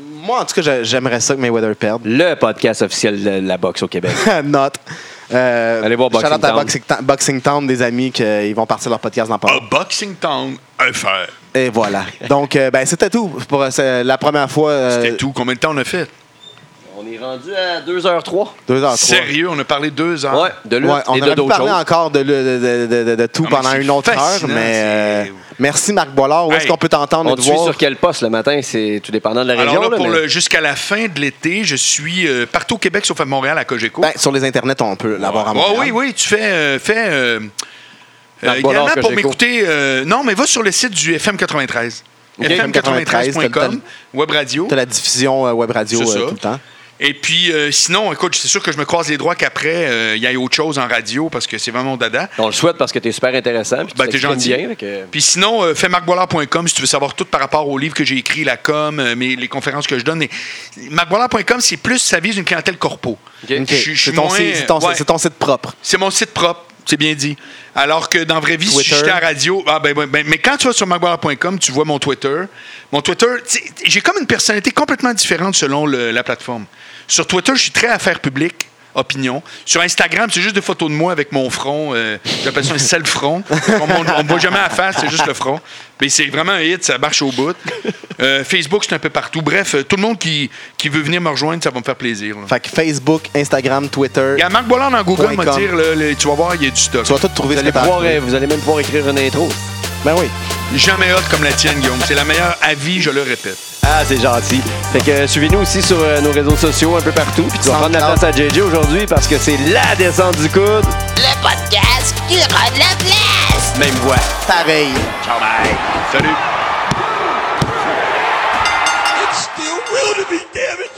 Moi, en tout cas, j'a- j'aimerais ça que Mayweather perde. Le podcast officiel de la boxe au Québec. Not. Euh, Allez voir Boxing shout-out à Town. Boxing, Ta- Boxing Town, des amis qui euh, ils vont partir leur podcast dans pas A Boxing Town, un fer. Et voilà. Donc, euh, ben, c'était tout pour euh, c'est la première fois. euh, C'était tout. Combien de temps on a fait? on est rendu à 2h03. Deux heures. trois. Sérieux, on a parlé deux heures. ah, Ouais, de lutte Ouais, on et de aurait pu d'autres parler choses. encore de, le- de- de- de- de tout Ah, mais pendant c'est une autre heure, fascinant, mais euh, c'est- merci Marc Boilard. Où est-ce Hey, qu'on peut t'entendre On et te te suit voir? sur quel poste le matin? C'est tout dépendant de la région. Alors là, là, pour mais- le- jusqu'à la fin de l'été, je suis euh, partout au Québec, sauf à Montréal, à Cogeco. Ben, sur les internets, on peut l'avoir en Ouais, Oh, oui, oui, tu fais. euh, fais euh, Marc euh, Bollard, également que pour j'écoute. m'écouter. euh, non, mais va sur le site du FM93. Ok. t'as le- FM93.com, web radio. Tu as la diffusion euh, web radio C'est euh, ça. tout le temps. Et puis, euh, sinon, écoute, c'est sûr que je me croise les droits qu'après, euh, il y ait autre chose en radio parce que c'est vraiment mon dada. On le souhaite parce que t'es super intéressant. Puis tu Ben, t'es t'exprimes gentil. Bien, fait que- Puis sinon, euh, faitmarcboilard.com si tu veux savoir tout par rapport au livre que j'ai écrit, la com, euh, mes, les conférences que je donne. Et Marcboilard.com, c'est plus, ça vise une clientèle corpo. Ok. Ok. Je suis- je suis C'est ton, moins- site- c'est ton- ouais. c'est ton site propre. C'est mon site propre, c'est bien dit. Alors que dans vraie vie, si Twitter. j'étais à radio, ah ben, ben, ben, mais quand tu vas sur marcboilard.com, tu vois mon Twitter. Mon Twitter, tu sais, j'ai comme une personnalité complètement différente selon le- la plateforme. Sur Twitter, je suis très affaire publique. Opinion. Sur Instagram, c'est juste des photos de moi avec mon front. euh, J'appelle ça un sel front. On ne me voit jamais à face, c'est juste le front. Mais c'est vraiment un hit, ça marche au bout. Euh, Facebook, c'est un peu partout. Bref, euh, tout le monde qui, qui veut venir me rejoindre, ça va me faire plaisir. là. Fait que Facebook, Instagram, Twitter. Il y a Marc Bollard dans Google, Point m'a com. dire, là, le- tu vas voir, il y a du stock. Tu vas tout trouver Vous allez, ce que t'as pouvoir, trouvé. euh, vous allez même pouvoir écrire une intro. Ben oui. Jamais hot comme la tienne, Guillaume. C'est la meilleure à vie, je le répète. Ah, c'est gentil. Fait que euh, suivez-nous aussi sur euh, nos réseaux sociaux un peu partout. Puis tu vas prendre la Soundcloud. place à JJ aujourd'hui parce que c'est la descente du coude. le podcast qui rend la place. Même voix. Pareil. Ciao, bye. Salut. It's still real to me, damn it.